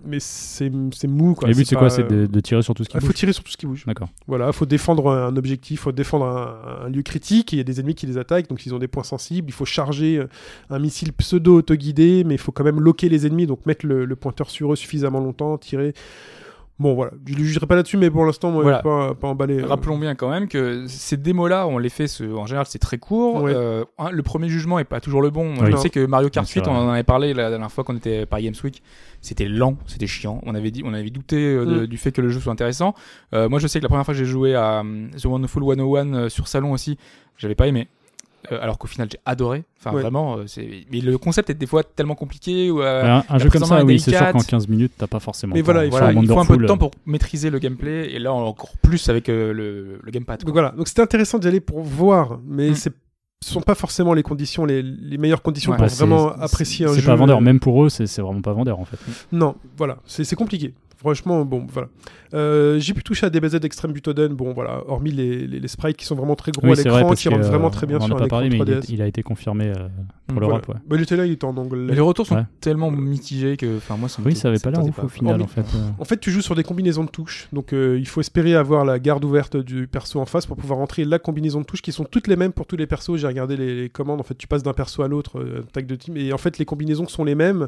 Mais c'est c'est mou, quoi. Le but, c'est pas, quoi C'est euh, de, de tirer sur tout ce qui Il faut bouge. tirer sur tout ce qui bouge. D'accord. Voilà, faut défendre un objectif, faut défendre un, un lieu critique. Il y a des ennemis qui les attaquent, donc ils ont des points sensibles. Il faut charger euh, un missile pseudo autoguidé, mais il faut quand même loquer les ennemis, donc mettre le, le pointeur sur eux suffisamment longtemps, tirer. Bon, voilà, je ne jugerai pas là-dessus, mais pour l'instant, moi, Voilà. je ne suis pas, pas emballé. euh. Rappelons bien quand même que ces démos-là, on les fait, ce- en général, c'est très court. Ouais. Euh, hein, le premier jugement est pas toujours le bon. Oui. Je Non. sais que Mario Kart Oui, c'est 8, on en avait parlé la dernière fois qu'on était par Games Week. C'était lent, c'était chiant. On avait dit, on avait douté euh, de- Mm. du fait que le jeu soit intéressant. Euh, moi, je sais que la première fois que j'ai joué à euh, The Wonderful 101 euh, sur salon aussi, j'avais pas aimé. Euh, alors qu'au final, j'ai adoré. Enfin, Ouais. vraiment. euh, c'est... Mais le concept est des fois tellement compliqué. Ou, euh, Ouais, un- un jeu comme prise en main ça, est oui, c'est sûr délicate. qu'en 15 minutes, t'as pas forcément. Mais le temps. voilà, il faut- Voilà, il faut un peu de Wonderful, temps pour maîtriser le gameplay. Et là, encore plus avec euh, le, le gamepad. Donc voilà, donc c'était intéressant d'y aller pour voir, mais Mm. c'est- ce ne sont pas forcément les conditions, les, les meilleures conditions Ouais, pour bah, c'est- vraiment c'est- apprécier un jeu. C'est pas vendeur, même pour eux, c'est c'est vraiment pas vendeur en fait. Non, voilà, c'est c'est compliqué. Franchement, bon, voilà. Euh, j'ai pu toucher à des BZ d'Extreme Butoden, bon, voilà, hormis les, les, les sprites qui sont vraiment très gros Oui, à c'est vrai, l'écran, parce qui que, rentrent euh, vraiment très bien on en sur a un pas écran parlé, mais il, 3DS. est- il a été confirmé euh, pour Mm, l'Europe. ouais. Mais Bah, il était là, il était en Mais anglais. les retours sont Ouais. tellement mitigés que, enfin, moi, ça Oui, ça avait pas l'air m'étonnait ouf au final mais- en fait. euh. En fait, tu joues sur des combinaisons de touches, donc euh, il faut espérer avoir la garde ouverte du perso en face pour pouvoir entrer la combinaison de touches qui sont toutes les mêmes pour tous les persos. J'ai regardé les, les commandes, en fait, tu passes d'un perso à l'autre, euh, tag de team, et en fait, les combinaisons sont les mêmes.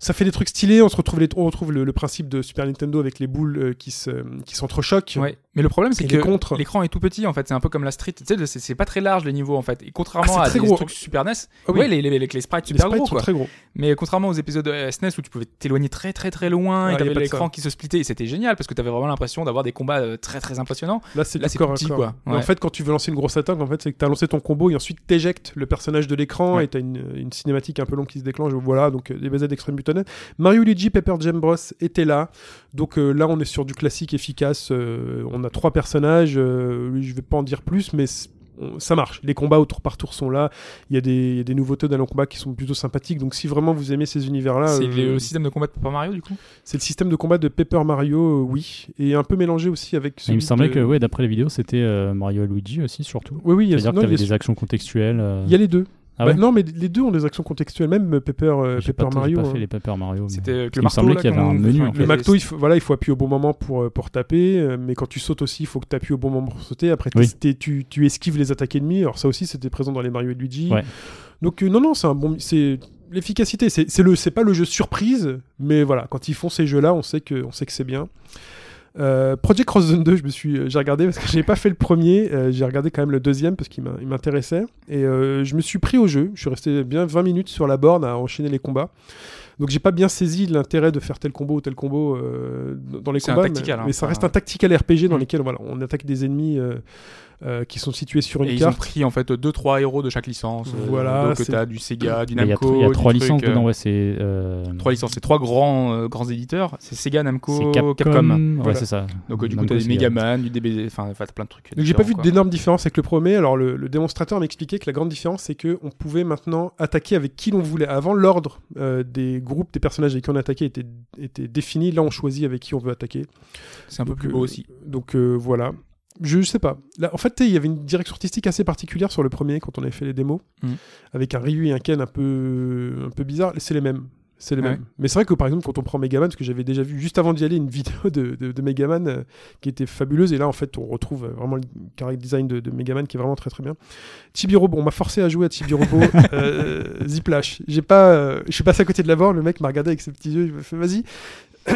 Ça fait des trucs stylés, on, se retrouve les- on retrouve le, le principe de Super Nintendo avec les boules euh, qui se- qui s'entrechoquent. Ouais. Mais le problème, c'est Et les que contres. l'écran est tout petit en fait. C'est un peu comme la Street. Tu sais, c'est- c'est pas très large les niveaux en fait. Et contrairement Ah, c'est à très des gros. trucs Super NES, Ah oui. ouais, les, les, les- les sprites Les super sprites gros sont quoi. très gros. Mais contrairement aux épisodes euh, SNES où tu pouvais t'éloigner très très très loin Ouais, y et a t'avais pas de l'écran ça. qui se splittait et c'était génial parce que t'avais vraiment l'impression d'avoir des combats euh, très très impressionnants. Là, c'est Là, du c'est corps tout à petit, corps. quoi. Mais Ouais. En fait, quand tu veux lancer une grosse attaque, en fait, c'est que tu as lancé ton combo et ensuite t'éjectes le personnage de l'écran Ouais. et tu as une, une cinématique un peu longue qui se déclenche. Voilà, donc euh, des BZ d'Extreme Butonet. Mario Luigi Pepper Jam Bros était là. Donc euh, là, on est sur du classique efficace. Euh, on a trois personnages. euh, je vais pas en dire plus, mais c- on- ça marche. Les combats au tour par tour sont là. Il y a des, il y a des nouveautés dans le combat qui sont plutôt sympathiques. Donc si vraiment vous aimez ces univers-là, c'est E euh, le système de combat de Paper Mario du coup. c'est le système de combat de Pepper Mario, euh, oui. Et un peu mélangé aussi avec. Il celui me semblait de- que, ouais, d'après les vidéos, c'était euh, Mario et Luigi aussi, surtout. Oui, oui, il y a, C'est-à-dire non, que il y a t'avais des actions contextuelles. euh, Il y a les deux. Ah Bah, ouais non, mais les deux ont des actions contextuelles, même euh, Pepper, euh, j'ai Pepper pas, Mario. J'ai pas hein. fait les Paper Mario. mais- C'était avec Il le me marteau. semblait là, qu'il y avait qu'on- un menu, enfin, en fait. Le Ouais, MacTo, il faut, voilà, il faut appuyer au bon moment pour, euh, pour taper, euh, mais quand tu sautes aussi, il faut que tu appuies au bon moment pour sauter. Après, t'es- Oui. t'es- tu, tu esquives les attaques ennemies. Alors, ça aussi, c'était présent dans les Mario et Luigi. Ouais. Donc, euh, non, non, c'est un bon. C'est l'efficacité. C'est c'est le- c'est pas le jeu surprise, mais voilà, quand ils font ces jeux-là, on sait que, on sait que c'est bien. Euh, Project Cross Zone 2, je me suis, euh, j'ai regardé parce que j'ai pas fait le premier, euh, j'ai regardé quand même le deuxième parce qu'il m'in- il m'intéressait et euh, je me suis pris au jeu. Je suis resté bien 20 minutes sur la borne à enchaîner les combats. Donc j'ai pas bien saisi l'intérêt de faire tel combo ou tel combo euh, dans les C'est un combats, tactical, mais, hein, mais ça enfin, reste un tactical RPG dans Mm. lequel voilà, on attaque des ennemis euh, euh, qui sont situés sur une Et ils ont carte. pris en fait 2-3 héros de chaque licence. euh, Voilà, Donc c'est- t'as du Sega, du Mais Il y a Namco. il y a du trois truc, licences euh, dedans, ouais, c'est. euh, Trois licences, c'est trois grands, euh, grands éditeurs, c'est Sega, Namco, C'est Capcom. Ouais, Voilà. c'est ça. Bah, Donc euh, du coup, Namco, t'as des Sega. Megaman, du DBZ, enfin, enfin, t'as plein de trucs. Donc j'ai pas vu différents, quoi. d'énormes différences avec le premier. Alors le, le démonstrateur m'expliquait que la grande différence c'est que on pouvait maintenant attaquer avec qui l'on voulait. Avant l'ordre euh, des groupes des personnages avec qui on attaquait était, était défini. Là on choisit avec qui on veut attaquer. C'est un peu Donc, plus euh, beau aussi. Donc euh, voilà. Je, je sais pas. Là, en fait, t'sais, il y avait une direction artistique assez particulière sur le premier quand on avait fait les démos, Mm. avec un Ryu et un Ken un peu un peu bizarre. C'est les mêmes. C'est les Ah mêmes. Mais c'est vrai que par exemple, quand on prend Megaman, parce que j'avais déjà vu juste avant d'y aller une vidéo de, de, de Megaman euh, qui était fabuleuse, et là en fait on retrouve euh, vraiment le character design de, de Megaman qui est vraiment très très bien. Chibi-Robo, on m'a forcé à jouer à <laughs> Chibi-Robo euh, Ziplash. J'ai pas, euh, je suis passé à côté de la borne, le mec m'a regardé avec ses petits yeux, il m'a fait vas-y. <clears throat>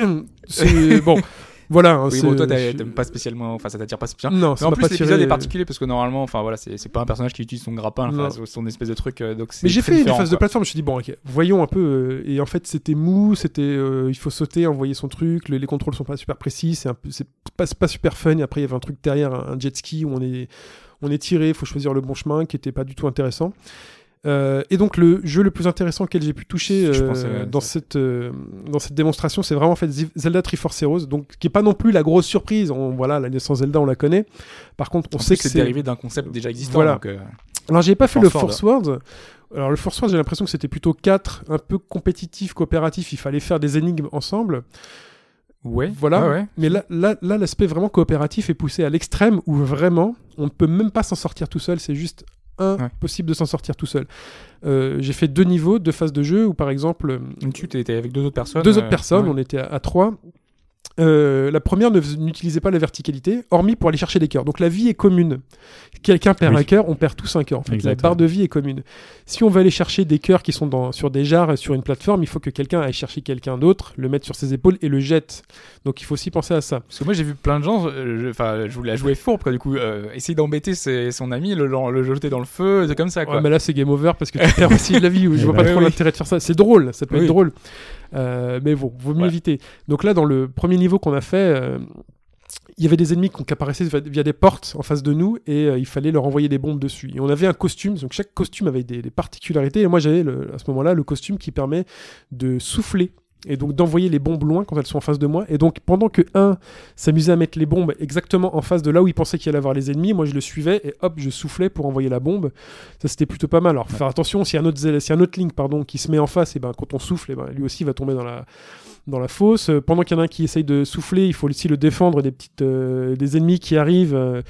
C'est- bon, voilà. hein, Oui, c'est- bon, toi, t'as- je- t'aimes pas spécialement. Enfin, ça t'attire pas spécialement. Non, Mais ça en m'a plus, pas l'épisode tiré- euh, est particulier parce que normalement, enfin voilà, c'est c'est pas un personnage qui utilise son grappin, enfin, Non. son- son espèce de truc. euh, donc c'est Mais j'ai très fait une différent, phase de quoi. plateforme, je me suis dit, bon, ok, voyons un peu. euh, et en fait, c'était mou, c'était euh, il faut sauter, envoyer son truc, les, les contrôles sont pas super précis, c'est un peu- c'est pas, c'est pas super fun. Et après, il y avait un truc derrière, un, un jet ski où on est, on est tiré, il faut choisir le bon chemin, qui était pas du tout intéressant. Euh, et donc, le jeu le plus intéressant auquel j'ai pu toucher Je euh, pense, euh, dans, ça- cette, euh, dans cette démonstration, c'est vraiment en fait Z- Zelda Triforce Heroes, donc, qui est pas non plus la grosse surprise. On, voilà, la naissance Zelda, on la connaît. Par contre, on En sait plus, que c'est c'est dérivé d'un concept déjà existant. Voilà. donc, euh, alors j'ai pas fait Force le Word. Force Word. Alors le Force Word, j'ai l'impression que c'était plutôt 4, un peu compétitif, coopératif, il fallait faire des énigmes ensemble. Ouais. Ah Voilà. Ouais, ouais. Mais là, là, là, l'aspect vraiment coopératif est poussé à l'extrême où vraiment, on ne peut même pas s'en sortir tout seul, c'est juste impossible de s'en sortir tout seul. Euh, j'ai fait deux niveaux, deux phases de jeu où par exemple, Donc, tu t'étais avec deux autres personnes. deux euh, autres personnes, ouais. on était à, à trois. Euh, la première ne fais- n'utilisait pas la verticalité, hormis pour aller chercher des cœurs. Donc la vie est commune. Quelqu'un perd Oui. un cœur, on perd tous un cœur. En fait, la Exactement. barre de vie est commune. Si on veut aller chercher des cœurs qui sont dans, sur des jarres, et sur une plateforme, il faut que quelqu'un aille chercher quelqu'un d'autre, le mette sur ses épaules et le jette. Donc il faut aussi penser à ça. Parce que moi j'ai vu plein de gens, euh, je- enfin je voulais la jouer fourbe, quoi, du coup, euh, essayer d'embêter ses- son ami, le, le, le jeter dans le feu, c'est comme ça quoi. Ouais, mais là, c'est game over parce que tu perds aussi de la vie. où Je Eh vois bah. pas trop <laughs> Oui, oui. l'intérêt de faire ça. C'est drôle, ça peut Oui. être drôle. Euh, mais bon, vaut mieux Ouais. éviter. Donc là, dans le premier niveau qu'on a fait, euh, il y avait des ennemis qu'on- qui apparaissaient via- via des portes en face de nous et euh, il fallait leur envoyer des bombes dessus. Et on avait un costume, donc chaque costume avait des, des particularités. Et moi, j'avais le- à ce moment-là le costume qui permet de souffler et donc d'envoyer les bombes loin quand elles sont en face de moi. Et donc pendant que un s'amusait à mettre les bombes exactement en face de là où il pensait qu'il allait avoir les ennemis, moi je le suivais et hop, je soufflais pour envoyer la bombe. Ça c'était plutôt pas mal. Alors faut faire attention, si un autre, zé- si un autre Link pardon qui se met en face, et ben quand on souffle, et ben lui aussi va tomber dans la dans la fosse. Euh, Pendant qu'il y en a un qui essaye de souffler, il faut aussi le défendre des petites euh, des ennemis qui arrivent. euh,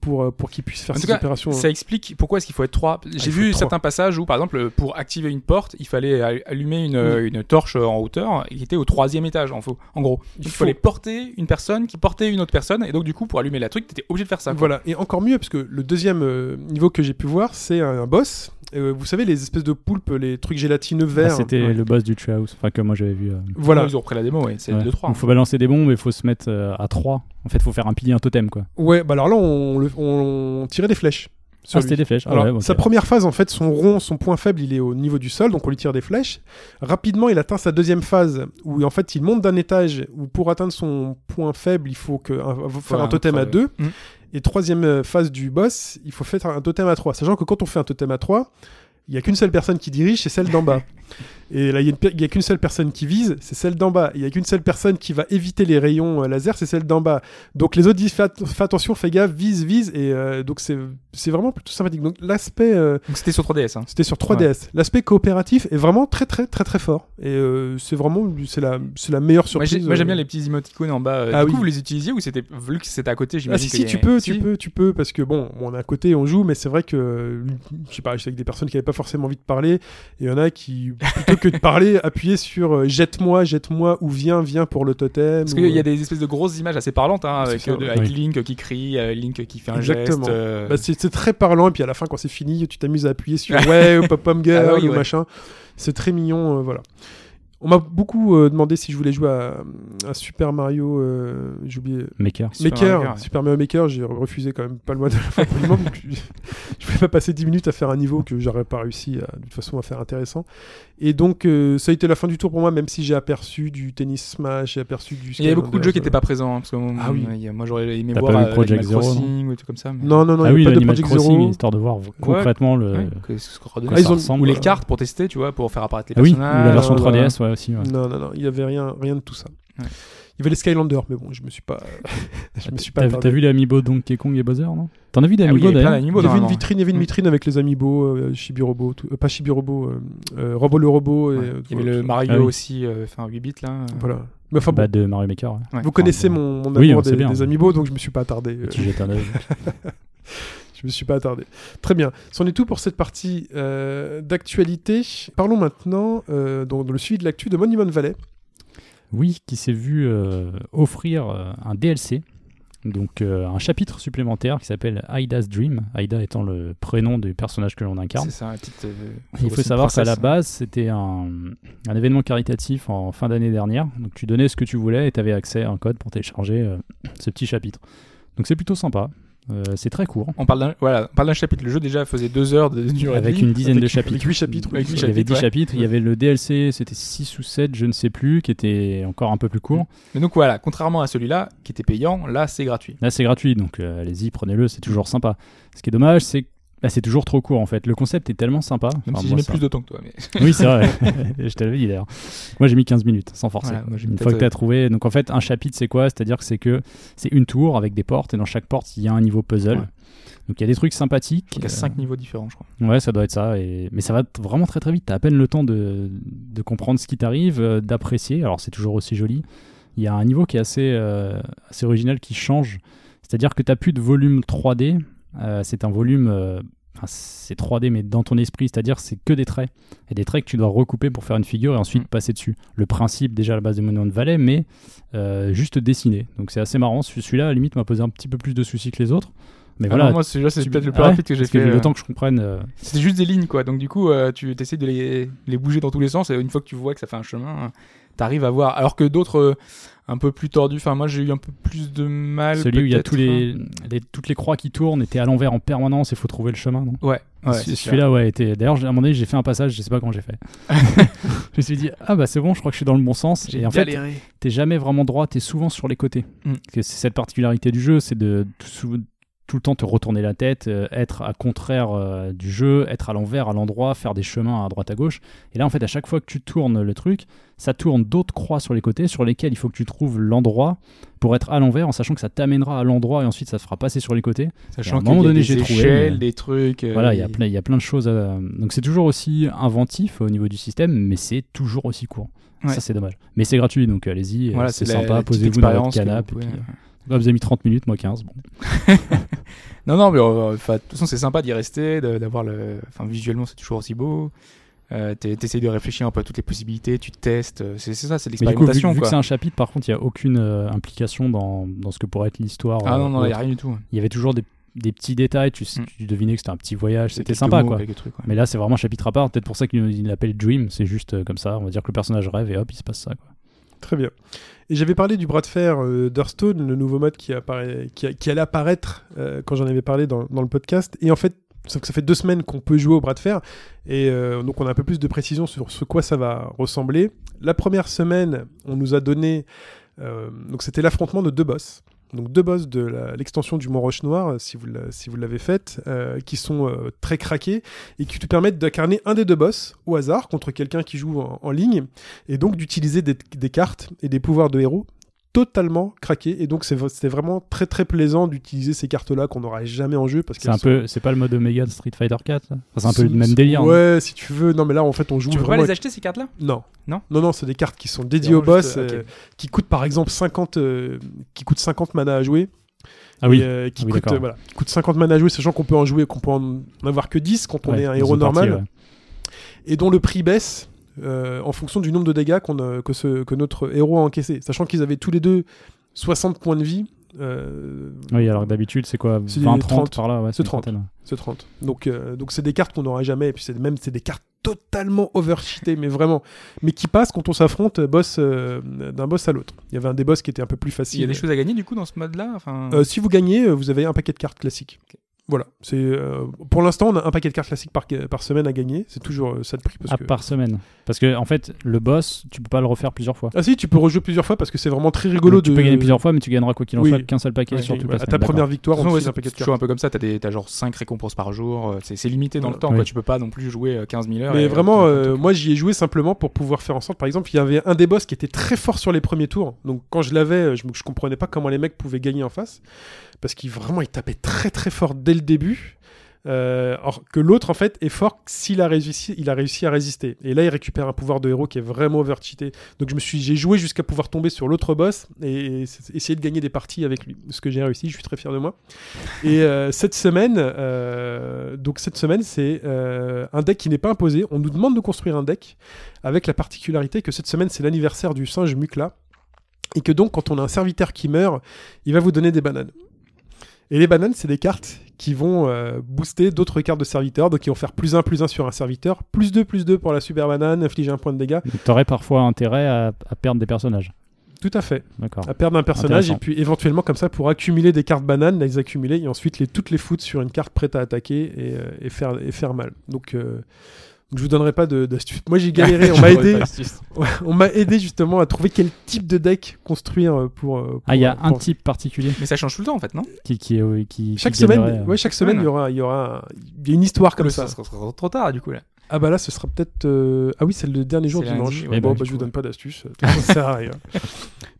pour, euh, pour qu'il puisse faire En tout ses cas, opérations. hein. Ça explique pourquoi est-ce qu'il faut être trois. J'ai il faut vu être trois. certains passages où, par exemple, pour activer une porte, il fallait al- allumer une, euh, une torche euh, en hauteur. Il était au troisième étage, en, faux- en gros. Donc, il Il fallait faut- porter une personne qui portait une autre personne. Et donc, du coup, pour allumer la truc, t'étais obligé de faire ça. quoi. Voilà, et encore mieux, parce que le deuxième euh, niveau que j'ai pu voir, c'est un, un boss. Euh, vous savez, les espèces de poulpes, les trucs gélatineux Ah, verts. C'était Ouais. le boss du Treehouse, enfin que moi j'avais vu. euh, Voilà, Ils ont repris la démo, ouais. c'est ouais. de trois. hein. Donc, faut balancer des bombes et faut se mettre euh, à 3. En fait, faut faire un pilier, un totem quoi. ouais, bah alors là, on, le- on tirait des flèches. sur Ah, lui. c'était des flèches. Ah Alors, ouais, ok. sa première phase, en fait, son rond, son point faible, il est au niveau du sol, donc on lui tire des flèches. Rapidement, il atteint sa deuxième phase, où en fait, il monte d'un étage, où pour atteindre son point faible, il faut que, un- faut faire Voilà, un totem faut- à deux. Mm. Et troisième euh, phase du boss, il faut faire un totem à trois. Sachant que quand on fait un totem à trois, il n'y a qu'une seule personne qui dirige, c'est celle d'en <laughs> bas. Et là, il n'y a, qu'une seule personne qui vise, c'est celle d'en bas. Il n'y a qu'une seule personne qui va éviter les rayons euh, laser, c'est celle d'en bas. Donc les autres disent fais, at- fais attention, fais gaffe, vise, vise. Et euh, donc c'est c'est vraiment plutôt sympathique. Donc l'aspect, euh, Donc, c'était sur 3DS. hein. c'était sur 3DS. L'aspect coopératif est vraiment très très très très fort. Et euh, c'est vraiment, c'est la, c'est la meilleure Moi, surprise. j'ai- moi, j'aime bien euh, les petits émoticônes en bas. euh, Ah du coup, oui. vous les utilisiez ou c'était vu que c'était à côté, Ah j'imagine. si qu'il y si tu a- peux Si. tu peux tu peux parce que bon on est à côté on joue mais c'est vrai que euh, je sais pas j'étais avec des personnes qui n'avaient pas forcément envie de parler et il y en a qui plutôt que de parler <laughs> appuyaient sur euh, jette-moi jette-moi ou viens viens pour le totem Parce ou, qu'il y euh, a des espèces de grosses images assez parlantes, hein, C'est avec, ça, euh, de- ouais. avec Oui. Link qui crie, euh, Link qui fait un Exactement. geste. euh, bah, c'est c'est très parlant et puis à la fin quand c'est fini tu t'amuses à appuyer sur ouais ou pop pom girl <laughs> Ah oui, ou ouais. machin c'est très mignon euh, voilà on m'a beaucoup euh, demandé si je voulais jouer à, à Super Mario euh, j'ai oublié Maker. Super Maker, Mario Maker, ouais. Super Mario Maker, j'ai refusé quand même pas loin de la fin pour le moment, donc je- <laughs> je pouvais pas passer 10 minutes à faire un niveau que j'aurais pas réussi à, de toute façon à faire intéressant. Et donc euh, ça a été la fin du tour pour moi, même si j'ai aperçu du tennis smash, j'ai aperçu du. Il y avait beaucoup de jeux qui n'étaient n'étaient pas présents. hein, parce que Ah oui. euh, il y a- moi, j'aurais aimé T'as voir pas vu euh, Project Animal Zero, non Crossing ou des trucs comme ça. mais- euh. Non non non, Ah il y oui, a pas de l'Animal Project Crossing, Zero. histoire de voir concrètement le. Ouais, que- ce que redonne Ah, ça ils ont- ressemble. Ou les euh, cartes pour tester, tu vois, pour faire apparaître les Ah oui, ou personnages. la version euh, 3DS, ouais, aussi. ouais. Mm. Non non non, il y avait rien rien de tout ça. Ouais. Il y avait les Skylanders, mais bon, je me suis pas, <laughs> je me suis pas. Ah, T'as attardé. t'as vu l'amiibo Donkey Kong et Bowser, non T'en as vu des Ah oui, il y amiibo avait plein d'ailleurs d'animaux Il y avait une normalement. vitrine, il y avait une Mm. vitrine avec les amiibo, euh, Shibirobo, tout- euh, pas Shibirobo, euh, euh, Robo le robot. Et, Ouais. euh, Il y voilà, avait le tout ça. Mario Ah oui. aussi, euh, enfin 8 bits là. euh, Voilà. Mais enfin bon, Bah, de Mario Maker, ouais. ouais. Vous connaissez bon. mon, mon Oui, amour on sait des, bien. <laughs> des amiibo, donc je me suis pas attardé. euh, Tu jettes un œil. Je me suis pas attardé. Très bien. C'en est tout pour cette partie euh, d'actualité. Parlons maintenant euh, dans, dans le suivi de l'actu de Monument Valley. Oui, qui s'est vu euh, offrir euh, un DLC, donc euh, un chapitre supplémentaire qui s'appelle Aida's Dream, Aida étant le prénom du personnage que l'on incarne. C'est ça, la petite. euh, Il faut petite savoir qu'à la princesse. base, c'était un, un événement caritatif en fin d'année dernière. Donc tu donnais ce que tu voulais et tu avais accès à un code pour télécharger euh, ce petit chapitre. Donc c'est plutôt sympa. Euh, c'est très court. On parle d'un voilà, on parle d'un chapitre. Le jeu déjà faisait deux heures de durée. de Avec vie. une dizaine de Avec- chapitres. Avec huit chapitres. il y avait 10 chapitres. Il y avait le DLC, c'était 6 ou 7, je ne sais plus, qui était encore un peu plus court. Mais donc voilà, contrairement à celui-là qui était payant, là c'est gratuit. Là, c'est gratuit, donc euh, allez-y, prenez-le, c'est toujours sympa. Ce qui est dommage, c'est que bah, c'est toujours trop court en fait. Le concept est tellement sympa. Même Enfin, si j'y moi, mets ça- plus de temps que toi. Mais... <laughs> Oui, c'est vrai. <laughs> je te l'avais dit d'ailleurs. Moi, j'ai mis 15 minutes, sans forcer. Voilà, moi, j'ai une peut-être, fois que tu euh, as trouvé. Donc, en fait, un chapitre, c'est quoi C'est-à-dire que c'est que c'est une tour avec des portes, et dans chaque porte, il y a un niveau puzzle. Ouais. Donc, il y a des trucs sympathiques. Il y a cinq niveaux différents, je crois. Ouais, ça doit être ça. Et... Mais ça va t- vraiment très très vite. T'as à peine le temps de, de comprendre ce qui t'arrive, euh, d'apprécier. Alors c'est toujours aussi joli. Il y a un niveau qui est assez, euh, assez original qui change. C'est-à-dire que t'as plus de volume 3D. Euh, c'est un volume. euh, enfin, c'est 3D, mais dans ton esprit. C'est-à-dire c'est que des traits. Et des traits que tu dois recouper pour faire une figure et ensuite Mm. passer dessus. Le principe, déjà à la base de Monument de Valais, mais euh, juste dessiné. Donc c'est assez marrant. Celui- Celui-là, à la limite, m'a posé un petit peu plus de soucis que les autres. Mais Ah voilà. non, moi celui-là c'est tu- peut-être le Ah plus ouais rapide que j'ai parce que fait. euh, le temps que je comprenne. euh, C'était juste des lignes quoi. Donc du coup, euh, tu essaies de les, les bouger dans tous les sens et une fois que tu vois que ça fait un chemin, euh, t'arrives à voir. Alors que d'autres euh, un peu plus tordus. Enfin moi j'ai eu un peu plus de mal. Celui où il y a peut-être. tous les, les- toutes les croix qui tournent et t'es à l'envers en permanence et faut trouver le chemin, non Ouais. ouais Ce- c'est Celui-là, ouais, était. D'ailleurs, j'ai- à un moment donné, j'ai fait un passage, je sais pas quand <laughs> j'ai fait. je me suis dit, ah bah c'est bon, je crois que je suis dans le bon sens. J'ai Et en fait, galéré. t'es jamais vraiment droit, t'es souvent sur les côtés. Mm. Parce que c'est cette particularité du jeu, c'est de tout, sou- tout le temps te retourner la tête, euh, être à contraire euh, du jeu, être à l'envers, à l'endroit, faire des chemins à droite à gauche. Et là, en fait, à chaque fois que tu tournes le truc, ça tourne d'autres croix sur les côtés sur lesquelles il faut que tu trouves l'endroit pour être à l'envers en sachant que ça t'amènera à l'endroit et ensuite ça te fera passer sur les côtés. Et à Sachant un qu'à un moment donné, j'ai j'ai trouvé, trouvé mais- des trucs. euh, voilà, il y, a plein, il y a plein de choses. à- Donc c'est toujours aussi inventif au niveau du système, mais c'est toujours aussi court. Ouais. Ça c'est dommage. Mais c'est gratuit, donc allez-y, euh, Voilà, c'est de la- sympa, la petite posez-vous dans votre expérience que canapé. vous et pouvez- puis, euh, là, vous avez mis 30 minutes, moi 15. Bon. Non, non, mais euh, enfin, de toute façon, c'est sympa d'y rester, de- d'avoir le. Enfin, visuellement, c'est toujours aussi beau. Euh, t'es- T'essayes de réfléchir un peu à toutes les possibilités, tu testes. euh, C'est c'est ça, c'est de Mais du coup, vu, l'expérimentation, vu que quoi. c'est un chapitre, par contre, il n'y a aucune euh, implication dans, dans ce que pourrait être l'histoire. Ah euh, non, non, il autre. n'y a rien du tout. il y avait toujours des, des petits détails, tu, Mm. tu devinais que c'était un petit voyage, C'est c'était quelques sympa mots, quoi. quelques trucs, ouais. Mais là, c'est vraiment un chapitre à part. Peut-être pour ça qu'il l'appelle Dream. C'est juste euh, comme ça. On va dire que le personnage rêve et hop, il se passe ça. Quoi. Très bien. Et j'avais parlé du bras de fer euh, d'Hearthstone, le nouveau mode qui, apparaît, qui, a- qui allait apparaître euh, quand j'en avais parlé dans, dans le podcast. Et en fait, sauf que ça fait deux semaines qu'on peut jouer au bras de fer. Et euh, donc, on a un peu plus de précision sur ce quoi ça va ressembler. La première semaine, on nous a donné. euh, donc, c'était l'affrontement de deux boss. Donc, deux boss de la- l'extension du Mont Roche Noir, euh, si vous la- si vous l'avez faite, euh, qui sont euh, très craqués et qui te permettent d'incarner un des deux boss au hasard contre quelqu'un qui joue en- en ligne et donc d'utiliser des, des cartes et des pouvoirs de héros totalement craqués et donc c'est v- c'était vraiment très très plaisant d'utiliser ces cartes là qu'on n'aura jamais en jeu parce que C'est un peu. C'est pas le mode Omega de Street Fighter 4. ça Enfin, c'est un peu le même délire. non ouais si tu veux non mais là en fait on joue Tu peux pas vraiment les acheter, ces cartes-là avec- non Non non non c'est des cartes qui sont dédiées C'est au boss vraiment juste, euh, ok. qui coûtent par exemple 50 euh, qui coûtent 50 mana à jouer Ah oui. et, euh, qui, Ah oui, coûtent, d'accord. euh, voilà, qui coûtent 50 mana à jouer sachant qu'on peut en jouer qu'on peut en avoir que 10 quand on Ouais, est un dans héros une partie, normal ouais. et dont le prix baisse euh, en fonction du nombre de dégâts qu'on a- que, ce- que notre héros a encaissé. Sachant qu'ils avaient tous les deux 60 points de vie, euh, Oui, alors que d'habitude, c'est quoi C'est 20, 30, 30, par là. Ouais, c'est une 30. trentaine. ce 30. Donc euh, donc c'est des cartes qu'on n'aura jamais, et puis c'est même c'est des cartes totalement overcheatées, mais vraiment, mais qui passent quand on s'affronte boss euh, d'un boss à l'autre. Il y avait un des boss qui était un peu plus facile. Il y a des choses à gagner, du coup, dans ce mode-là enfin... Euh, si vous gagnez, euh, vous avez un paquet de cartes classiques. Voilà, c'est euh, pour l'instant on a un paquet de cartes classiques par, par semaine à gagner. C'est toujours euh, ça de prix parce Ah, que par semaine. Parce que en fait, le boss, tu peux pas le refaire plusieurs fois. ah si tu peux rejouer plusieurs fois parce que c'est vraiment très rigolo Donc, tu de peux gagner plusieurs fois, mais tu gagneras quoi qu'il en Oui. soit qu'un seul paquet Ouais, sur ouais, toute à la ta semaine. première d'accord. De victoire, toute on te façon, ouais, file un c'est paquet de toujours un peu comme ça, t'as des- t'as genre 5 récompenses par jour, euh, c'est c'est limité dans le temps, Oui. quoi. tu peux pas non plus jouer euh, 15 000 heures. Mais et- vraiment, et- euh, moi j'y ai joué simplement pour pouvoir faire en sorte. Par exemple, il y avait un des boss qui était très fort sur les premiers tours. Donc quand je l'avais, euh, je, me- je comprenais pas comment les mecs pouvaient gagner en face. Parce qu'il vraiment, il tapait très très fort dès le début. Euh, or que l'autre en fait est fort s'il a réussi, il a réussi à résister. Et là, il récupère un pouvoir de héros qui est vraiment overcheaté. Donc je me suis, j'ai joué jusqu'à pouvoir tomber sur l'autre boss et, et s- essayer de gagner des parties avec lui. Ce que j'ai réussi, je suis très fier de moi. Et euh, cette semaine, euh, donc cette semaine, c'est euh, un deck qui n'est pas imposé. On nous demande de construire un deck avec la particularité que cette semaine, c'est l'anniversaire du singe Mukla. Et que donc, quand on a un serviteur qui meurt, il va vous donner des bananes. Et les bananes, c'est des cartes qui vont euh, booster d'autres cartes de serviteurs, donc qui vont faire plus 1, plus 1 sur un serviteur, plus 2, plus 2 pour la super banane, infliger un point de dégâts. Donc, T'aurais parfois intérêt à, à perdre des personnages. Tout à fait. D'accord. À perdre un personnage, et Intéressant. puis éventuellement, comme ça, pour accumuler des cartes bananes, les accumuler, et ensuite les, toutes les foutre sur une carte prête à attaquer et, euh, et faire, et faire mal. Donc, euh, donc je vous donnerai pas de- d'astuces. Moi, j'ai <laughs> galéré, on m'a aidé. Ouais, on m'a aidé justement à trouver quel type de deck construire euh, pour. euh, pour, Ah, il y a euh, un pour- type particulier Mais ça change tout le temps en fait, non qui, qui, est- qui, qui Chaque semaine, gagnerait, euh. ouais, chaque semaine, il y aura, il y aura, un- il y a une histoire comme Le- ça. sera sera trop tard du coup là. Ah bah là, ce sera peut-être. euh, Ah oui, c'est le dernier jour C'est dimanche. lundi, ouais, bon, bah, bah, du je coup, vous donne pas <laughs> d'astuces. euh, Ça sert à rien.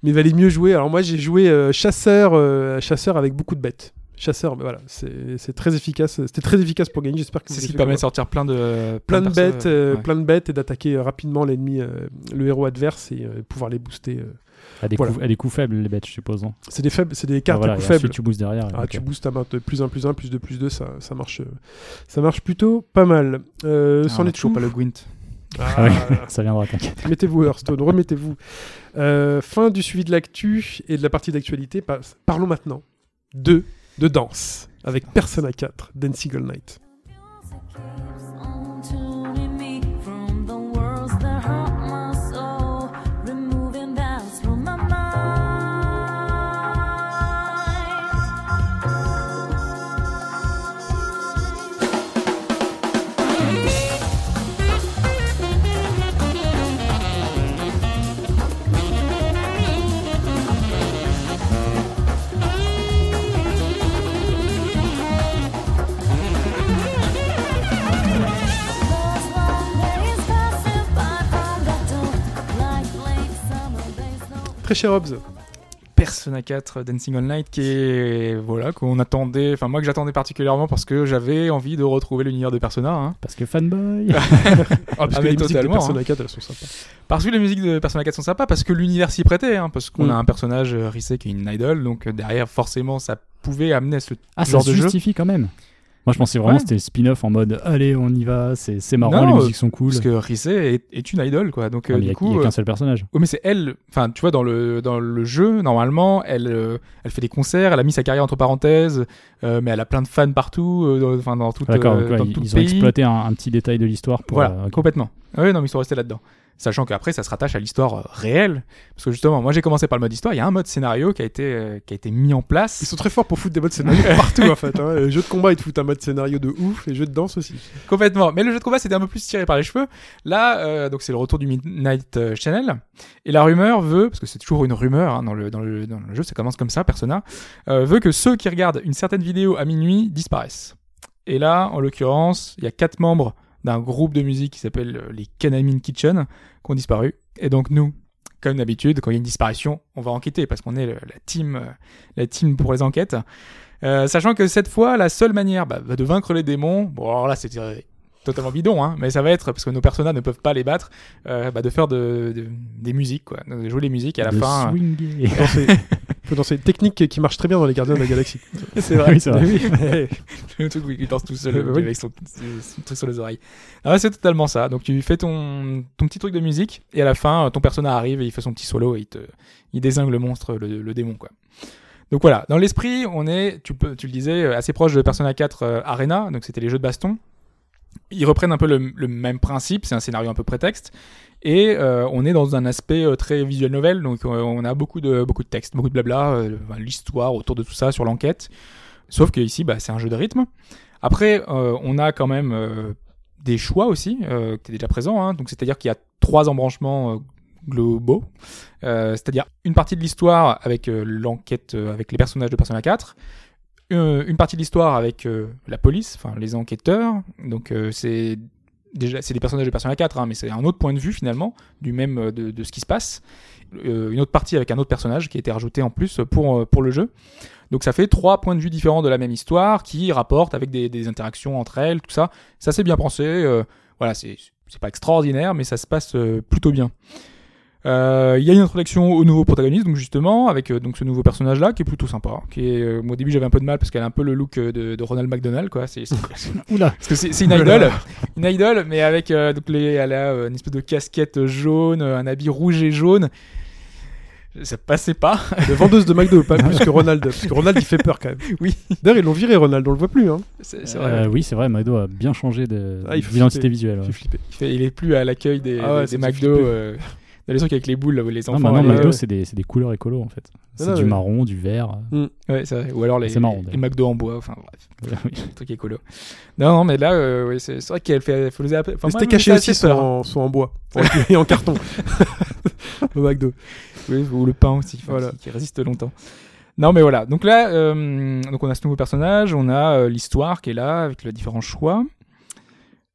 Mais il valait mieux jouer. Alors moi, j'ai joué euh, chasseur, euh, chasseur avec beaucoup de bêtes. Chasseur, mais voilà, c'est c'est très efficace. C'était très efficace pour gagner. J'espère que vous C'est ce avez qui fait permet de comme moi. sortir plein de Plein de persos, euh, bêtes, euh, ouais. plein de bêtes et d'attaquer euh, rapidement l'ennemi, euh, le héros adverse et euh, pouvoir les booster. euh. à, des Voilà. coups, à des coups faibles, les bêtes, je suppose. non C'est des faibles, c'est des cartes Bah Ah, voilà, à coups et ensuite, faibles. tu boostes derrière. Ah, ok. tu boostes à main de plus 1, plus 1, plus 2, plus 2, ça, ça, marche, euh, ça marche plutôt pas mal. Euh, Ah, C'en on a est toujours tout. pas le Gwent. <laughs> Ah oui, Ah, ça viendra, t'inquiète. Mettez-vous Hearthstone, remettez-vous. Euh, fin du suivi de l'actu et de la partie d'actualité. Pas- Parlons maintenant de, de danse avec Persona 4, Dancing All Night. Très cher Hobbs, Persona 4 Dancing All Night qui est voilà qu'on attendait enfin moi que j'attendais particulièrement parce que j'avais envie de retrouver l'univers de Persona hein. Parce <laughs> que fanboy parce Ah, que hein. les mais musiques de totalement, Persona 4, elles sont sympas. parce que les musiques de Persona 4 sont sympas parce que l'univers s'y prêtait hein, parce qu'on Mm. a un personnage euh, Rise qui est une idole donc euh, derrière forcément ça pouvait amener à ce Ah, ça genre se de jeu. justifie quand même. Moi, je pensais vraiment Ouais. que c'était le spin-off en mode allez, on y va, c'est c'est marrant, Non, les euh, musiques sont cool. parce que Rise est, est une idole quoi donc euh, Ah, mais il y du a- il y coup a euh, qu'un seul personnage. Oui, mais c'est elle. Enfin, tu vois, dans le dans le jeu, normalement, elle euh, elle fait des concerts, elle a mis sa carrière entre parenthèses, euh, mais elle a plein de fans partout, euh, dans- enfin dans tout, Ah, D'accord, euh, donc, ouais, dans ils, tout ils le ont pays. exploité un, un petit détail de l'histoire pour. Voilà, euh, ok. complètement. Ah Oui, non, mais ils sont restés là-dedans. Sachant qu'après, ça se rattache à l'histoire euh, réelle, parce que justement, moi, j'ai commencé par le mode histoire. Il y a un mode scénario qui a été euh, qui a été mis en place. Ils sont très forts pour foutre des <laughs> modes scénario partout en fait. Hein. <laughs> Les jeux de combat, ils te foutent un mode scénario de ouf. Les jeux de danse aussi. Complètement. Mais le jeu de combat, c'était un peu plus tiré par les cheveux. Là, euh, donc c'est le retour du Midnight euh, Channel. Et la rumeur veut, parce que c'est toujours une rumeur hein, dans, le, dans, le, dans le jeu, ça commence comme ça, Persona, euh, veut que ceux qui regardent une certaine vidéo à minuit disparaissent. Et là, en l'occurrence, il y a quatre membres d'un groupe de musique qui s'appelle euh, les Kanamin Kitchen qui ont disparu. Et donc nous, comme d'habitude, quand il y a une disparition, on va enquêter parce qu'on est le- la team, euh, la team pour les enquêtes. Euh, sachant que cette fois, la seule manière bah, de vaincre les démons, bon alors là c'est euh, totalement bidon, hein, mais ça va être parce que nos personnages ne peuvent pas les battre, euh, bah, de faire de, de- des musiques, quoi, de jouer les musiques et à la De fin. euh, swinguer. Danser. Faut danser. Une Technique qui marche très bien dans les Gardiens de la <laughs> Galaxie. c'est Oui, c'est <laughs> vrai. <laughs> le truc où il danse tout seul Oui. euh, avec son, son truc sur les oreilles. Ah ouais, c'est totalement ça. Donc tu fais ton, ton petit truc de musique et à la fin, euh, ton personnage arrive et il fait son petit solo et il, te, il désingue le monstre, le, le démon quoi. Donc voilà, dans l'esprit, on est, tu, peux, tu le disais, euh, assez proche de Persona 4 euh, Arena, donc c'était les jeux de baston. Ils reprennent un peu le, le même principe, c'est un scénario un peu prétexte, et euh, on est dans un aspect euh, très visuel novel, donc euh, on a beaucoup de, beaucoup de textes, beaucoup de blabla, euh, enfin, l'histoire autour de tout ça, sur l'enquête. Sauf que ici, bah, c'est un jeu de rythme. Après, euh, on a quand même euh, des choix aussi, euh, qui étaient déjà présents. hein. Donc, c'est-à-dire qu'il y a trois embranchements euh, globaux. Euh, c'est-à-dire une partie de l'histoire avec euh, l'enquête, euh, avec les personnages de Persona 4. Une, une partie de l'histoire avec euh, la police, enfin les enquêteurs. Donc, euh, c'est déjà c'est des personnages de Persona 4, hein, mais c'est un autre point de vue finalement du même euh, de, de ce qui se passe. Euh, une autre partie avec un autre personnage qui a été rajouté en plus pour euh, pour le jeu. Donc ça fait trois points de vue différents de la même histoire qui rapportent avec des, des interactions entre elles, tout ça. Ça c'est bien pensé. euh, voilà, c'est c'est pas extraordinaire, mais ça se passe euh, plutôt bien. Euh, Il y a une introduction au nouveau protagoniste, donc justement, avec euh, donc ce nouveau personnage-là, qui est plutôt sympa. Qui est, euh, moi, au début, j'avais un peu de mal parce qu'elle a un peu le look euh, de, de Ronald McDonald, quoi. C'est, c'est- <laughs> Oula. parce que c'est, c'est une idole, une idole, mais avec euh, donc les, elle a euh, une espèce de casquette jaune, euh, un habit rouge et jaune. Ça passait pas. De vendeuse de McDo, pas plus que Ronald. Parce que Ronald, il fait peur quand même. Oui. D'ailleurs, ils l'ont viré, Ronald, on le voit plus. Hein. C'est, c'est vrai. Euh, oui, c'est vrai, McDo a bien changé de- Ah, il faut d'identité citer- visuelle. ouais. J'ai flippé. Il, fait- il est plus à l'accueil des, Ah ouais, des, ça des me fait McDo. flipper. euh, <laughs> dans les trucs avec les boules, où les Non, enfants. maintenant, allaient- McDo, c'est des, c'est des couleurs écolo en fait. C'est non, du mais- marron, du vert. Ouais, c'est vrai. Ou alors les, C'est marrant, les d'ailleurs. McDo en bois, enfin bref. euh, oui. Le truc écolo. Non, non, mais là, euh, oui, c'est c'est vrai qu'elle fait. elle faisait appel- enfin, Les moi, steaks elle me cachés faisait assez aussi sont peur. en, sont en bois et en <laughs> carton. Au McDo. hein, Oui, ou le pain aussi, enfin, Voilà. qui, qui résiste longtemps. Non, mais voilà. Donc là, euh, donc on a ce nouveau personnage, on a euh, l'histoire qui est là avec les différents choix.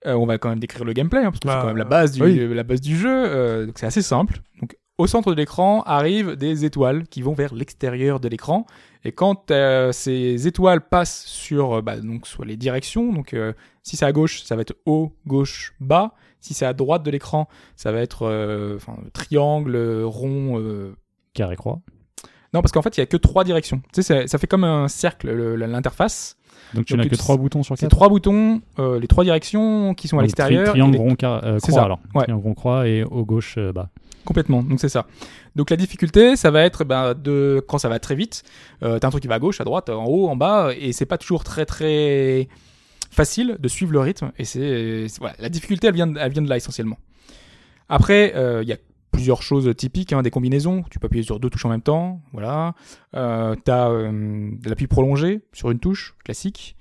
Euh, on va quand même décrire le gameplay, hein, parce que c'est Ah, quand même la base du, oui. la base du jeu. euh, donc c'est assez simple. Donc au centre de l'écran arrivent des étoiles qui vont vers l'extérieur de l'écran. Et quand euh, ces étoiles passent sur, euh, bah, donc soit les directions. Donc euh, si c'est à gauche, ça va être haut, gauche, bas. Si c'est à droite de l'écran, ça va être euh, enfin, triangle, euh, rond, euh, Carré croix. non, parce qu'en fait, il n'y a que trois directions. Tu sais, ça, ça fait comme un cercle, le- la- l'interface. Donc tu Donc, n'as que tu- trois boutons sur C'est quatre. trois boutons, euh, les trois directions qui sont à Donc, tri- l'extérieur. triangle et les- rond car- euh, C'est croix ça, alors. ouais. Triangle rond croix et au gauche euh, bas. Complètement, donc c'est ça. Donc la difficulté, ça va être ben, de quand ça va très vite. euh, T'as un truc qui va à gauche, à droite, en haut, en bas, et c'est pas toujours très très facile de suivre le rythme. Et c'est c'est- voilà, la difficulté, elle vient, de- elle vient de là essentiellement. Après, euh, il y a plusieurs choses typiques, hein, des combinaisons. Tu peux appuyer sur deux touches en même temps, voilà. Euh, T'as euh, de l'appui prolongé sur une touche classique.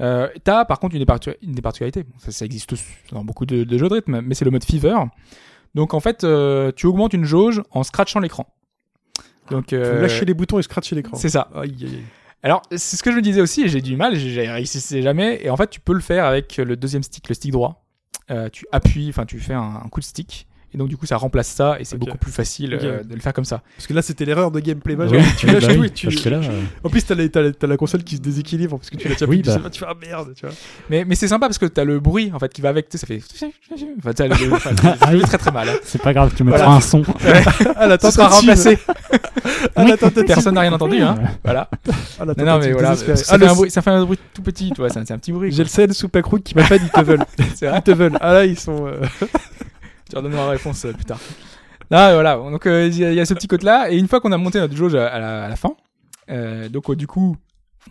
Euh, T'as par contre une des, particu- une des particularités. Ça, ça existe dans beaucoup de, de jeux de rythme, mais c'est le mode fever. Donc en fait, euh, tu augmentes une jauge en scratchant l'écran. Donc Faut euh, lâcher les boutons et scratcher l'écran. c'est ça. Aïe, aïe, aïe. Alors, c'est ce que je me disais aussi, et j'ai du mal, j'ai- j'ai réussi jamais. Et en fait, tu peux le faire avec le deuxième stick, le stick droit. Euh, tu appuies, enfin, tu fais un, un coup de stick. Et donc, du coup, ça remplace ça, et c'est Ok. beaucoup plus facile Ok. euh, de le faire comme ça. Parce que là, c'était l'erreur de gameplay majeure. Oui, tu oui, lâches bah tout oui, et tu. parce que là, euh, En plus, t'as la, t'as la- t'as la console qui se déséquilibre parce que tu la tiens Oui, plus bah. difficilement, Tu fais ah merde, tu vois. Mais, mais c'est sympa parce que t'as le bruit, en fait, qui va avec. Tu sais, ça fait. Enfin, t'as le- <laughs> enfin, je le fais très très mal. c'est pas grave, tu mettras Voilà. un son. Ah la Ça sera tentative. <laughs> remplacé. Ah la tentative. Personne n'a rien entendu, hein. Voilà. Ah la Non, non, mais tentative voilà. désespérée. Ça Ah, fait, le- un bruit, ça fait un bruit tout petit, tu vois. C'est un, c'est un petit bruit. J'ai le CN sous Pacroot qui m'a pas dit te veulent. quoi. C'est vrai. Ils te veulent. Ah là, ils sont. euh, Tu leur donneras la réponse euh, plus tard. Non, et voilà. Donc, euh, il y, a- il y a ce petit côté-là. Et une fois qu'on a monté notre jauge à, à la, à la fin, euh, donc, euh, du coup,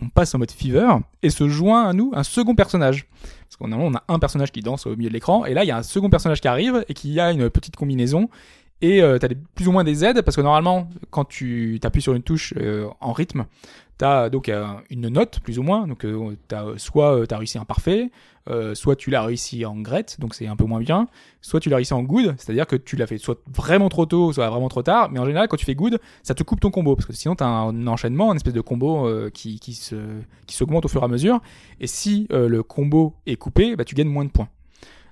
on passe en mode fever et se joint à nous un second personnage. Parce qu'on a, on a un personnage qui danse au milieu de l'écran. Et là, il y a un second personnage qui arrive et qui a une petite combinaison. Et euh, t'as des- plus ou moins des aides parce que normalement, quand tu t'appuies sur une touche euh, en rythme, t'as euh, donc euh, une note plus ou moins. Donc, euh, t'as, euh, soit euh, t'as réussi un parfait, euh, soit tu l'as réussi en grette, donc c'est un peu moins bien soit tu l'as réussi en good, c'est-à-dire que tu l'as fait soit vraiment trop tôt, soit vraiment trop tard, mais en général, quand tu fais good, ça te coupe ton combo, parce que sinon, tu as un enchaînement, une espèce de combo euh, qui, qui se, qui s'augmente au fur et à mesure, et si euh, le combo est coupé, bah, tu gagnes moins de points.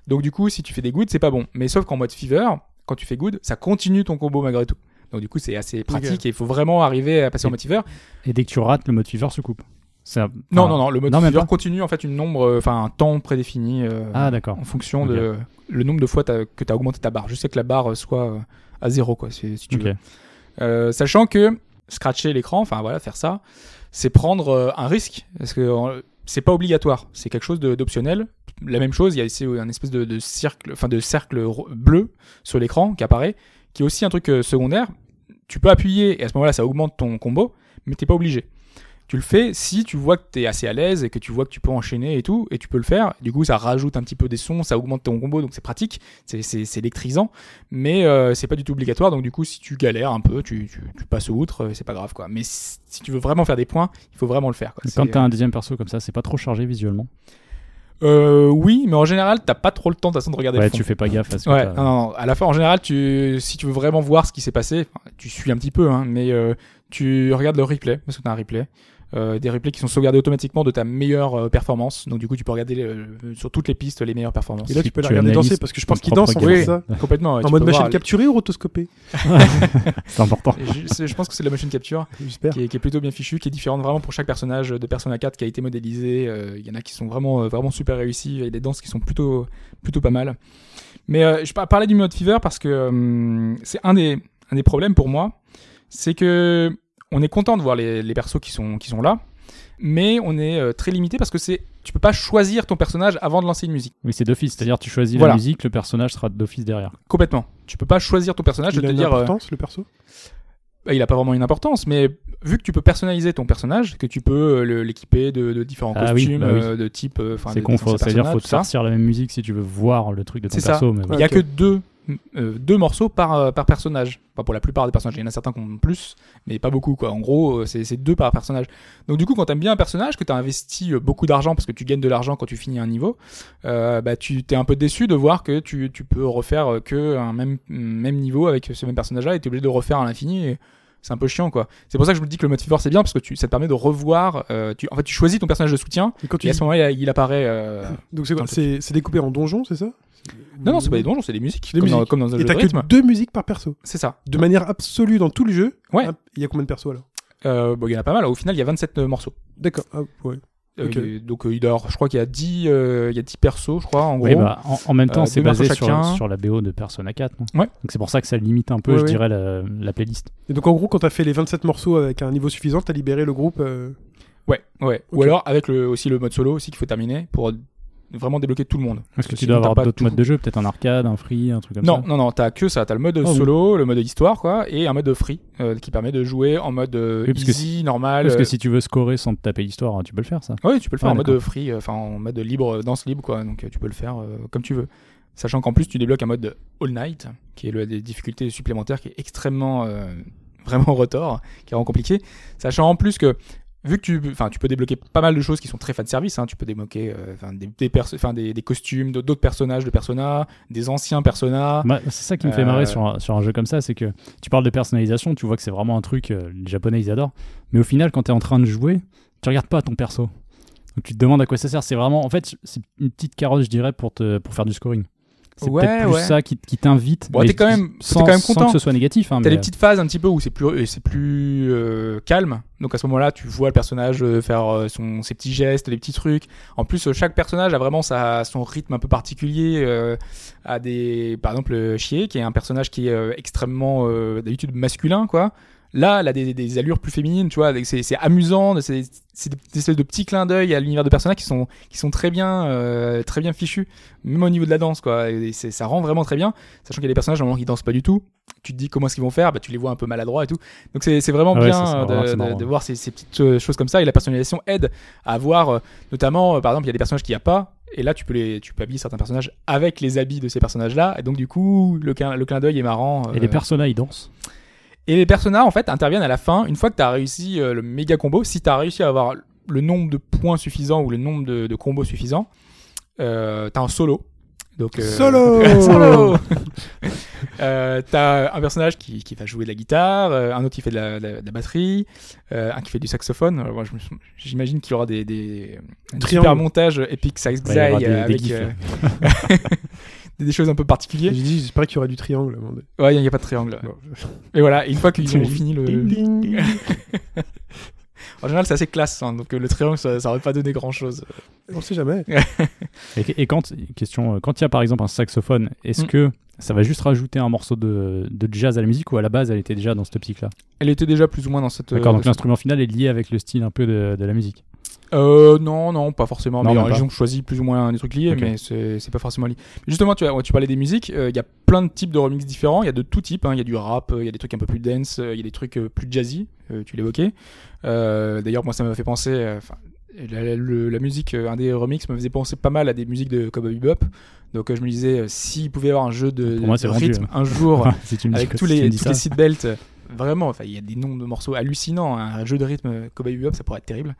Donc, du coup, si tu fais des good, c'est pas bon. Mais sauf qu'en mode fever, quand tu fais good, ça continue ton combo malgré tout. Donc, du coup, c'est assez pratique et il faut vraiment arriver à passer en mode fever. Et dès que tu rates, le mode fever se coupe. C'est un- Non, ah. non, non, le mode Non, même fever pas. continue en fait une nombre, euh, enfin, un temps prédéfini. euh, Ah, d'accord. en fonction de le nombre de fois t'as- que tu as augmenté ta barre. Je sais que la barre euh, soit euh, à zéro, quoi, si, si tu Ok. veux. Euh, sachant que scratcher l'écran, enfin voilà, faire ça, c'est prendre euh, un risque. Parce que euh, c'est pas obligatoire, c'est quelque chose de- d'optionnel. La même chose, il y a ici un espèce de, de cercle, enfin de cercle ro- bleu sur l'écran qui apparaît, qui est aussi un truc euh, secondaire. Tu peux appuyer et à ce moment-là, ça augmente ton combo, mais t'es pas obligé. Tu le fais si tu vois que t'es assez à l'aise et que tu vois que tu peux enchaîner et tout, et tu peux le faire. Du coup, ça rajoute un petit peu des sons, ça augmente ton combo, donc c'est pratique, c'est- c'est c'est électrisant, mais euh, c'est pas du tout obligatoire. Donc du coup, si tu galères un peu, tu, tu- tu passes outre, euh, c'est pas grave quoi. Mais si si tu veux vraiment faire des points, il faut vraiment le faire. Quoi. Mais Bah, C'est- Quand t'as un deuxième perso comme ça, c'est pas trop chargé visuellement. Euh, oui, mais en général, t'as pas trop le temps de toute façon de regarder le Ouais, fond. tu fais pas gaffe à ce que Ouais, t'as- non, non, à la fin, en général, tu, si tu veux vraiment voir ce qui s'est passé, tu suis un petit peu, hein, mais euh, tu regardes le replay, parce que t'as un replay. euh, des replays qui sont sauvegardés automatiquement de ta meilleure euh, performance. Donc du coup, tu peux regarder euh, sur toutes les pistes les meilleures performances. <laughs> Et là, Si tu peux tu la regarder analyses danser parce que je ton pense qu'il propre danse en gameplay. fait, ça. Complètement. ouais, En tu mode peux machine voir les- capturée ou rotoscopée C'est important. <laughs> Je, c'est- je pense que c'est de la machine capture J'espère. qui est, qui est plutôt bien fichue, qui est différente vraiment pour chaque personnage de Persona 4 qui a été modélisé. Euh, Il y en a qui sont vraiment, euh, vraiment super réussis et des danses qui sont plutôt, plutôt pas mal. Mais euh, je par- parlais du mode Fever parce que euh, c'est un des, un des problèmes pour moi. C'est que on est content de voir les, les persos qui sont, qui sont là, mais on est euh, très limité parce que c'est tu peux pas choisir ton personnage avant de lancer une musique. Oui, c'est d'office. C'est-à-dire, tu choisis Voilà. la musique, le personnage sera d'office derrière. Complètement. Tu peux pas choisir ton personnage de Il te a une dire. euh, importance, le perso bah, il a pas vraiment une importance, mais vu que tu peux personnaliser ton personnage, que tu peux euh, le- l'équiper de, de différents Ah oui, costumes, bah oui. euh, de type, euh, enfin, c'est de- con, d'anciens faut- c'est-à-dire, personnages, faut tout te ça. sortir la même musique si tu veux voir le truc de ton C'est ça. perso. mais Il bon. n'y a Ok. que deux, euh, deux morceaux par, euh, par personnage. Enfin, pour la plupart des personnages, il y en a certains qui ont plus, mais pas beaucoup. Quoi. En gros, euh, c'est c'est deux par personnage. Donc du coup, quand t'aimes bien un personnage, que t'as investi euh, beaucoup d'argent, parce que tu gagnes de l'argent quand tu finis un niveau, euh, bah, tu t'es un peu déçu de voir que tu, tu peux refaire euh, que un même, même niveau avec ce même personnage-là, et t'es obligé de refaire à l'infini. et C'est un peu chiant, quoi. C'est pour ça que je me dis que le mode Fever c'est bien parce que tu, ça te permet de revoir. euh, tu, en fait, tu choisis ton personnage de soutien Et quand tu et à dis- Ah. ce moment-là, il, il apparaît. euh, <laughs> Donc c'est quoi Attends, C'est c'est découpé en donjons, c'est ça Non, non, c'est pas des donjons, c'est des musiques. Des comme, Dans, musiques. comme dans un Et jeu de t'as rythme. que deux musiques par perso. C'est ça. De manière absolue dans tout le jeu. Ouais. Ah, Il y a combien de persos alors Euh, bon, il y en a pas mal. Au final, il y a 27 morceaux. D'accord. Ah, ouais. Euh, Ok. il- donc, euh, il doit- je crois qu'il y a 10, euh, il y a 10 persos, je crois, en gros. Oui, bah, en, en même temps, Euh, c'est deux morceaux basé sur, chacun. sur la BO de Persona 4. non Ouais. Donc c'est pour ça que ça limite un peu, Ouais, je ouais. dirais, la, la playlist. Et donc en gros, quand t'as fait les 27 morceaux avec un niveau suffisant, t'as libéré le groupe. euh, Ouais, ouais. Ou Ok. alors, avec le, aussi le mode solo aussi qu'il faut terminer pour vraiment débloquer tout le monde. Parce que tu sinon, dois t'as avoir pas d'autres tout. modes de jeu, peut-être un arcade, un free, un truc comme non, ça. non, non, t'as que ça. T'as le mode Ah oui. solo, le mode histoire, quoi, et un mode free euh, qui permet de jouer en mode euh, Oui, parce que easy, normal. Parce que euh, si tu veux scorer sans te taper l'histoire, hein, tu peux le faire ça. Oui, tu peux le faire Ah, en mode d'accord. free, euh, enfin en mode libre, euh, danse libre, quoi. Donc euh, tu peux le faire euh, comme tu veux. Sachant qu'en plus, tu débloques un mode all night, qui est le, des difficultés supplémentaires, qui est extrêmement, euh, <laughs> vraiment retors, qui est vraiment compliqué. Sachant en plus que, vu que tu, enfin, tu peux débloquer pas mal de choses qui sont très fan service, hein, tu peux débloquer euh, enfin, des, des, perso- enfin, des, des costumes, de- d'autres personnages de Persona, des anciens Persona. <laughs> Bah, c'est ça qui me Euh, fait marrer sur un, sur un jeu comme ça, c'est que tu parles de personnalisation, tu vois que c'est vraiment un truc, euh, les Japonais ils adorent, mais au final quand tu es en train de jouer, tu regardes pas ton perso. Donc tu te demandes à quoi ça sert, c'est vraiment, en fait c'est une petite carotte je dirais pour, te, pour faire du scoring. C'est Ouais, peut-être plus ouais. ça qui, qui t'invite. Bon, mais t'es quand même- sans, t'es quand même sans content. que ce soit négatif. hein, T'as mais- des petites phases un petit peu où c'est plus, euh, c'est plus euh, calme. Donc à ce moment-là, tu vois le personnage euh, faire euh, son, ses petits gestes, les petits trucs. En plus, euh, chaque personnage a vraiment sa, son rythme un peu particulier. euh, à des, par exemple, euh, Chie, qui est un personnage qui est euh, extrêmement euh, d'habitude masculin, quoi. Là, elle a des, des allures plus féminines, tu vois. avec- C'est c'est amusant. C'est c'est des, des espèces de petits clins d'œil à l'univers de Persona qui sont, qui sont très bien, euh, très bien fichus, même au niveau de la danse, quoi. Et c'est- ça rend vraiment très bien, sachant qu'il y a des personnages normalement qui dansent pas du tout tu te dis comment est-ce qu'ils vont faire, bah, tu les vois un peu maladroits et tout. Donc c'est c'est vraiment Ah ouais, bien ça, c'est euh, marrant, de, c'est de- marrant. de voir ces, ces petites euh, choses comme ça. Et la personnalisation aide à voir, euh, notamment, euh, par exemple, il y a des personnages qu'il n'y a pas. Et là, tu peux, les, tu peux habiller certains personnages avec les habits de ces personnages-là. Et donc, du coup, le, clin- le clin d'œil est marrant. euh, Et les personnages ils dansent. et les personnages, en fait, interviennent à la fin. Une fois que tu as réussi euh, le méga combo, si tu as réussi à avoir le nombre de points suffisants ou le nombre de, de combos suffisants, euh, t'as un solo. Donc, euh, Solo <laughs> <laughs> Solo Euh, T'as un personnage qui, qui va jouer de la guitare, euh, un autre qui fait de la, de la- de la batterie, euh, un qui fait du saxophone. Alors, moi, je me sou- J'imagine qu'il y aura des, des un Triangle. super montages Epic Sax Ouais, il y aura Xai, des- euh, des avec gifs, euh, des, des choses un peu particulières. J'ai dit, j'espère qu'il y aura du triangle. à un moment donné. Ouais, il n'y a, pas de triangle. Bon. Et voilà, et une fois <laughs> qu'ils ont fini le, Ding, ding. En général, c'est assez classe, hein, donc euh, le triangle, ça, ça aurait pas donné grand chose. <laughs> On sait jamais. Et, et quand, question, euh, quand il y a par exemple un saxophone, est-ce Mm. que ça va juste rajouter un morceau de, de jazz à la musique ou à la base elle était déjà dans cette optique-là Elle était déjà plus ou moins dans cette. D'accord, euh, donc l'instrument final est lié avec le style un peu de, de la musique. Euh, non, non, pas forcément. Non, mais même alors, pas. ils ont choisi plus ou moins des trucs liés, Ok. mais c'est c'est pas forcément lié. Justement, tu, as- tu parlais des musiques. euh, Il y a plein de types de remix différents. Il y a de tout type. hein. Il y a du rap, euh, il y a des trucs un peu plus dance, euh, il y a des trucs euh, plus jazzy. euh, tu l'évoquais. Euh, D'ailleurs, moi, ça m'a fait penser. euh, enfin, la, la- le- la musique, euh, un des remix me faisait penser pas mal à des musiques de Cowboy Bebop. Donc, euh, je me disais, euh, s'il pouvait y avoir un jeu de, Pour moi, de c'est vendu, rythme hein. un <laughs> jour si tu me dis avec que- tous si tu les, me dis tous ça. les seatbelts. euh, Vraiment, enfin, il y a des nombres de morceaux hallucinants. hein. Un jeu de rythme euh, Cowboy Bebop, ça pourrait être terrible.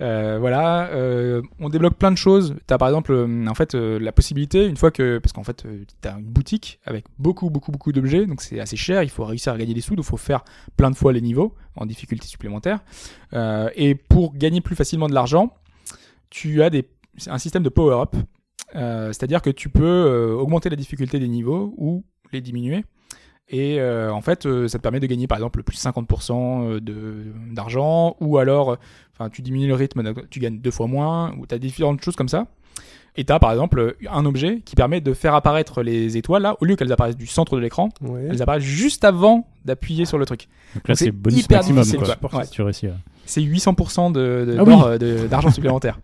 Euh, voilà, euh, on débloque plein de choses. T'as par exemple, euh, en fait, euh, la possibilité une fois que, parce qu'en fait, euh, t'as une boutique avec beaucoup, beaucoup, beaucoup d'objets, donc c'est assez cher. Il faut réussir à gagner des sous, donc faut faire plein de fois les niveaux en difficulté supplémentaire. Euh, et pour gagner plus facilement de l'argent, tu as des, c'est un système de power-up, Euh, c'est-à-dire que tu peux euh, augmenter la difficulté des niveaux ou les diminuer. Et euh, en fait, euh, ça te permet de gagner par exemple plus 50% euh, de- d'argent, ou alors euh, enfin, tu diminues le rythme, donc tu gagnes deux fois moins, ou tu as différentes choses comme ça. Et tu as par exemple un objet qui permet de faire apparaître les étoiles là, au lieu qu'elles apparaissent du centre de l'écran, Ouais. elles apparaissent juste avant d'appuyer sur le truc. Donc là, c'est c'est bonus hyper maximum, difficile, quoi. quoi. Ouais. Si tu réussis. ouais. C'est 800% de- de- Ah d'or, euh, de- d'argent supplémentaire.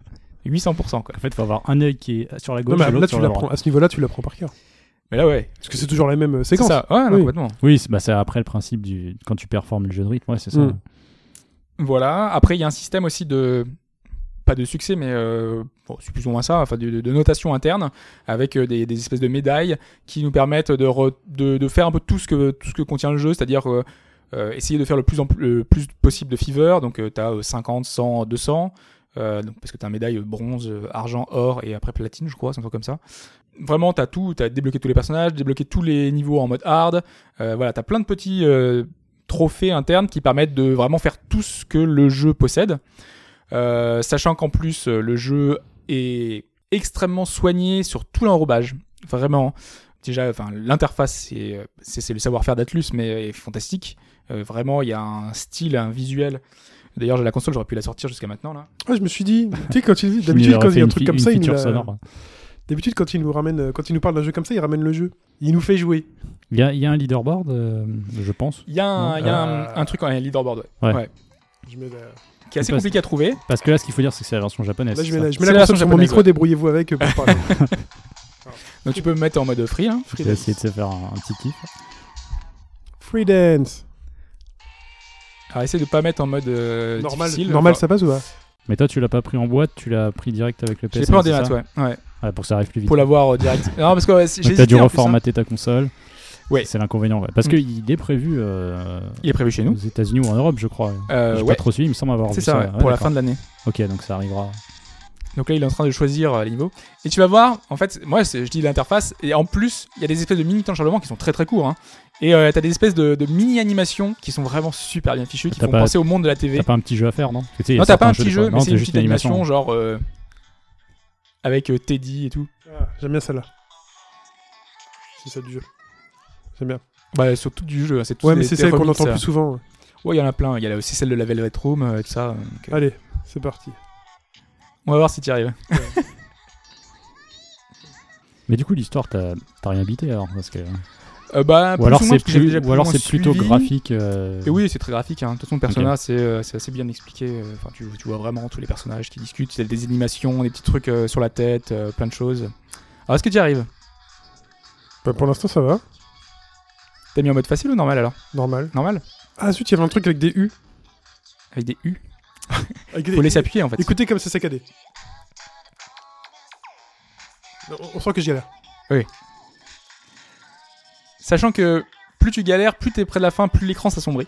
800% quoi. En fait, faut avoir un œil qui est sur la Non, gauche mais là, et l'autre tu sur la l'apprends. droite. À ce niveau-là, tu l'apprends par cœur. Mais là ouais, Parce que c'est toujours la même euh, c'est séquence. ça. Ouais, non, Oui. complètement. Oui, c'est- bah, c'est après le principe du quand tu performes le jeu de rythme, ouais, c'est ça. Mm. Voilà. Après, il y a un système aussi de pas de succès, mais euh, bon, c'est plus ou moins ça, enfin de, de- de notation interne avec euh, des, des espèces de médailles qui nous permettent de, re- de, de faire un peu tout ce que tout ce que contient le jeu, c'est-à-dire euh, euh, essayer de faire le plus en plus, le plus possible de fever. Donc, euh, tu as 50, 100, 200. euh, donc, parce que tu as médaille bronze, euh, argent, or et après platine, je crois, c'est un truc comme ça. Vraiment, tu as tout, tu as débloqué tous les personnages, débloqué tous les niveaux en mode hard. Euh, voilà, tu as plein de petits euh, trophées internes qui permettent de vraiment faire tout ce que le jeu possède. Euh, sachant qu'en plus, euh, le jeu est extrêmement soigné sur tout l'enrobage. Vraiment. Déjà, enfin, l'interface, c'est, euh, c'est, c'est le savoir-faire d'Atlus, mais est fantastique. Euh, vraiment, il y a un style, un visuel. D'ailleurs, j'ai la console, j'aurais pu la sortir jusqu'à maintenant. Là. Ouais, Ah, je me suis <laughs> dit, tu sais, quand il dit, Puis il d'habitude, aurait quand il fait y a un une truc fi- comme une ça, il nous, feature la- sonore. d'habitude, quand il nous ramène, euh, quand il nous parle d'un jeu comme ça, il ramène le jeu. Il nous fait jouer. Il y, a- il y a un leaderboard, euh, je pense. Il y a un, Non. il y a un- Euh. un truc en leaderboard ouais, Ouais. Je mets la- qui est assez Parce- compliqué à trouver. Parce que là, ce qu'il faut dire, c'est que c'est la version japonaise. Là, je c'est mets la, ça je mets C'est la la console sur version mon japonaise, micro, ouais. débrouillez-vous avec euh, pour <laughs> parler. Donc tu peux me mettre en mode free. hein. Je vais essayer de se faire un, un petit kiff. Free dance. Alors essaye de pas mettre en mode euh, normal, difficile. normal Enfin, ça passe ou pas Mais toi, tu l'as pas pris en boîte, tu l'as pris direct avec le Je PS. l'ai pris en démat, ouais. ouais. Ah, pour que ça arrive plus vite. Pour l'avoir euh, direct. Non, parce que ouais, j'ai Donc t'as hésité dû en plus, hein. reformater ta console. Ouais. C'est l'inconvénient. ouais. Parce Mm. qu'il est prévu euh, hein. Il est prévu chez aux nous. États-Unis ou en Europe, je crois. Euh, J'ai ouais, pas trop suivi, il me semble avoir vu c'est ça. ça, ouais, Ouais, pour la d'accord. fin de l'année. Ok, donc ça arrivera. Donc là, il est en train de choisir euh, les niveaux. Et tu vas voir, en fait, moi, c'est- je dis l'interface. Et en plus, il y a des espèces de mini temps de chargement qui sont très très courts. hein. Et euh, t'as des espèces de, de mini animations qui sont vraiment super bien fichues, qui T'as font pas- penser au monde de la TV. T'as pas un petit jeu à faire, non Parce que, tu sais, il y a Non, t'as pas certains un jeux, petit des fois- jeu, mais non, c'est une petite animation, ouais. genre euh, avec euh, Teddy et tout. Ah, J'aime bien celle-là. C'est ça du jeu. J'aime bien. Bah, surtout du jeu, hein, c'est tout. Ouais, mais c'est celle qu'on entend plus hein. souvent. euh. Ouais, il y en a plein. Il y a aussi celle de la Velvet Room euh, et tout ça. donc, euh, Allez, c'est parti. on va voir si t'y arrives. Mais du coup, l'histoire, t'as t'as rien bité alors. Parce que... Euh, bah, Ou alors, plus ou moins, parce c'est que j'ai plus- déjà ou alors ou moins c'est plutôt suivi. graphique. euh, Et oui, c'est très graphique. Hein. De toute façon, le personnage, c'est euh, c'est assez bien expliqué. euh, Enfin, tu, tu vois vraiment tous les personnages qui discutent. Il y a des animations, des petits trucs euh, sur la tête, euh, plein de choses. Alors, est-ce que tu y arrives Bah, pour l'instant, ça va. T'as mis en mode facile ou normal alors Normal. Normal Ah zut, il y avait un truc avec des U. Avec des U Avec des- Faut laisser appuyer en fait. Écoutez comme c'est saccadé. Non, On, on sent que j'y galère. Sachant que plus tu galères, plus t'es près de la fin, plus l'écran s'assombrit.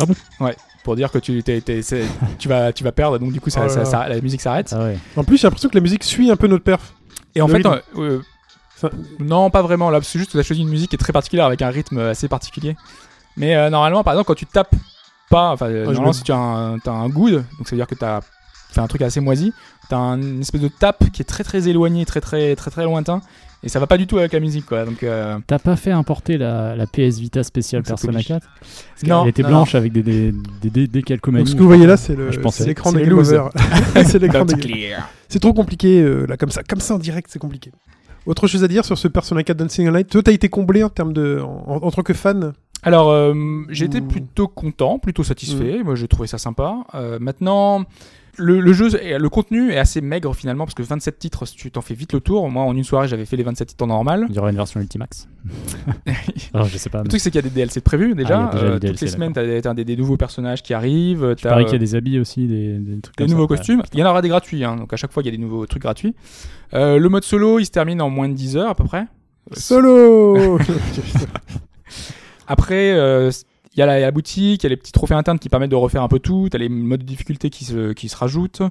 Ah bon Ouais. Pour dire que tu, t'es- t'es- c'est- tu, vas, tu vas perdre, donc du coup, ça, Oh là ça- là. ça- la musique s'arrête. Ah ouais. En plus, j'ai l'impression que la musique suit un peu notre perf. Et en Le fait, rythme. euh, euh, Ça- non, pas vraiment. Là, c'est juste que tu as choisi une musique qui est très particulière, avec un rythme assez particulier. Mais euh, normalement, par exemple, quand tu tapes pas, enfin, euh, je normalement, me- si tu as un, t'as un good, donc ça veut dire que tu as fait un truc assez moisi, tu as une espèce de tape qui est très très éloignée, très très très très lointain, et ça va pas du tout avec la musique, quoi. Donc, euh, T'as pas fait importer la, la PS Vita spéciale Donc, c'est Persona poli. 4 non, Elle était non, blanche avec des, des, des, des, des calcomanies. Donc ce que vous voyez là, c'est le- Je pensais- c'est l'écran c'est des les Game losers. <laughs> Over. c'est <laughs> non. l'écran Not des clear. C'est trop compliqué, euh, là, comme ça. Comme ça, en direct, c'est compliqué. Autre chose à dire sur ce Persona 4 Dancing Light Toi, t'as été comblé en termes de... En, en tant que fan Alors, euh, j'étais Hmm. Ouh. plutôt content, plutôt satisfait. Moi, j'ai trouvé ça sympa. Euh, maintenant, le, le jeu, et le contenu est assez maigre finalement, parce que 27 titres, tu t'en fais vite le tour. Moi, en une soirée, j'avais fait les 27 titres en normal. Il y aura une <laughs> version Ultimax. <laughs> Alors, je sais pas. Le mais truc, c'est qu'il y a des DLC de prévus déjà. Euh, Ah, il y a déjà des toutes les DLC, semaines, t'as des, t'as des, des nouveaux personnages qui arrivent. Je t'as, parie qu'il y a euh, des habits aussi, des, des trucs des comme ça. nouveaux Ouais. costumes. Il y en aura des gratuits, hein, donc à chaque fois, il y a des nouveaux trucs gratuits. Euh, le mode solo, il se termine en moins de 10 heures à peu près. Solo Après, euh, il y, a la- il y a la boutique, il y a les petits trophées internes qui permettent de refaire un peu tout, t'as les modes de difficulté qui se, qui se rajoutent.